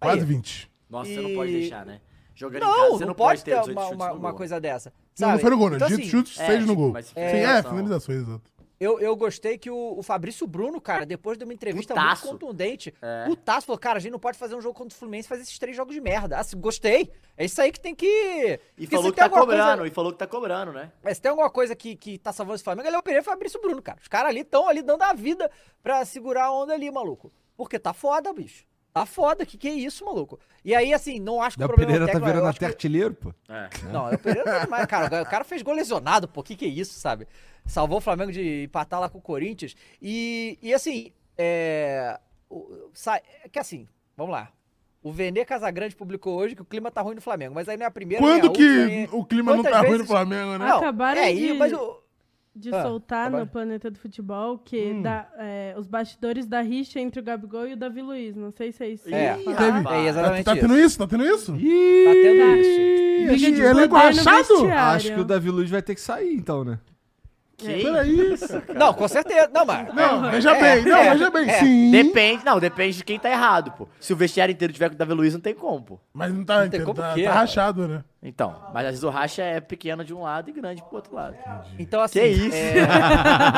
B: Quase
E: Aí.
B: 20.
D: Nossa, você não pode
E: E-
D: deixar, né? Jogando em casa,
E: Não,
D: você
E: não,
D: não,
E: pode ter
D: 18
E: uma,
D: chutes
E: uma-
D: no
E: uma
D: gol.
E: coisa dessa.
B: Não, não
E: sabe?
B: foi no gol, né?
E: Então,
B: 18
E: assim,
B: chutes,
D: é,
B: 6 no
D: tipo,
B: gol.
D: mas
B: Sim,
D: finalização.
B: é, finalizações, exato.
E: Eu, eu gostei que o, o Fabrício Bruno, cara, depois de uma entrevista
D: Putaço.
E: muito contundente,
D: É.
E: o Tasso falou, cara, a gente não pode fazer um jogo contra o Fluminense e fazer esses três jogos de merda. Assim, gostei. É isso aí que tem que...
D: E
E: Porque
D: falou
E: se
D: que
E: tem
D: tá
E: alguma coisa-
D: cobrando, e falou que tá cobrando, né?
E: é, se tem alguma coisa que, que tá salvando esse Flamengo, ele é o Pereira e o Fabrício Bruno, cara. Os caras ali estão ali dando a vida pra segurar a onda ali, maluco. Porque tá foda, bicho. Tá foda, que que é isso, maluco? E aí, assim, não acho que
A: Da
E: o problema
A: Pereira
E: é o
A: tá
E: técnico,
A: virando
E: eu
A: até
E: acho que-
A: artilheiro, pô.
D: É.
E: não, é o Pereira tá demais, cara. O cara fez gol lesionado, pô. Que que é isso, sabe? Salvou o Flamengo de empatar lá com o Corinthians. E, e assim, é. o- sa- é que assim, vamos lá. O Vene Casagrande publicou hoje que o clima tá ruim no Flamengo, mas aí não é a primeira. nem a
B: Quando
E: última,
B: que
E: nem-
B: o clima não
E: Quantas
B: tá ruim no
E: vezes-
B: Flamengo, né?
E: Não,
C: Acabaram
E: é,
C: de-
E: e- mas o-
C: de
E: Ah,
C: soltar
B: tá
E: trabalho.
C: no Planeta do Futebol que
B: Hum.
C: dá, é, os bastidores da rixa entre o Gabigol e o Davi Luiz. Não sei se é isso. que
E: É,
C: vocês
B: teve-
C: falaram.
E: É
B: Tá,
E: exatamente
B: tá
E: isso.
B: tendo isso? Tá tendo isso?
A: Ih,
E: Tá tendo isso.
C: Briga de
B: Ixi, elenco
C: poder no
B: rachado?
C: vestiário.
A: é acho que o Davi Luiz vai ter que sair, então, né?
E: é
D: Que-
B: Peraí.
E: Não, com certeza. Não, mas.
B: Não,
E: é,
B: veja
E: é,
B: bem, não,
E: é,
B: veja bem.
E: é.
B: Sim.
D: Depende, não, depende de quem tá errado, pô. Se o vestiário inteiro tiver com o Davi Luiz, não tem como, pô.
B: Mas não tá
E: tem
B: inteiro,
E: como
B: tá,
E: que, é,
B: tá
E: rapaz.
B: rachado, né?
D: Então, mas às vezes o racha é pequeno de um lado e grande pro outro lado.
E: Então, assim.
D: Que isso?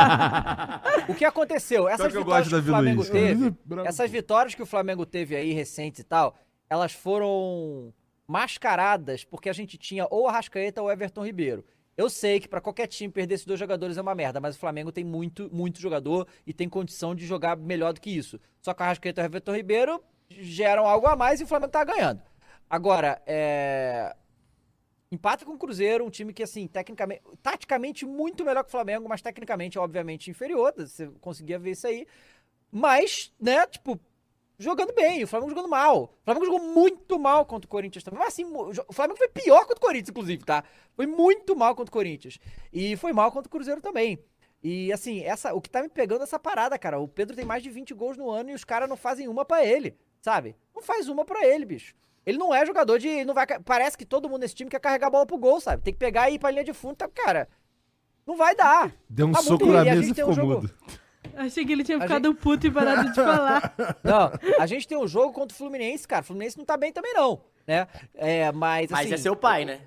E: O que aconteceu? Essas
A: que eu
E: vitórias
A: gosto
E: que
A: da
E: o Flamengo
A: Vila
B: Luiz,
E: teve,
B: cara. Bravo.
E: essas vitórias que o Flamengo teve aí recentes e tal, elas foram mascaradas porque a gente tinha ou a Rascaeta ou o Everton Ribeiro. Eu sei que pra qualquer time perder esses dois jogadores é uma merda, mas o Flamengo tem muito, muito jogador e tem condição de jogar melhor do que isso. Só que a Rascaeta e o Everton Ribeiro geram algo a mais e o Flamengo tá ganhando. Agora, é... Empata com o Cruzeiro, um time que, assim, tecnicamente, taticamente muito melhor que o Flamengo, mas tecnicamente, obviamente, inferior. Você conseguia ver isso aí. Mas, né, tipo, jogando bem, o Flamengo jogando mal. O Flamengo jogou muito mal contra o Corinthians também. Mas assim, mo- o Flamengo foi pior contra o Corinthians, inclusive, tá? Foi muito mal contra o Corinthians. E foi mal contra o Cruzeiro também. E assim, essa, o que tá me pegando é essa parada, cara. O Pedro tem mais de 20 gols no ano e os caras não fazem uma pra ele, sabe? Não faz uma pra ele, bicho. Ele não é jogador de. ele Não vai, ca- parece que todo mundo nesse time quer carregar a bola pro gol, sabe? Tem que pegar e ir pra linha de fundo, tá, cara. Não vai dar.
A: Deu um
E: Tá muito
A: soco na
E: ruim, e a
A: mesa
E: gente
A: e
E: tem um
A: ficou
E: jogo-
A: mudo.
C: Achei que ele tinha
E: A
C: ficado puto e parado de falar.
E: Não, a gente tem um jogo contra o Fluminense, cara. O Fluminense não tá bem também, não. Né? É, mas,
D: Mas
E: assim,
D: é seu pai, né?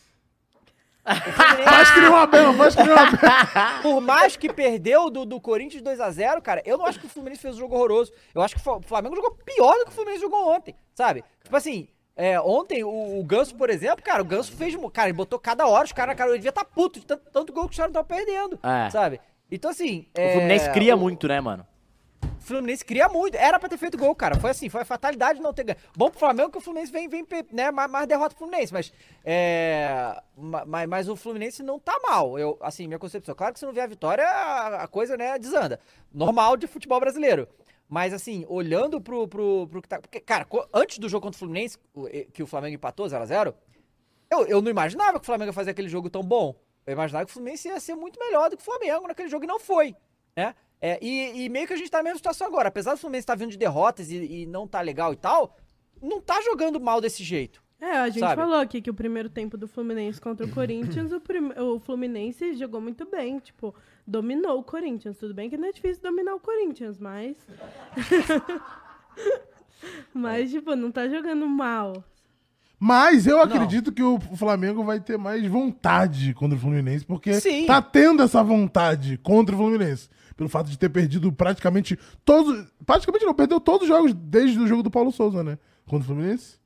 E: o Fluminense,
B: Faz que nem o Abel, faz que nem o Abel.
D: Ah.
E: por mais que perdeu do, do Corinthians 2x0, cara, eu não acho que o Fluminense fez um jogo horroroso. Eu acho que o Fa- o Flamengo jogou pior do que o Fluminense jogou ontem, sabe? Tipo assim, é, ontem o, o Ganso, por exemplo, cara, o Ganso fez. mo- Cara, ele botou cada hora, os caras, cara, ele devia tá estar puto de tanto, tanto gol que os caras estavam perdendo,
D: É.
E: sabe? Então, assim.
D: O Fluminense cria muito, né, mano?
E: Fluminense queria muito. Era pra ter feito gol, cara. Foi assim, foi fatalidade não ter ganho. Bom pro Flamengo que o Fluminense vem, vem né, mais, mais derrota pro Fluminense, mas, é, ma- mas, mas o Fluminense não tá mal. Eu, assim, minha concepção. Claro que se não vier a vitória, a, a coisa, né, desanda. Normal de futebol brasileiro. Mas, assim, olhando pro, pro, pro que tá... Porque, cara, co- antes do jogo contra o Fluminense, o- e- que o Flamengo empatou 0x0, eu, eu não imaginava que o Flamengo ia fazer aquele jogo tão bom. Eu imaginava que o Fluminense ia ser muito melhor do que o Flamengo naquele jogo e não foi, né? É, e, e meio que a gente tá na mesma situação agora. Apesar do Fluminense estar vindo de derrotas e, e não tá legal e tal, não tá jogando mal desse jeito.
C: É, a gente
E: Sabe?
C: falou aqui que o primeiro tempo do Fluminense contra o Corinthians, o, prim- o Fluminense jogou muito bem, tipo, dominou o Corinthians. Tudo bem que não é difícil dominar o Corinthians, mas. mas, tipo, não tá jogando mal.
B: Mas eu acredito que o Flamengo vai ter mais vontade contra o Fluminense, porque
E: Sim.
B: tá tendo essa vontade contra o Fluminense. Pelo fato de ter perdido praticamente todos. Praticamente não, perdeu todos os jogos desde o jogo do Paulo Souza, né? Contra o Fluminense.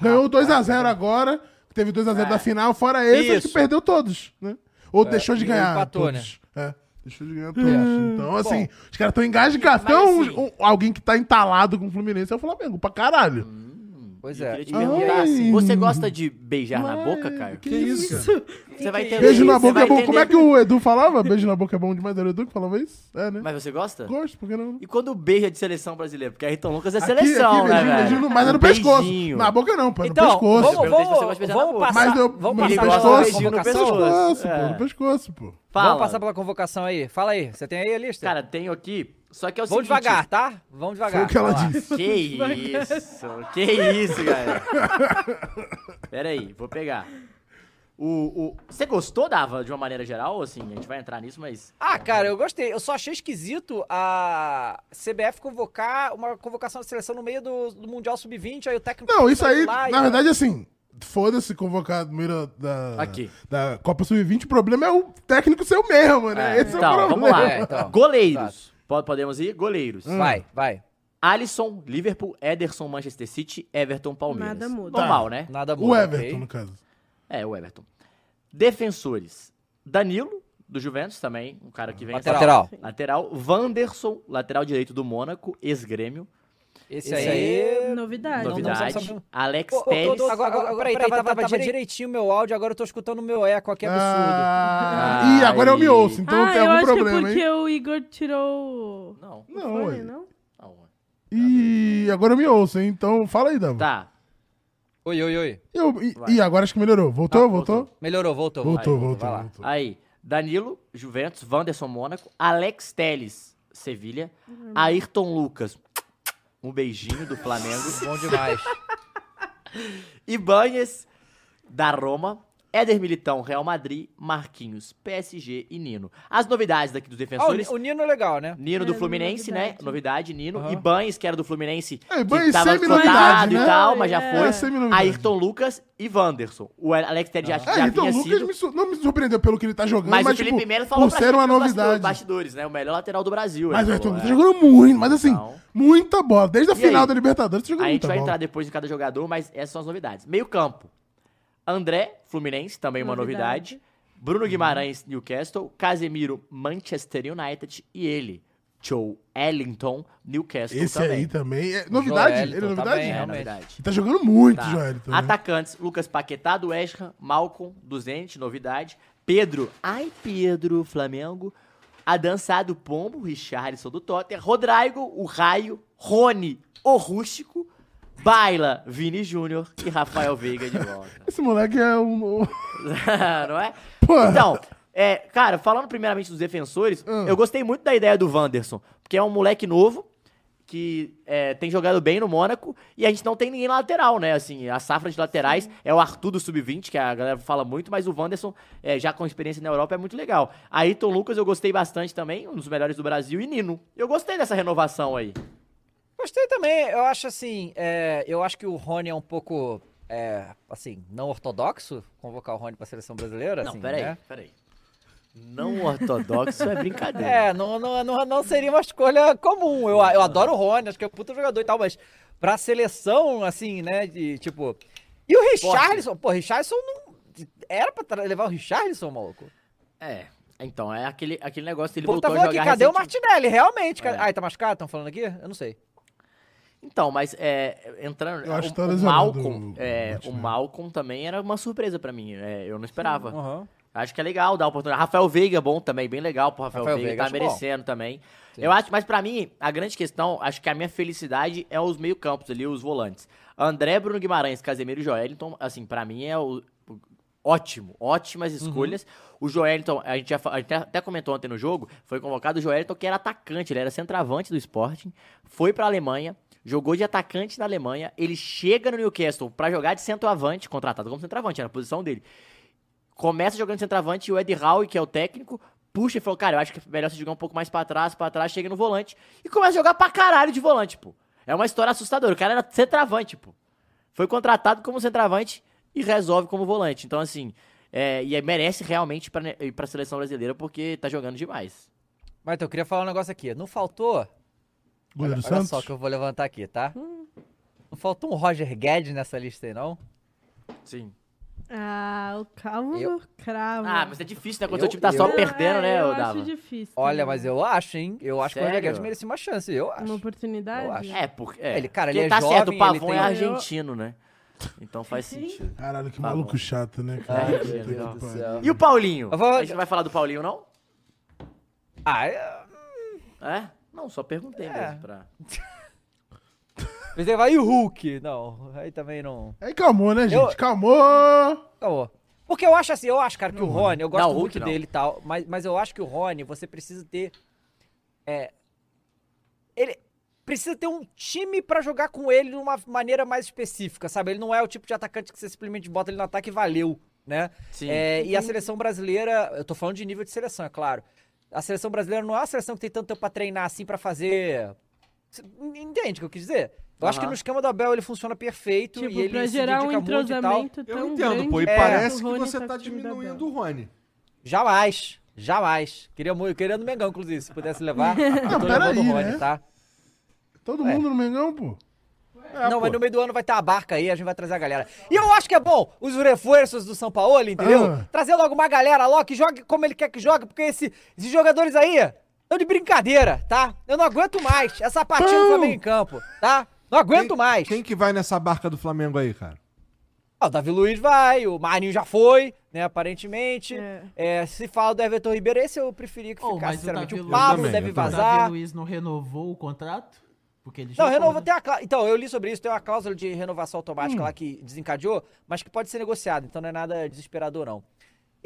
B: Ganhou 2x0 agora, teve 2x0 da final, fora esse, acho que
E: É. Isso.
B: perdeu todos, né? Ou deixou de
E: e
B: ganhar.
E: empatou, né? Hum.
B: todos. É. Deixou de ganhar todos. Então, assim, os caras estão engasgados.
D: Mas,
B: Então,
D: assim-
B: um- alguém que tá entalado com o Fluminense é o Flamengo, pra caralho.
E: Pois
D: Eu
E: é.
D: queria te
E: E-
D: perguntar
B: Ai.
D: assim, você gosta de beijar na
B: Ai,
D: boca, Caio?
B: Que isso?
D: Você vai entender.
B: Beijo na
D: você
B: boca
D: vai
B: é bom.
D: entender-
B: Como é que o Edu falava? Beijo na boca é bom demais. Era o Edu que falava isso? É, né?
D: Mas você gosta?
B: Gosto, por que não?
D: E quando beija de seleção brasileira? Porque Ayrton Lucas é
B: Aqui-
D: seleção,
B: aqui,
D: né,
B: beijinho,
D: velho?
B: beijinho no- mas é no pescoço.
D: Beijinho.
B: Na boca não, pô. é No
E: Então,
B: pescoço.
E: vamos,
D: Eu perguntei se você
E: vamos,
D: gosta de beijar na
E: vamos
D: boca.
E: passar,
B: Mas eu-
E: vamos
B: mas
E: passar
B: no
E: pela
B: pescoço,
E: convocação.
D: no
B: No
D: pescoço.
B: pescoço,
D: É.
B: pô. No pescoço, pô.
D: Fala.
E: Vamos passar pela convocação aí. Fala aí, você tem aí a lista?
D: Cara, tenho aqui, só que é o
E: Vamos
D: seguinte...
E: devagar, tá? Vamos devagar.
B: Foi o que ela
E: Vai lá.
B: disse.
D: Que isso, que isso, galera. Pera aí, vou pegar. O, o- Você gostou da Ava de uma maneira geral? Assim, a gente vai entrar nisso, mas.
E: Ah, cara, eu gostei. Eu só achei esquisito a CBF convocar uma convocação da seleção no meio do, do Mundial Sub-20, aí o técnico.
B: Não, isso aí,
E: lá e-
B: na verdade, assim. Foda-se convocar no meio da,
D: Aqui.
B: da Copa Sub-20. O problema é o técnico ser o mesmo, né? Esse é Hum. o
D: Então,
B: problema.
D: vamos lá.
E: É, então.
D: Goleiros. Po- Podemos ir? Goleiros.
E: Vai, vai.
D: Alisson, Liverpool, Ederson, Manchester City, Everton, Palmeiras.
C: Nada muda.
E: Tá.
D: Normal, né?
E: Nada bom.
B: O Everton, no caso.
D: É, o Everton. Defensores. Danilo, do Juventus também, um cara que vem...
E: Lateral. Lateral.
D: Lateral. Wanderson, lateral direito do Mônaco, ex-grêmio.
E: Esse,
C: Isso
E: aí.
C: é novidade.
E: Ah, não
D: Novidade.
E: sabe sobre-
D: Alex
E: Ô, ô, ô,
D: Telles.
E: ô, Agora, agora, peraí, tava, tava, tava direitinho meu áudio, agora eu tô escutando o meu eco aqui, absurdo.
B: Ah, Ih, agora eu me
D: Aí.
B: ouço, então
C: ah,
B: tem
C: eu
B: algum
C: acho
B: problema,
C: que é
B: hein?
C: porque o Igor tirou. o-
D: Não, tá
C: o
B: Não,
C: fone,
B: ué.
C: não?
D: não.
B: Ih, agora eu me ouço, hein? Então fala aí, Dava.
D: Tá.
E: Oi, oi, oi.
B: Eu, e, e agora acho que melhorou. Voltou?
D: Ah,
B: voltou?
E: Melhorou, voltou.
B: Voltou,
E: vai,
B: voltou,
E: vai lá.
B: voltou.
D: Aí, Danilo, Juventus, Wanderson, Mônaco, Alex Telles, Sevilha,
E: Uhum.
D: Ayrton Lucas, um beijinho do Flamengo,
E: Bom demais.
D: Ibanhes, da Roma, Éder Militão, Real Madrid, Marquinhos, PSG e Nino. As novidades daqui dos
E: Ah,
D: defensores...
E: o, o Nino é legal, né?
D: Nino
C: É,
D: do Fluminense,
C: novidade.
D: né? Novidade, Nino.
E: Aham.
D: Ibanhes, que era do Fluminense,
B: É, Ibanez
D: que tava
B: semi-novidade,
D: cotado
B: né?
D: e tal, mas já
C: É.
B: É,
D: foi.
B: semi-novidade.
D: Ayrton Lucas e Wanderson. O Alex Ted
C: Ah.
D: já,
B: É,
D: já
B: então o
D: vinha
B: Lucas
D: sido,
B: me sur- não me surpreendeu pelo que ele tá jogando,
D: mas,
B: mas,
D: o Felipe
B: tipo,
D: Melo falou
B: por ser uma
D: gente nos bastidores-
B: novidade.
D: bastidores, né? O melhor lateral do Brasil.
B: Mas o
D: ele
B: Ayrton
D: falou,
B: Lucas tá
D: é.
B: jogando muito, mas assim,
D: Então.
B: muita bola. Desde a
D: E
B: final
D: aí?
B: da Libertadores, jogou
D: A gente
B: muita
D: vai
B: bola.
D: entrar depois de cada jogador, mas essas são as novidades. Meio campo. André, Fluminense, também uma
C: Novidade.
D: novidade.
B: Uhum.
D: Bruno Guimarães, Newcastle. Casemiro, Manchester United. E ele, Joe Ellington, Newcastle
B: Esse
D: também.
B: aí também. É novidade?
E: Joelito,
B: ele é
E: tá
B: novidade?
E: bem,
D: É,
E: realmente.
D: novidade.
B: Ele tá jogando muito,
D: Tá.
B: Joelito. né?
D: Atacantes, Lucas Paquetá do West Ham, Malcom, do Zenit, novidade. Pedro, ai Pedro, Flamengo. Adançá do Pombo, Richarlison do Totter. Rodrigo, o Raio. Rony, o Rústico. Baila, Vini Júnior e Rafael Veiga de volta.
B: Esse moleque é um...
D: Não é?
B: Pô.
D: Então, é, cara, falando primeiramente dos defensores,
B: Hum.
D: eu gostei muito da ideia do Wanderson, porque é um moleque novo que é, tem jogado bem no Mônaco e a gente não tem ninguém na lateral, né? Assim, a safra de laterais é o Arthur do Sub-20, que a galera fala muito, mas o Wanderson, é, já com experiência na Europa, é muito legal. Ayrton Lucas eu gostei bastante também, um dos melhores do Brasil, e Nino. Eu gostei dessa renovação aí.
E: Gostei também. Eu acho assim, é, eu acho que o Rony é um pouco, é, assim, não ortodoxo convocar o Rony pra seleção brasileira.
D: Não,
E: assim,
D: peraí,
E: né?
D: peraí. Não ortodoxo é brincadeira.
E: É, não, não, não, não seria uma escolha comum. Eu, eu adoro o Rony, acho que é um puta jogador e tal, mas pra seleção, assim, né, de tipo. E o Richarlison? Pô, Richarlison não. Era pra tra- levar o Richarlison, maluco?
D: É. Então, é aquele, aquele negócio, ele
E: O povo tá
D: voltou a
E: falando
D: jogar
E: aqui, cadê o
D: recentemente.
E: Martinelli? Realmente. Cadê...
D: É.
E: Ai, tá machucado? Estão falando aqui? Eu não sei.
D: Então, mas é, entrando.
B: Eu acho que tá
D: o, o
B: lesionado
D: Malcolm,
B: o- o
D: é, o
B: Martinelli.
D: Malcolm também era uma surpresa pra mim. é, eu não esperava.
E: Aham.
D: Acho que é legal dar oportunidade. Rafael Veiga é bom também, bem legal pro Rafael,
E: Rafael
D: Veiga,
E: Veiga,
D: tá
E: acho bom.
D: merecendo também.
E: Sim.
D: Eu acho, mas pra mim, a grande questão, acho que a minha felicidade é os meio-campos ali, os volantes. André, Bruno Guimarães, Casemiro e Joelinton, assim, pra mim é o ótimo, ótimas
E: Uhum.
D: escolhas. O Joelinton, a gente, já, fa- a gente até comentou ontem no jogo, foi convocado o Joelinton, que era atacante, ele era centroavante do Sporting, foi pra Alemanha, jogou de atacante na Alemanha, ele chega no Newcastle pra jogar de centroavante, contratado como centroavante, era a posição dele. Começa jogando de centroavante e o Ed Howe, que é o técnico, puxa e falou, cara, eu acho que é melhor você jogar um pouco mais pra trás, pra trás, chega no volante e começa a jogar pra caralho de volante, pô. É uma história assustadora. O cara era centroavante, pô. Foi contratado como centroavante e resolve como volante. Então, assim, é, e aí merece realmente pra, ne- ir pra seleção brasileira porque tá jogando demais.
E: Mas então, eu queria falar um negócio aqui. Não faltou...
B: Goleiro
E: Olha só
B: Santos?
E: que eu vou levantar aqui, tá?
D: Hum.
E: Não faltou um Roger Guedes nessa lista aí, não?
D: Sim.
C: Ah, o calmo
E: Eu-
C: do cravo.
D: Ah, mas é difícil, né? Quando o seu
E: Eu-
D: time tá
E: eu-
D: só perdendo,
C: é,
D: né,
C: eu
D: ô Dava?
C: acho difícil.
E: Olha,
C: também.
E: mas eu acho, hein? Eu acho que o Roger
D: Hum. Sério?
E: Guedes merecia uma chance, eu acho.
C: Uma oportunidade?
E: Eu acho.
D: É, porque. É.
E: Ele- cara,
D: Porque
E: ele é
D: tá certo,
E: jovem,
D: o
E: ele
D: Pavon
E: tem-
D: é argentino, né? Então faz sentido.
B: Caralho, que
D: Tá
B: maluco
D: bom.
B: chato, né? cara?
E: Ai,
D: Ai,
B: Puta
D: meu
B: que
D: Deus
E: do
B: pariu.
E: céu.
D: E o Paulinho?
E: Eu vou-
D: A gente não vai falar do Paulinho, não?
E: Ah, é...
D: É? Não, só perguntei
E: É.
D: mesmo pra.
E: Mas aí vai e o Hulk. Não, aí também não...
B: Aí calmou, né, gente?
E: Eu-
B: Calmou!
E: Acabou. Porque eu acho assim, eu acho, cara, que o Rony, eu gosto
D: Não, o Hulk
E: muito
D: não.
E: dele e tal, mas, mas eu acho que o Rony, você precisa ter. É. Ele precisa ter um time pra jogar com ele de uma maneira mais específica, sabe? Ele não é o tipo de atacante que você simplesmente bota ele no ataque e valeu, né?
D: Sim.
E: É, e a
C: Uhum.
E: seleção brasileira, eu tô falando de nível de seleção, é claro. A seleção brasileira não é uma seleção que tem tanto tempo pra treinar assim pra fazer. Cê Entende o que eu quis dizer? Eu acho que
D: Aham.
E: no esquema do Abel ele funciona perfeito
C: Tipo,
E: e ele
C: pra
E: se
C: gerar um
E: dedica muito e tal.
C: entrosamento
A: Eu
C: tão
A: entendo,
C: grande,
A: pô. E
C: é,
A: parece
C: o
A: que
C: Rony
A: você tá
C: com o time da
A: diminuindo
C: Bel.
A: o Rony.
E: Jamais. Jamais. Queria muito, queria no Mengão, inclusive, se pudesse levar.
B: Ah,
E: eu tô levando o
B: peraí,
E: Rony,
B: né?
E: tá?
B: Todo
E: Ué.
B: mundo no Mengão, pô.
A: Ah,
B: É,
E: não,
B: pô.
E: mas no meio do ano vai ter a barca aí, a gente vai trazer a galera. E eu acho que é bom os reforços do São Paulo, entendeu?
B: Ah.
E: Trazer logo uma galera logo que jogue como ele quer que jogue, porque esse- esses jogadores aí estão de brincadeira, tá? Eu não aguento mais. Essa partida do Flamengo em campo, tá? Não aguento
A: Quem-
E: mais.
A: Quem que vai nessa barca do Flamengo aí, cara?
E: Ah, o Davi Luiz vai, o Marinho já foi, né,
A: um
E: aparentemente.
C: É.
E: É, se fala do Everton Ribeiro, esse eu preferia que
F: Oh,
E: ficasse,
F: mas o
E: sinceramente.
F: Davi,
E: O
F: Luiz,
E: Pablo
A: também,
E: deve
A: eu também.
F: o
E: vazar.
F: Davi Luiz não renovou o contrato? Porque ele já
E: Não,
D: né?
E: renova
F: falou,
E: tem a cláusula. Então, eu li sobre isso, tem uma cláusula de renovação automática
D: Hum.
E: lá que desencadeou, mas que pode ser negociada, então não é nada desesperador, não.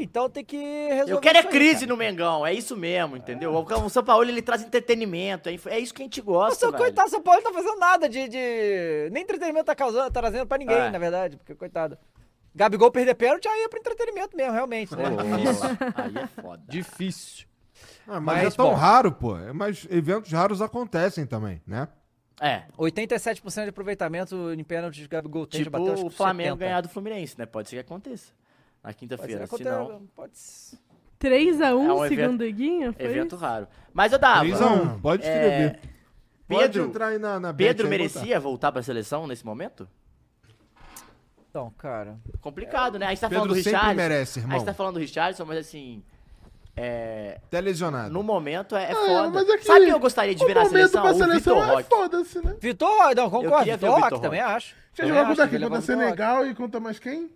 E: Então tem que resolver.
D: Eu quero é
E: isso aí,
D: crise
E: cara.
D: no Mengão, é isso mesmo, entendeu? O o São Paulo ele traz entretenimento, é inf- é isso que a gente
E: Mas
D: gosta,
E: seu
D: velho.
E: coitado, São Paulo não tá fazendo nada de. de- Nem entretenimento tá causando, tá trazendo pra ninguém,
D: É.
E: na verdade, porque coitado. Gabigol perder pênalti aí é pra entretenimento mesmo, realmente, né?
D: Pô, É. Aí é foda.
E: Difícil.
A: Ah, mas,
E: Mas,
A: é tão
E: bom.
A: raro, pô. É, Mas eventos raros acontecem também, né?
D: É,
E: 87% de aproveitamento em pênalti de Gabigol tem, já
D: tipo
E: bateu, acho
D: o
E: que
D: Flamengo
E: 70.
D: ganhar do Fluminense, né? Pode ser que aconteça. Na
E: Pode ser,
D: quinta-feira, se
E: acontece,
D: não,
E: pode ser.
C: 3x1,
D: É um evento-
C: segundo o Guinho? Foi
D: evento
C: isso?
D: raro. Mas eu dava.
A: 3x1, pode
D: Ah, É,
A: escrever. pode
D: Pedro,
A: entrar aí na, na bet
D: Pedro
A: aí e botar.
D: merecia voltar pra seleção nesse momento?
E: Então, cara. É.
D: Complicado, né? Aí você tá
A: Pedro
D: falando do
A: sempre
D: Richardson.
A: merece, irmão.
D: Aí você tá falando do Richardson, mas assim. É,
A: Até lesionado.
D: no momento é, é
B: Ah,
D: foda.
B: mas é que
D: Sabe quem eu gostaria de
B: o
D: ver na
B: momento
D: seleção?
B: pra
D: O Vitor
B: seleção é
D: Roque.
B: foda-se, né?
E: Vitor, não, concordo.
D: queria ver
E: Vitor
D: o Vitor
E: Roque também acho.
B: Você
E: Também
B: jogou
E: acho,
B: contra
E: devia
B: quem? Contra
E: levar o Vitor
B: Senegal e contra mais quem?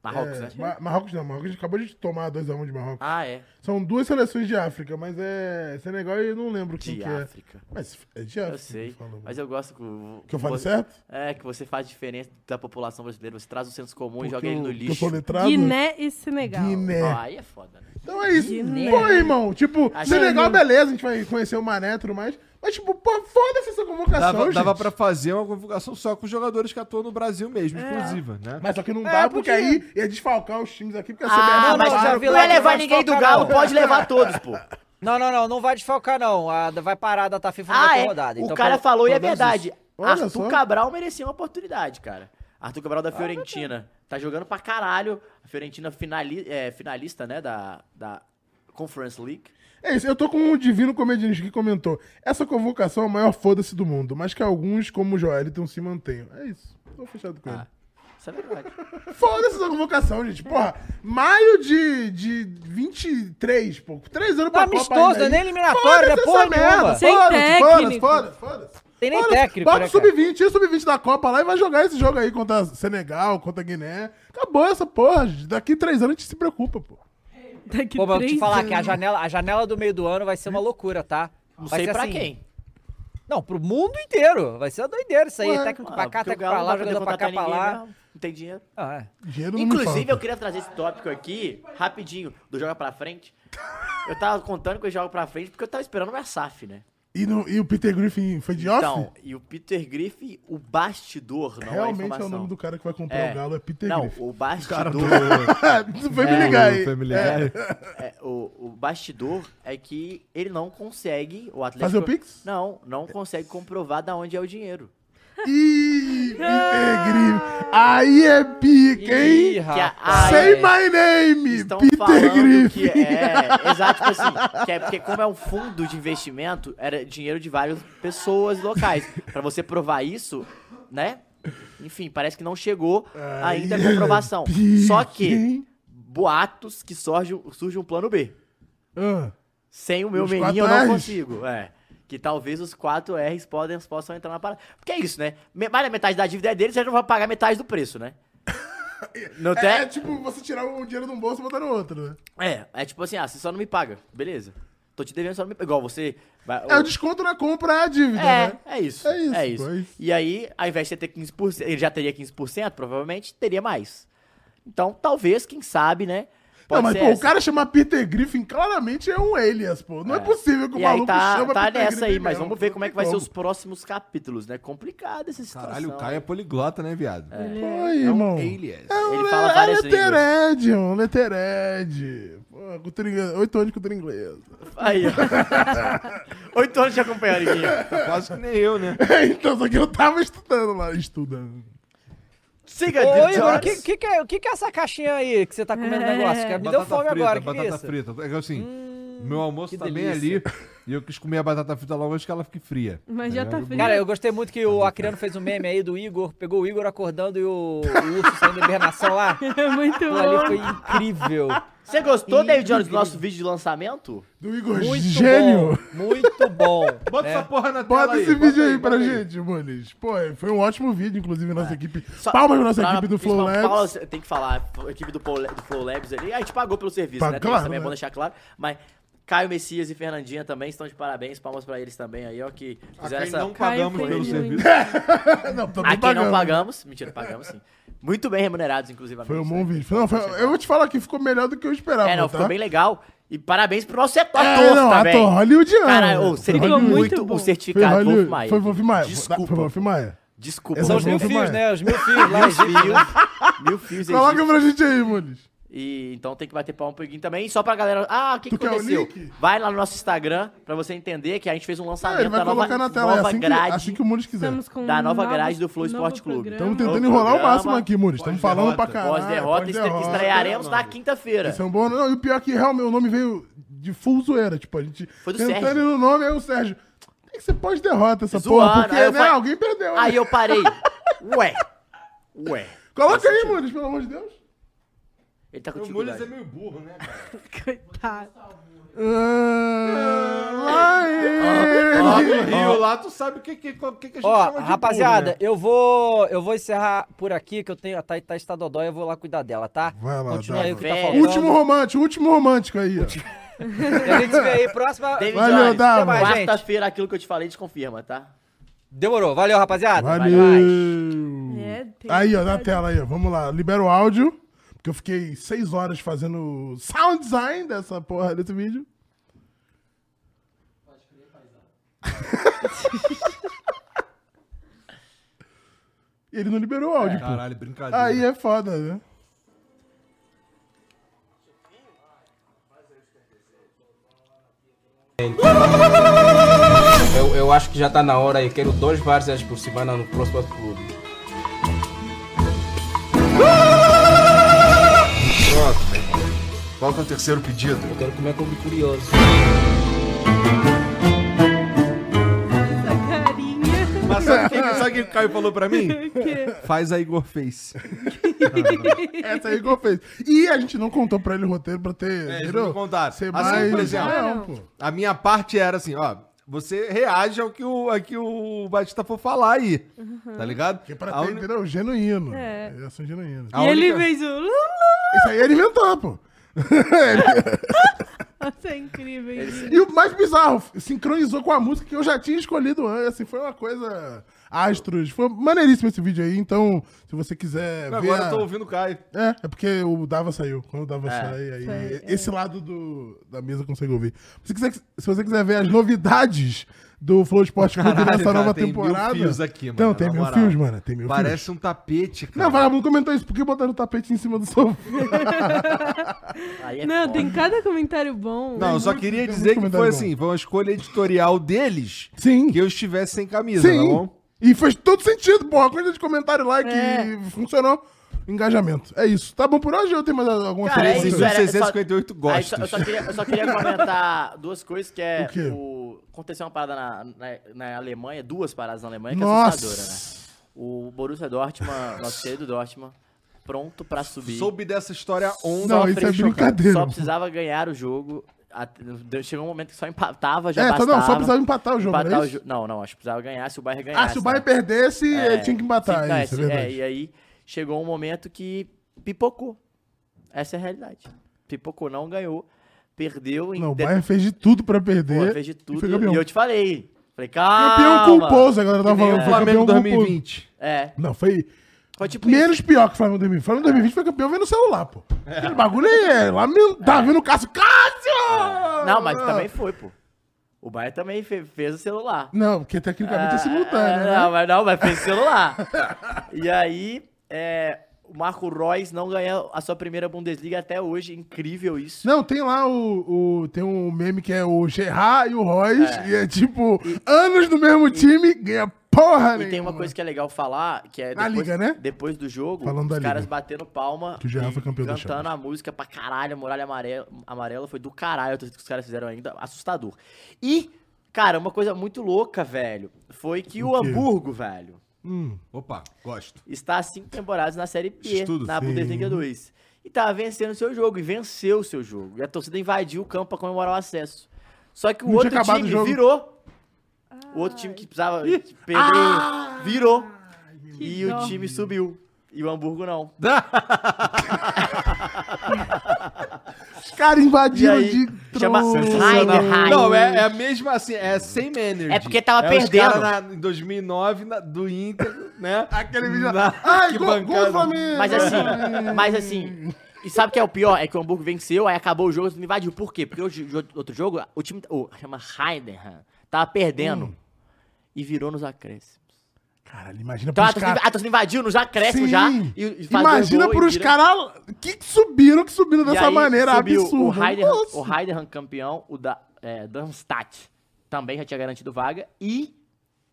D: Marrocos,
B: É,
D: né?
B: Ma- Marrocos não, Marrocos acabou de tomar 2x1 de Marrocos.
D: Ah, é.
B: São duas seleções de África, mas é Senegal e eu não lembro quem
D: De
B: que é.
D: África.
B: Mas é de África.
D: Eu sei.
B: que falou.
D: Mas eu gosto que.
B: Que eu falei
D: você-
B: certo?
D: É, que você faz diferença da população brasileira. Você traz o senso comum e
B: Porque
D: joga ele
B: eu-
D: no
B: que Eu
D: lixo.
B: sou letrado.
C: Guiné e Senegal.
B: Guiné.
D: Ah, aí é foda, né?
B: Então é isso.
C: Guiné.
B: Pô, irmão, tipo,
D: Achei
B: Senegal,
D: lindo.
B: beleza, a gente vai conhecer o Mané e tudo mais. Mas, tipo, pô, foda-se essa convocação,
A: Dava,
B: gente.
A: dava pra fazer uma convocação só com os jogadores que atuam no Brasil mesmo, exclusiva, né?
B: Mas só que não
E: É,
B: dá, porque
E: podia.
B: aí ia desfalcar os times aqui, porque a
D: Ah,
E: não,
D: mas
E: não,
B: para
E: já
D: não
E: vi
B: com-
E: lá
D: vai
E: que
D: levar
E: vai
D: ninguém do
E: desfalcar,
D: Galo,
E: não.
D: pode levar todos, pô.
E: Não, não, não, não vai desfalcar, não. A- vai parar da FIFA na
D: Ah, é.
E: rodada.
D: o cara falou e é
B: pelo menos
D: verdade.
B: isso. Olha
D: Arthur
B: só.
D: Cabral merecia uma oportunidade, cara. Arthur Cabral da Fiorentina. tá jogando pra caralho. A Fiorentina finali- é, finalista, né, da, da Conference League.
B: É isso, eu tô com o Divino Comediante que comentou. Essa convocação é
E: Ah.
B: o maior foda-se do mundo, mas que alguns, como o Joeliton, se mantenham. É isso, tô fechado com ele.
D: Isso Isso é verdade.
B: Foda-se essa convocação, gente. Porra, maio de, de 23, pô. Três anos pra
E: Tá
B: Copa
E: amistoso,
B: ainda
E: é
B: aí.
E: nem eliminatória,
B: Foda-se
E: é porra
B: essa merda.
E: nenhuma.
C: Sem
B: Foda-se, foda-se,
C: técnico.
B: foda-se, foda-se.
E: Tem nem
B: Foda-se.
E: técnico,
B: Bota
E: né,
B: o sub-20, tira o sub-20 da Copa lá e vai jogar esse jogo aí contra Senegal, contra Guiné. Acabou essa porra. gente. Daqui três anos a gente se preocupa, pô.
C: Daqui
E: Pô, mas eu vou te
C: três
E: falar
C: anos.
E: que a janela, a janela do meio do ano vai ser uma loucura, tá?
D: Não
E: vai
D: sei
E: ser
D: pra
E: assim-
D: quem.
E: Não, pro mundo inteiro. Vai ser uma doideira isso aí.
B: Ué.
E: técnico
D: Ah,
E: pra cá,
D: porque o
E: técnico
D: Galo
E: pra
D: não
E: lá,
D: vai poder
E: jogador pra cá, pra
D: contratar
E: lá.
D: ninguém mesmo, Não tem dinheiro.
E: Ah, é.
B: Dinheiro não me
D: Inclusive,
B: falta.
D: eu queria trazer esse tópico aqui, rapidinho, do Joga Pra Frente. Eu tava contando que eu jogo pra frente porque eu tava esperando uma SAF, né?
B: E, no- e o Peter Griffin foi de off?
D: Então, e o Peter Griffin, o bastidor, não é
B: Realmente é
D: informação.
B: o nome do cara que vai comprar
D: É.
B: o Galo, é Peter
D: Não,
B: Griffin.
D: o bastidor...
B: Não foi me ligar aí.
A: Family
B: É.
A: Guy.
D: É, o, o bastidor é que ele não consegue. O Atlético,
B: Fazer o Pix?
D: Não, não consegue comprovar da onde é o dinheiro.
B: Ih, Peter Griffin. Aí é pica, hein?
E: Ih,
D: que a,
E: rapaz.
D: ah,
B: Say
D: é,
B: my name,
D: estão
B: Peter
D: falando
B: Griffin.
D: Que é, exato, tipo assim, que é porque como é um fundo de investimento, era dinheiro de várias pessoas locais. Pra você provar isso, né? Enfim, parece que não chegou ainda a
B: Aí é
D: comprovação.
B: pica,
D: Só que
B: hein?
D: boatos que surge, surge um plano B.
B: Ah,
D: Sem o meu
B: Os
D: meninho eu
B: quatro
D: não
B: Rs.
D: consigo. É. Que talvez os 4 R's podem, possam entrar na parada. Porque é isso, né? Me- Mais da metade da dívida é deles, eles não vão pagar metade do preço, né? Não
B: É,
D: tem...
B: é tipo você tirar o dinheiro de um bolso e botar no outro, né?
D: É, é tipo assim, ah, você só não me paga. Beleza. Tô te devendo, só não me paga. Igual você. vai-
B: É o desconto na compra à dívida,
D: é,
B: né?
D: é isso.
B: É isso,
D: É isso.
B: pô, é isso.
D: E aí, ao invés de você ter 15%, ele já teria 15%, provavelmente teria mais. Então, talvez, quem sabe, né?
B: Não, mas,
D: ser
B: pô, o
D: essa.
B: cara chamar Peter Griffin claramente é um alias, pô. Não é,
D: É.
B: possível que o
D: E aí
B: maluco
D: tá,
B: chama
D: tá
B: Peter
D: nessa aí,
B: Griffin
D: mas
B: mesmo,
D: vamos ver
B: pô,
D: como é que
B: não
D: vai ser
B: tem
D: os próximos capítulos, né? Complicada essa situação.
A: Caralho, o Caio é poliglota, né, viado? É.
B: como. Pô, aí, irmão.
A: Alias.
D: Ele fala várias
B: é
D: línguas.
B: Letered, mano. Letered. Pô, cultura inglesa. Oito anos de cultura inglesa.
D: Aí, ó. Oito anos te acompanhando, Guinho.
A: Tá Quase que nem eu, né?
B: então, só que eu tava estudando lá. Estudando.
D: Siga,
E: Ô,
D: The
E: Igor, o que,
D: Dots.
E: que, que é, o que, que é essa caixinha aí que você tá comendo
C: É.
E: negócio? Que me deu
A: batata
E: fome
A: frita,
E: agora, que que é
A: batata
E: isso?
A: frita. É que assim, meu almoço
E: que
A: tá bem ali e eu quis comer a batata frita logo antes que ela fique fria.
C: Mas já tá frio.
E: Cara, eu gostei muito que o Acriano fez um meme aí do Igor, pegou o Igor acordando e o, o urso saindo da hibernação lá.
C: É muito
E: Aquilo ali
C: bom.
E: foi incrível.
D: Você gostou, David Jones, do
E: Incrível.
D: nosso vídeo de lançamento?
B: Do Igor
E: Muito
B: Gênio.
E: bom, muito bom.
A: Bota
E: né?
A: essa porra na tela
B: Bota esse vídeo aí, pra
A: bota
B: gente, Muniz. Pô, foi um ótimo vídeo, inclusive, nossa equipe.
D: É. Só-
B: Palmas pra nossa
D: Pra-
B: equipe do Flow
D: principalmente,
B: Labs.
D: Paula, tem que falar, a equipe do, Paul- do Flow Labs ali. A gente pagou pelo serviço,
B: Pá,
D: né? Tem
B: claro,
D: isso também, é
B: né?
D: bom deixar claro. Mas Caio Messias e Fernandinha também estão de parabéns. Palmas pra eles também aí, ó, que
A: A
D: fizeram
A: quem
D: essa...
A: não
C: Caio
A: pagamos
C: fez
A: pelo
C: muito.
A: serviço.
B: Não, tá bem
D: A quem assim, não
B: pagando.
D: pagamos... Mentira, pagamos sim. Muito bem remunerados, inclusive.
B: Foi um
D: amigos,
B: bom
D: né?
B: vídeo. Não, foi- eu vou te falar que ficou melhor do que eu esperava,
D: É, não,
B: tá?
D: ficou bem legal. E parabéns pro nosso ator
B: É, não,
D: também.
B: ator hollywoodiano.
D: Cara, ô,
B: Foi
D: seria
C: Hollywood.
D: muito
C: Muito bom.
D: um
B: Foi
D: certificado Wolf
B: Hollywood.
D: Maia.
B: Foi Wolf Maia.
D: Desculpa.
B: Foi Wolf Maia.
D: Desculpa.
B: Essa
E: São os mil
B: Vamos mais.
E: fios, né? Os mil fios lá,
D: Mil
A: né?
D: fios. Mil fios
B: Coloca pra gente aí, Muniz.
D: E então tem que bater palma pro Guinho também. E só pra galera. Ah, o que, que
B: Tu quer o
D: aconteceu?
B: link?
D: Vai lá no nosso Instagram pra você entender que a gente fez um
B: Ah,
D: lançamento
B: ele vai
D: da nova,
B: colocar na tela. É
D: nova
B: assim, que,
D: grade.
B: assim que o Muniz quiser.
C: Estamos com
D: da nova
C: novos-
D: grade do Flow Esporte
C: novo
D: Clube.
C: programa.
B: Estamos
D: Novo
B: tentando enrolar o
D: programa.
B: máximo aqui, Muniz. Estamos falando pra
A: Pós-derrota.
B: caralho.
D: Pós-derrota, estre-
B: pós-derrota.
D: estrearemos na
A: Mano.
D: quinta-feira.
B: Esse é um bom. Não, e o pior é que realmente o nome veio de full zoeira. Tipo, a gente
D: Foi do
B: tentando
D: Sérgio.
B: ir no nome, aí o Sérgio. Tem que ser pós-derrota essa
D: Zoando.
B: porra, porque
D: Aí eu
B: né,
D: falei-
B: alguém perdeu. né?
D: Aí eu parei. Ué. Ué.
B: Coloca aí, Muniz, pelo amor de Deus.
D: Ele tá com
A: O Mules é
D: dificuldade.
A: meio burro, né, cara?
C: Coitado.
B: Ah,
A: Lá
B: lá ele.
A: no Rio, lá tu sabe o que, que, o que, que a gente
E: Ó,
A: chama de
E: rapaziada,
A: burro, né?
E: eu vou eu vou encerrar por aqui, que eu tenho a Thaís tá, está dodói, eu vou lá cuidar dela, tá?
B: Vai lá,
E: Continua
B: tá.
E: aí o que tá
D: Velho.
E: faltando.
B: Último romântico, último romântico aí. ó.
E: E a gente se vê aí, próxima...
D: David
B: Valeu,
D: Jones,
B: Dava.
D: até mais,
E: Valeu, gente.
D: quarta-feira aquilo que eu te falei desconfirma, tá?
E: Demorou, valeu, rapaziada.
B: Valeu.
C: É, tem
B: Aí, ó, na
C: verdade.
B: tela aí, ó. Vamos lá. Libera o áudio. Porque eu fiquei seis horas fazendo sound design dessa porra desse vídeo. E ele não liberou o áudio, pô.
A: Caralho, brincadeira.
B: Aí é foda, né?
G: Eu, eu acho que já tá na hora e quero dois várzeas por semana no próximo clube.
A: Pronto, meu irmão. Qual que é o terceiro pedido?
G: Eu quero comer como curioso.
C: Essa carinha.
A: Ah, sabe o que, sabe o que o Caio falou pra mim?
C: Que-
A: Faz a Igor Face.
B: Essa aí que eu fiz. E a gente não contou pra ele o roteiro pra ter.
A: É, eles
B: entendeu?
A: não contaram.
B: Ser
A: Assim,
B: mais...
A: por exemplo-
C: É,
B: Não, pô.
A: A minha parte era assim, ó. Você reage ao que o, ao que o Batista for falar aí. Tá ligado?
B: Porque pra
A: A
B: ter,
A: uni-
B: entendeu? Genuíno.
C: É.
B: É. Ação genuína.
A: A
C: E ele
A: única-
C: fez o... lu, lu.
B: Isso aí ele inventou, pô.
C: Nossa, é incrível. gente.
B: E o mais bizarro, sincronizou com a música que eu já tinha escolhido antes. Assim, foi uma coisa. Astros. Foi maneiríssimo esse vídeo aí. Então, se você quiser. ver
A: Agora
B: a-
A: eu tô ouvindo É, o Caio.
B: É, é porque o Dava saiu. Quando o Dava sai, aí
C: Sai,
B: esse lado do, da mesa consegue ouvir. Se, quiser, se você quiser ver as novidades do Flow Sport Clube
A: Caralho,
B: nessa
A: cara,
B: nova
A: tem mil
B: temporada.
A: fios aqui, mano,
B: Não, tem
A: na
B: mil
A: moral.
B: fios, mano. Tem mil fios.
A: Parece um tapete, cara.
B: Não, vagabundo comentou isso. Por que botaram o tapete em cima do sofá?
D: Aí é
C: Não,
D: foda.
C: tem cada comentário bom.
A: Não, eu só
B: muito-
A: queria
B: tem
A: dizer que foi
B: muito comentário bom.
A: assim, foi uma escolha editorial deles
B: Sim.
A: que eu estivesse sem camisa, tá
B: Sim.
A: bom?
B: e fez todo sentido, porra. A coisa de comentário lá que
C: É.
B: funcionou. Engajamento. É isso. Tá bom por hoje ou tem mais alguma
D: Cara, é
B: coisa?
D: isso, era-
A: 13.658
D: só- aí só- eu,
A: gostos.
D: só queria, eu só queria comentar duas coisas, que é
B: O quê?
D: o- aconteceu uma parada na, na, na Alemanha, duas paradas na Alemanha, que é assustadora, né?
B: Nossa.
D: O Borussia Dortmund, nosso querido Dortmund, pronto pra subir.
A: Soube dessa história ontem.
B: Não, isso é
D: Sofre,
B: brincadeira.
D: Só precisava ganhar o jogo. At- deu- Chegou um momento que só empatava, já
B: É, só,
D: bastava.
B: não, só precisava empatar o jogo,
D: empatar
B: não é
D: o
B: isso?
D: jo- Não, não, acho que precisava ganhar se o Bayern ganhasse.
B: Ah, se o
D: né?
B: Bayern perdesse,
D: É,
B: ele tinha que empatar.
D: se- não, é,
B: isso, é
D: se- é,
B: verdade.
D: e aí chegou um momento que pipocou. Essa é a realidade. Pipocou, não ganhou. Perdeu em
B: Não, o
D: de-
B: Bayern fez de tudo pra
D: Pô,
B: perder.
D: fez de
B: e
D: tudo.
B: foi
D: E,
B: campeão.
D: eu te falei. Falei,
B: Campeão
D: calma.
B: culposo, a galera tava
D: Que nem
B: falando.
D: o
B: foi
A: Flamengo
B: campeão culposo.
A: 2020.
D: É.
B: Não, foi
D: Foi tipo isso.
B: menos pior que o Flamengo 2020. O Flamengo 2020 foi campeão vendo o celular, pô. Aquele bagulho aí é lamentável. Vendo o Cássio. Cássio!
D: Não, mas também foi, pô. O Bayern também fe- fez o celular. Ah,
B: Não, porque tecnicamente é simultâneo, né?
D: Não, mas não, mas fez celular. e aí, é, o Marco Reus não ganha a sua primeira Bundesliga até hoje. Incrível isso.
B: Não, tem lá o, o- Tem um meme que é o Gerard e o Royce. E é tipo, anos no mesmo time, ganha porra,
D: e tem uma coisa que é legal falar, que é
B: Na
D: depois,
B: liga, né?
D: depois do jogo,
B: Falando
D: os
B: da
D: caras
B: liga.
D: batendo palma
B: Que o Gerard foi campeão da
D: cantando
B: Champions.
D: a música pra caralho, Muralha Amarela, amarela foi do caralho, o que os caras fizeram ainda, assustador. E, cara, uma coisa muito louca, velho, foi que o,
B: O quê?
D: Hamburgo, velho,
B: Hum.
A: Opa, gosto.
D: está há cinco temporadas na Série B,
A: Estudo,
D: na
B: sim.
D: Bundesliga 2. E tá vencendo o seu jogo, e venceu o seu jogo. E a torcida invadiu o campo pra comemorar o acesso. Só que o
B: Não tinha
D: outro
B: acabado o
D: time
B: jogo.
D: virou. O outro time que precisava que perdeu, virou. E o
C: dó.
D: time subiu. E o Hamburgo não.
B: Os caras
D: E
B: invadiram
D: aí,
B: de
D: chama
B: trono.
D: Heidenheim.
A: Não, é, é a mesma assim, é sem energy.
D: É porque tava
A: é
D: perdendo.
A: Os cara na, em 2009 na- do Inter, né?
B: Aquele vídeo lá.
A: Na-
B: Ai,
A: que
B: gol, gol do
A: bancada.
B: Flamengo!
D: Mas assim, mas assim. E sabe o que é o pior? É que o Hamburgo venceu, aí acabou o jogo, não invadiu. Por quê? Porque o jo- outro jogo, o time. O, chama Heidenheim. Tava perdendo.
B: Hum.
D: E virou nos acréscimos.
B: Caralho, imagina
D: Então a
B: pros
D: torcida,
B: caras.
D: a torcida invadiu nos acréscimos já.
B: Sim.
D: E, e faz
B: Imagina
D: dois gols e
B: pros
D: vira.
B: caras que subiram, que subiram
D: E
B: dessa
D: aí
B: maneira
D: subiu
B: absurda.
D: O Heidenheim,
B: Nossa.
D: o Heidenheim campeão, o da, é, Darmstadt também já tinha garantido vaga. E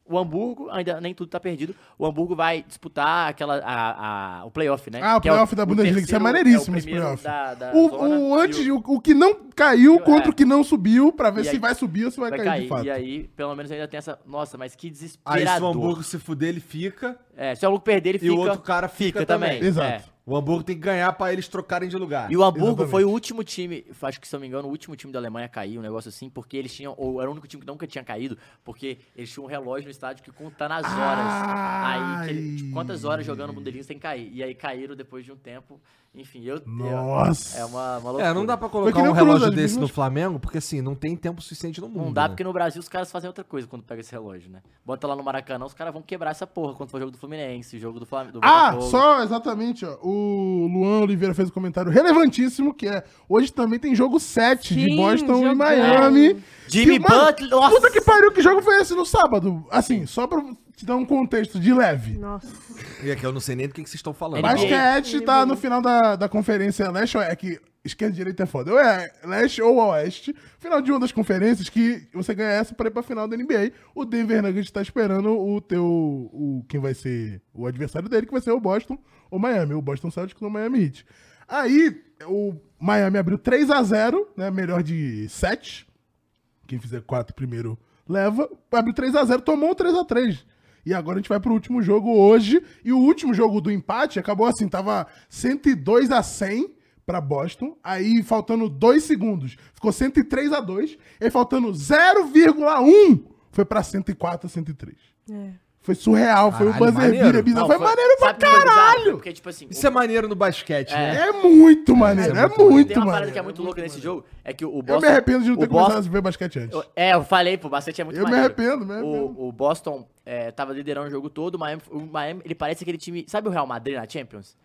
D: o Hamburgo, ainda nem tudo tá perdido. O Hamburgo vai disputar aquela, a, a- o playoff, né?
B: Ah, o
D: Que é
B: playoff da Bundesliga, isso é
D: terceiro-
B: maneiríssimo
D: é o
B: esse
D: primeiro
B: playoff.
D: da- da
B: O,
D: zona
B: o,
D: e
B: antes, de- um o, o que não caiu contra
D: é.
B: o que não subiu, pra ver
D: E
B: se
D: aí-
B: vai subir ou se vai,
D: vai
B: cair, de
D: cair.
B: fato.
D: E aí, pelo menos ainda tem essa. Nossa, mas que
A: Aí se o
D: desesperador.
A: Hamburgo se fuder, ele fica.
D: é, se o Hamburgo perder, ele
A: E
D: fica.
A: o outro cara fica também.
B: Exato.
D: É.
A: O Hamburgo tem que ganhar pra eles trocarem de lugar.
D: E o Hamburgo
B: Exatamente.
D: foi o último time, acho que se eu não me engano, o último time da Alemanha a cair, um negócio assim, porque eles tinham, ou era o único time que nunca tinha caído, porque eles tinham um relógio no estádio que conta nas horas. Aí, que ele- tipo, quantas horas jogando Bundesliga sem cair? E aí caíram depois de um tempo. Enfim, eu. eu-
B: Nossa.
D: É uma, uma loucura.
A: É, não dá pra
B: Foi que
A: colocar
B: nem
A: um
B: o Cruz,
A: relógio
B: às vezes
A: desse no
B: não-
A: Flamengo, porque assim, não tem tempo suficiente no mundo.
D: Não dá,
A: né?
D: porque no Brasil os caras fazem outra coisa quando pega esse relógio, né? Bota lá no Maracanã, os caras vão quebrar essa porra quando for jogo do Fluminense, jogo do Flamengo.
B: Ah, só exatamente, ó. O Luan Oliveira fez um comentário relevantíssimo, que é hoje também tem jogo 7 de
C: Sim,
B: Boston e
C: jogão.
B: Miami.
D: Jimmy
B: Que, mano,
D: Butler, nossa!
B: Puta que pariu, que jogo foi esse no sábado? Assim, só pra te dar um contexto de leve.
C: Nossa.
A: E aqui eu não sei nem do que, que vocês estão falando.
D: Mas
A: Mas...
D: que-
B: Basquete tá no final da, da conferência leste ou é que esquerda e direita é foda. Ou é leste ou oeste. Final de uma das conferências que você ganha essa pra ir pra final da NBA. O Denver Nuggets tá esperando o teu... O, quem vai ser o adversário dele, que vai ser o Boston ou Miami. O Boston Celtics ou Miami Heat. Aí, o Miami abriu 3 a 0 né? Melhor de um 7. Quem fizer 4 primeiro leva. Abre 3x0, tomou 3x3. E agora a gente vai pro último jogo hoje. E o último jogo do empate acabou assim, tava 102 a 100 pra Boston. Aí faltando 2 segundos, ficou 103 a 2. E faltando 0,1 foi pra 104 a 103.
C: É.
B: Foi surreal, foi o
A: Caralho,
B: buzzer
A: maneiro.
B: beater bizarro.
D: Não,
B: Foi, maneiro pra
D: sabe que foi bizarro?
B: caralho!
D: Porque, tipo assim,
A: Isso é maneiro no basquete, né?
B: É muito maneiro,
A: Isso
B: é,
A: é muito
B: muito,
D: tem uma parada
B: maneiro.
D: que é muito louca nesse jogo, é que o Boston...
B: Eu me arrependo de não ter
D: o Boston-
B: começado a ver basquete antes.
D: Eu- É, eu falei, pô, bastante é muito
B: Eu me
D: maneiro.
B: arrependo, me arrependo.
D: O, o Boston é, tava liderando o jogo todo, o Miami, o Miami, ele parece aquele time... Sabe o Real Madrid na Champions?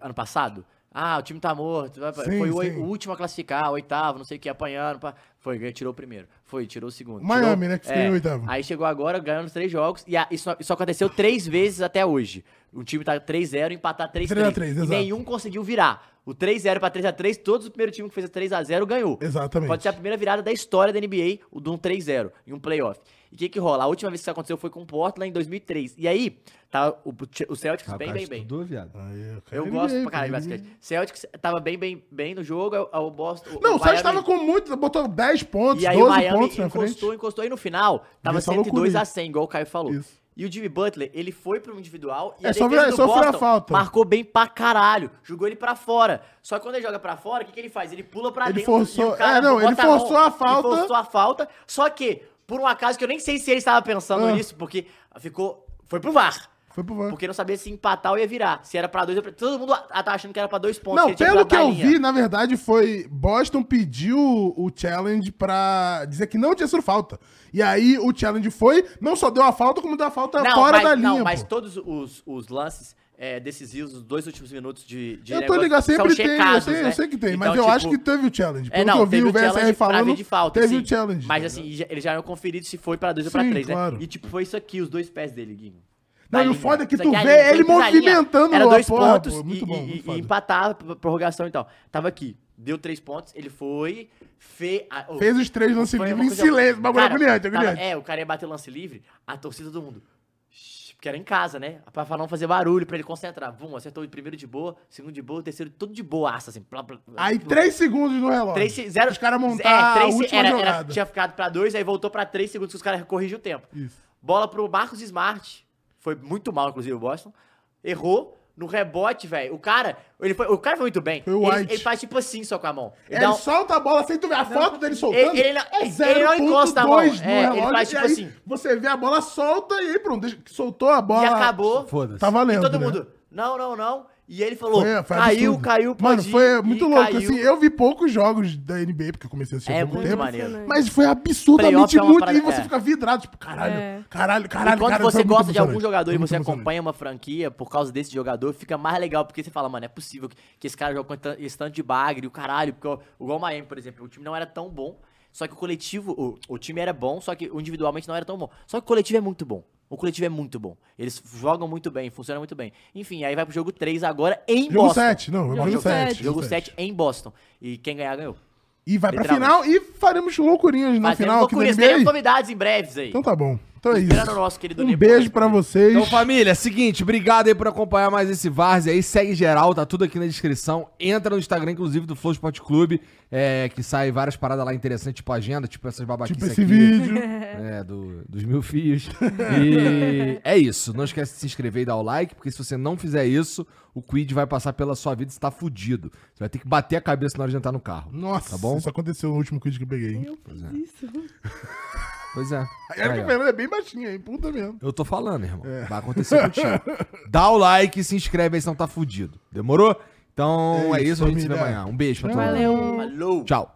D: Ano passado? Ah, o time tá morto. vai- vai-
B: Sim,
D: foi o, oi-
B: sim.
D: o último a classificar, oitavo, não sei o que, apanhando. pá. Foi, ganhou, tirou o primeiro. Foi, tirou o segundo.
B: Miami,
D: tirou-
B: né, que ficou em oitavo.
D: Aí chegou agora, ganhando os três jogos, e a- isso, isso aconteceu três vezes até hox. O time tá 3-0, empatar 3x3.
B: 3x3,
D: e
B: exato.
D: nenhum conseguiu virar. O 3-0 pra 3x3, todos o primeiro time que fez 3x0 ganhou.
B: Exatamente.
D: Pode ser a primeira virada da história da NBA, o de um 3-0, em um playoff. E o que que rola? A última vez que isso aconteceu foi com o Portland em 2003. E aí, tá o, o Celtics bem, bem, bem.
A: estudou, viado.
B: Aí,
D: Eu
B: quero
D: gosto
B: ver,
D: pra caralho de
B: quero ver.
D: basquete. Celtics tava bem, bem, bem no jogo, aí o- aí o Boston...
B: Não, o Sainz
D: Miami-
B: tava com muito, botou 10 pontos,
D: E aí o
B: 12
D: Miami
B: pontos na frente.
D: encostou, encostou. E no final, tava
B: essa loucura
D: 102
B: aí.
D: a 100, igual o Caio falou.
B: Isso.
D: E o Jimmy Butler, ele foi pro individual e
B: É,
D: a
B: só
D: defesa
B: virar-
D: do
B: só virar
D: Boston
B: falta.
D: marcou bem pra caralho. Jogou ele pra fora. Só que quando ele joga pra fora, o que, que ele faz? Ele pula pra
B: Ele
D: dentro.
B: forçou-
D: e o
B: é, não, ele
D: bota
B: forçou a falta.
D: Ele forçou a falta. Só que, por um acaso, que eu nem sei se ele estava pensando
B: Ah.
D: nisso, porque ficou... Foi pro VAR.
B: Foi pro VAR.
D: Porque não sabia se empatar ou ia virar. Se era pra dois ou pra... Todo mundo a- tá achando que era é pra dois pontos.
B: Não,
D: ele tinha
B: pelo que
D: pulado da
B: eu
D: linha.
B: vi, na verdade, foi Boston pediu o challenge pra dizer que não tinha sido falta. E aí o challenge foi, não só deu a falta, como deu a falta tá fora
D: mas,
B: da linha.
D: Não, mas
B: pô.
D: todos os, os lances é, decisivos, os dois últimos minutos de, de
B: eu tô
D: negócio
B: ligado, sempre
D: são
B: tem, eu
D: checados,
B: sei,
D: né?
B: eu sei que tem,
D: Então,
B: mas eu
D: tipo,
B: acho que teve o challenge. Pelo
D: é, não,
B: que eu vi
D: teve
B: o VSR
D: challenge pra ver
B: falando,
D: de falta,
B: teve
D: sim.
B: o challenge.
D: Mas assim, já- eles já eram conferidos se foi pra dois ou pra
B: Sim,
D: três,
B: claro.
D: né? E tipo, foi isso aqui, os dois pés dele, Guinho.
B: Não,
D: Da
B: e o
D: linha.
B: foda é que
D: Isso
B: tu
D: aqui, a
B: vê
D: linha,
B: ele
D: fez a linha.
B: movimentando
D: Era
B: a
D: dois
B: porra,
D: pontos
B: pô,
D: e,
B: muito bom,
D: e-
B: muito
D: e
B: foda.
D: empatava, pro- prorrogação e tal. Tava aqui, deu três pontos, ele foi, fe- a- oh,
B: Fez os três
D: foi
B: lances
D: uma
B: livres em
D: coisa-
B: silêncio, bagulho é
D: Cara,
B: agoniante,
D: tava-
B: agoniante.
D: É, o cara ia bater o lance livre, a torcida do mundo. Shhh, Porque era em casa, né? Pra pra não fazer barulho, pra ele concentrar. Bum, acertou o primeiro de boa, segundo de boa, terceiro, tudo de boaça, assim. Blá, blá, blá.
B: Aí, três segundos no relógio.
D: Três, se- zero, é,
B: Os caras montaram a
D: três se-
B: última
D: era- era-
B: jogada.
D: tinha ficado pra dois, aí voltou pra três segundos que os caras corrigiram o tempo.
B: Isso.
D: Bola pro Marcos Smart. Foi muito mal, inclusive, o Boston. Errou. No rebote, velho. O cara. Ele foi, o cara foi muito bem.
B: Foi o
D: ele,
B: White. É
D: ele faz tipo assim só com a mão. Ele
B: Ele
D: dá um-
B: solta a bola sem tu ver a foto dele soltando. É
D: ele- ele não- ele não encosta a mão.
B: 0.2 no
D: É, ele
B: relógio,
D: faz
B: e
D: tipo
B: aí
D: assim.
B: Você vê a bola solta e aí pronto, deixa- soltou a bola.
D: e acabou.
A: Foda-se.
B: Tá valendo.
D: e todo
B: né?
D: mundo. Não, não, não. E ele falou.
B: Foi- foi
D: caiu,
B: absurdo.
D: caiu,
B: Mano,
D: pode ir",
B: foi muito
D: e
B: louco.
D: caiu.
B: Assim, eu vi poucos jogos da NBA, porque eu comecei a assistir
D: É
B: há pouco
D: muito
B: tempo.
D: maneiro.
B: Mas foi absurdamente
D: Playoff é uma
B: muito.
D: parada-
B: e você
D: é.
B: fica vidrado, tipo, caralho,
C: É.
B: caralho,
D: e
B: caralho.
D: quando
B: caralho,
D: você
B: foi muito
D: gosta de algum
B: emocionante.
D: jogador e
B: Foi muito
D: você
B: emocionante.
D: acompanha uma franquia por causa desse jogador, fica mais legal, porque você fala, mano, é possível que, que esse cara joga com tan- esse tanto de bagre, o caralho, porque o- igual o Miami, por exemplo, o time não era tão bom, só que o coletivo, o, o time era bom, só que o individualmente não era tão bom. Só que o coletivo é muito bom. O coletivo é muito bom. Eles jogam muito bem, funcionam muito bem. Enfim, aí vai pro jogo 3 agora em
B: Jogo
D: Boston.
B: 7, não,
C: Jogo
B: jogo
C: sete.
B: 7.
D: Jogo 7 em Boston. E quem ganhar, ganhou.
B: E vai pra final
D: Literalmente.
B: e faremos loucurinhas na
D: Mas
B: final aqui da
D: loucura, teremos
B: NBA.
D: novidades em breves aí.
B: Então tá bom. Então é
D: Esperando
B: isso.
D: o nosso querido
B: Um
D: Nebo
B: beijo pra
D: responder.
B: vocês.
A: Então, família, seguinte, obrigado aí por acompanhar mais esse Varze aí. Segue geral, tá tudo aqui na descrição. Entra no Instagram, inclusive, do Flow Sport Clube, é, que sai várias paradas lá interessantes, tipo agenda, tipo essas babaquices
B: tipo esse
A: aqui.
B: vídeo.
A: É, do, dos mil fios. E é isso. Não esquece de se inscrever e dar o like, porque se você não fizer isso, o Quid vai passar pela sua vida e você tá fudido. Você vai ter que bater a cabeça na hora de entrar no carro.
B: Nossa,
A: Tá bom?
B: isso aconteceu no último quiz que eu peguei, hein?
C: Eu fiz isso.
A: Pois é.
B: A Erika
A: Aí, ó.
B: Fernanda é bem baixinha, hein? Puta mesmo.
A: Eu tô falando, irmão. Vai acontecer contigo. Dá o like e se inscreve aí, senão tá fudido. Demorou? Então
B: É
A: é
B: isso,
A: isso, a gente se vê
B: família.
A: amanhã. Um beijo pra todo mundo.
C: Valeu.
D: Falou!
A: Tchau.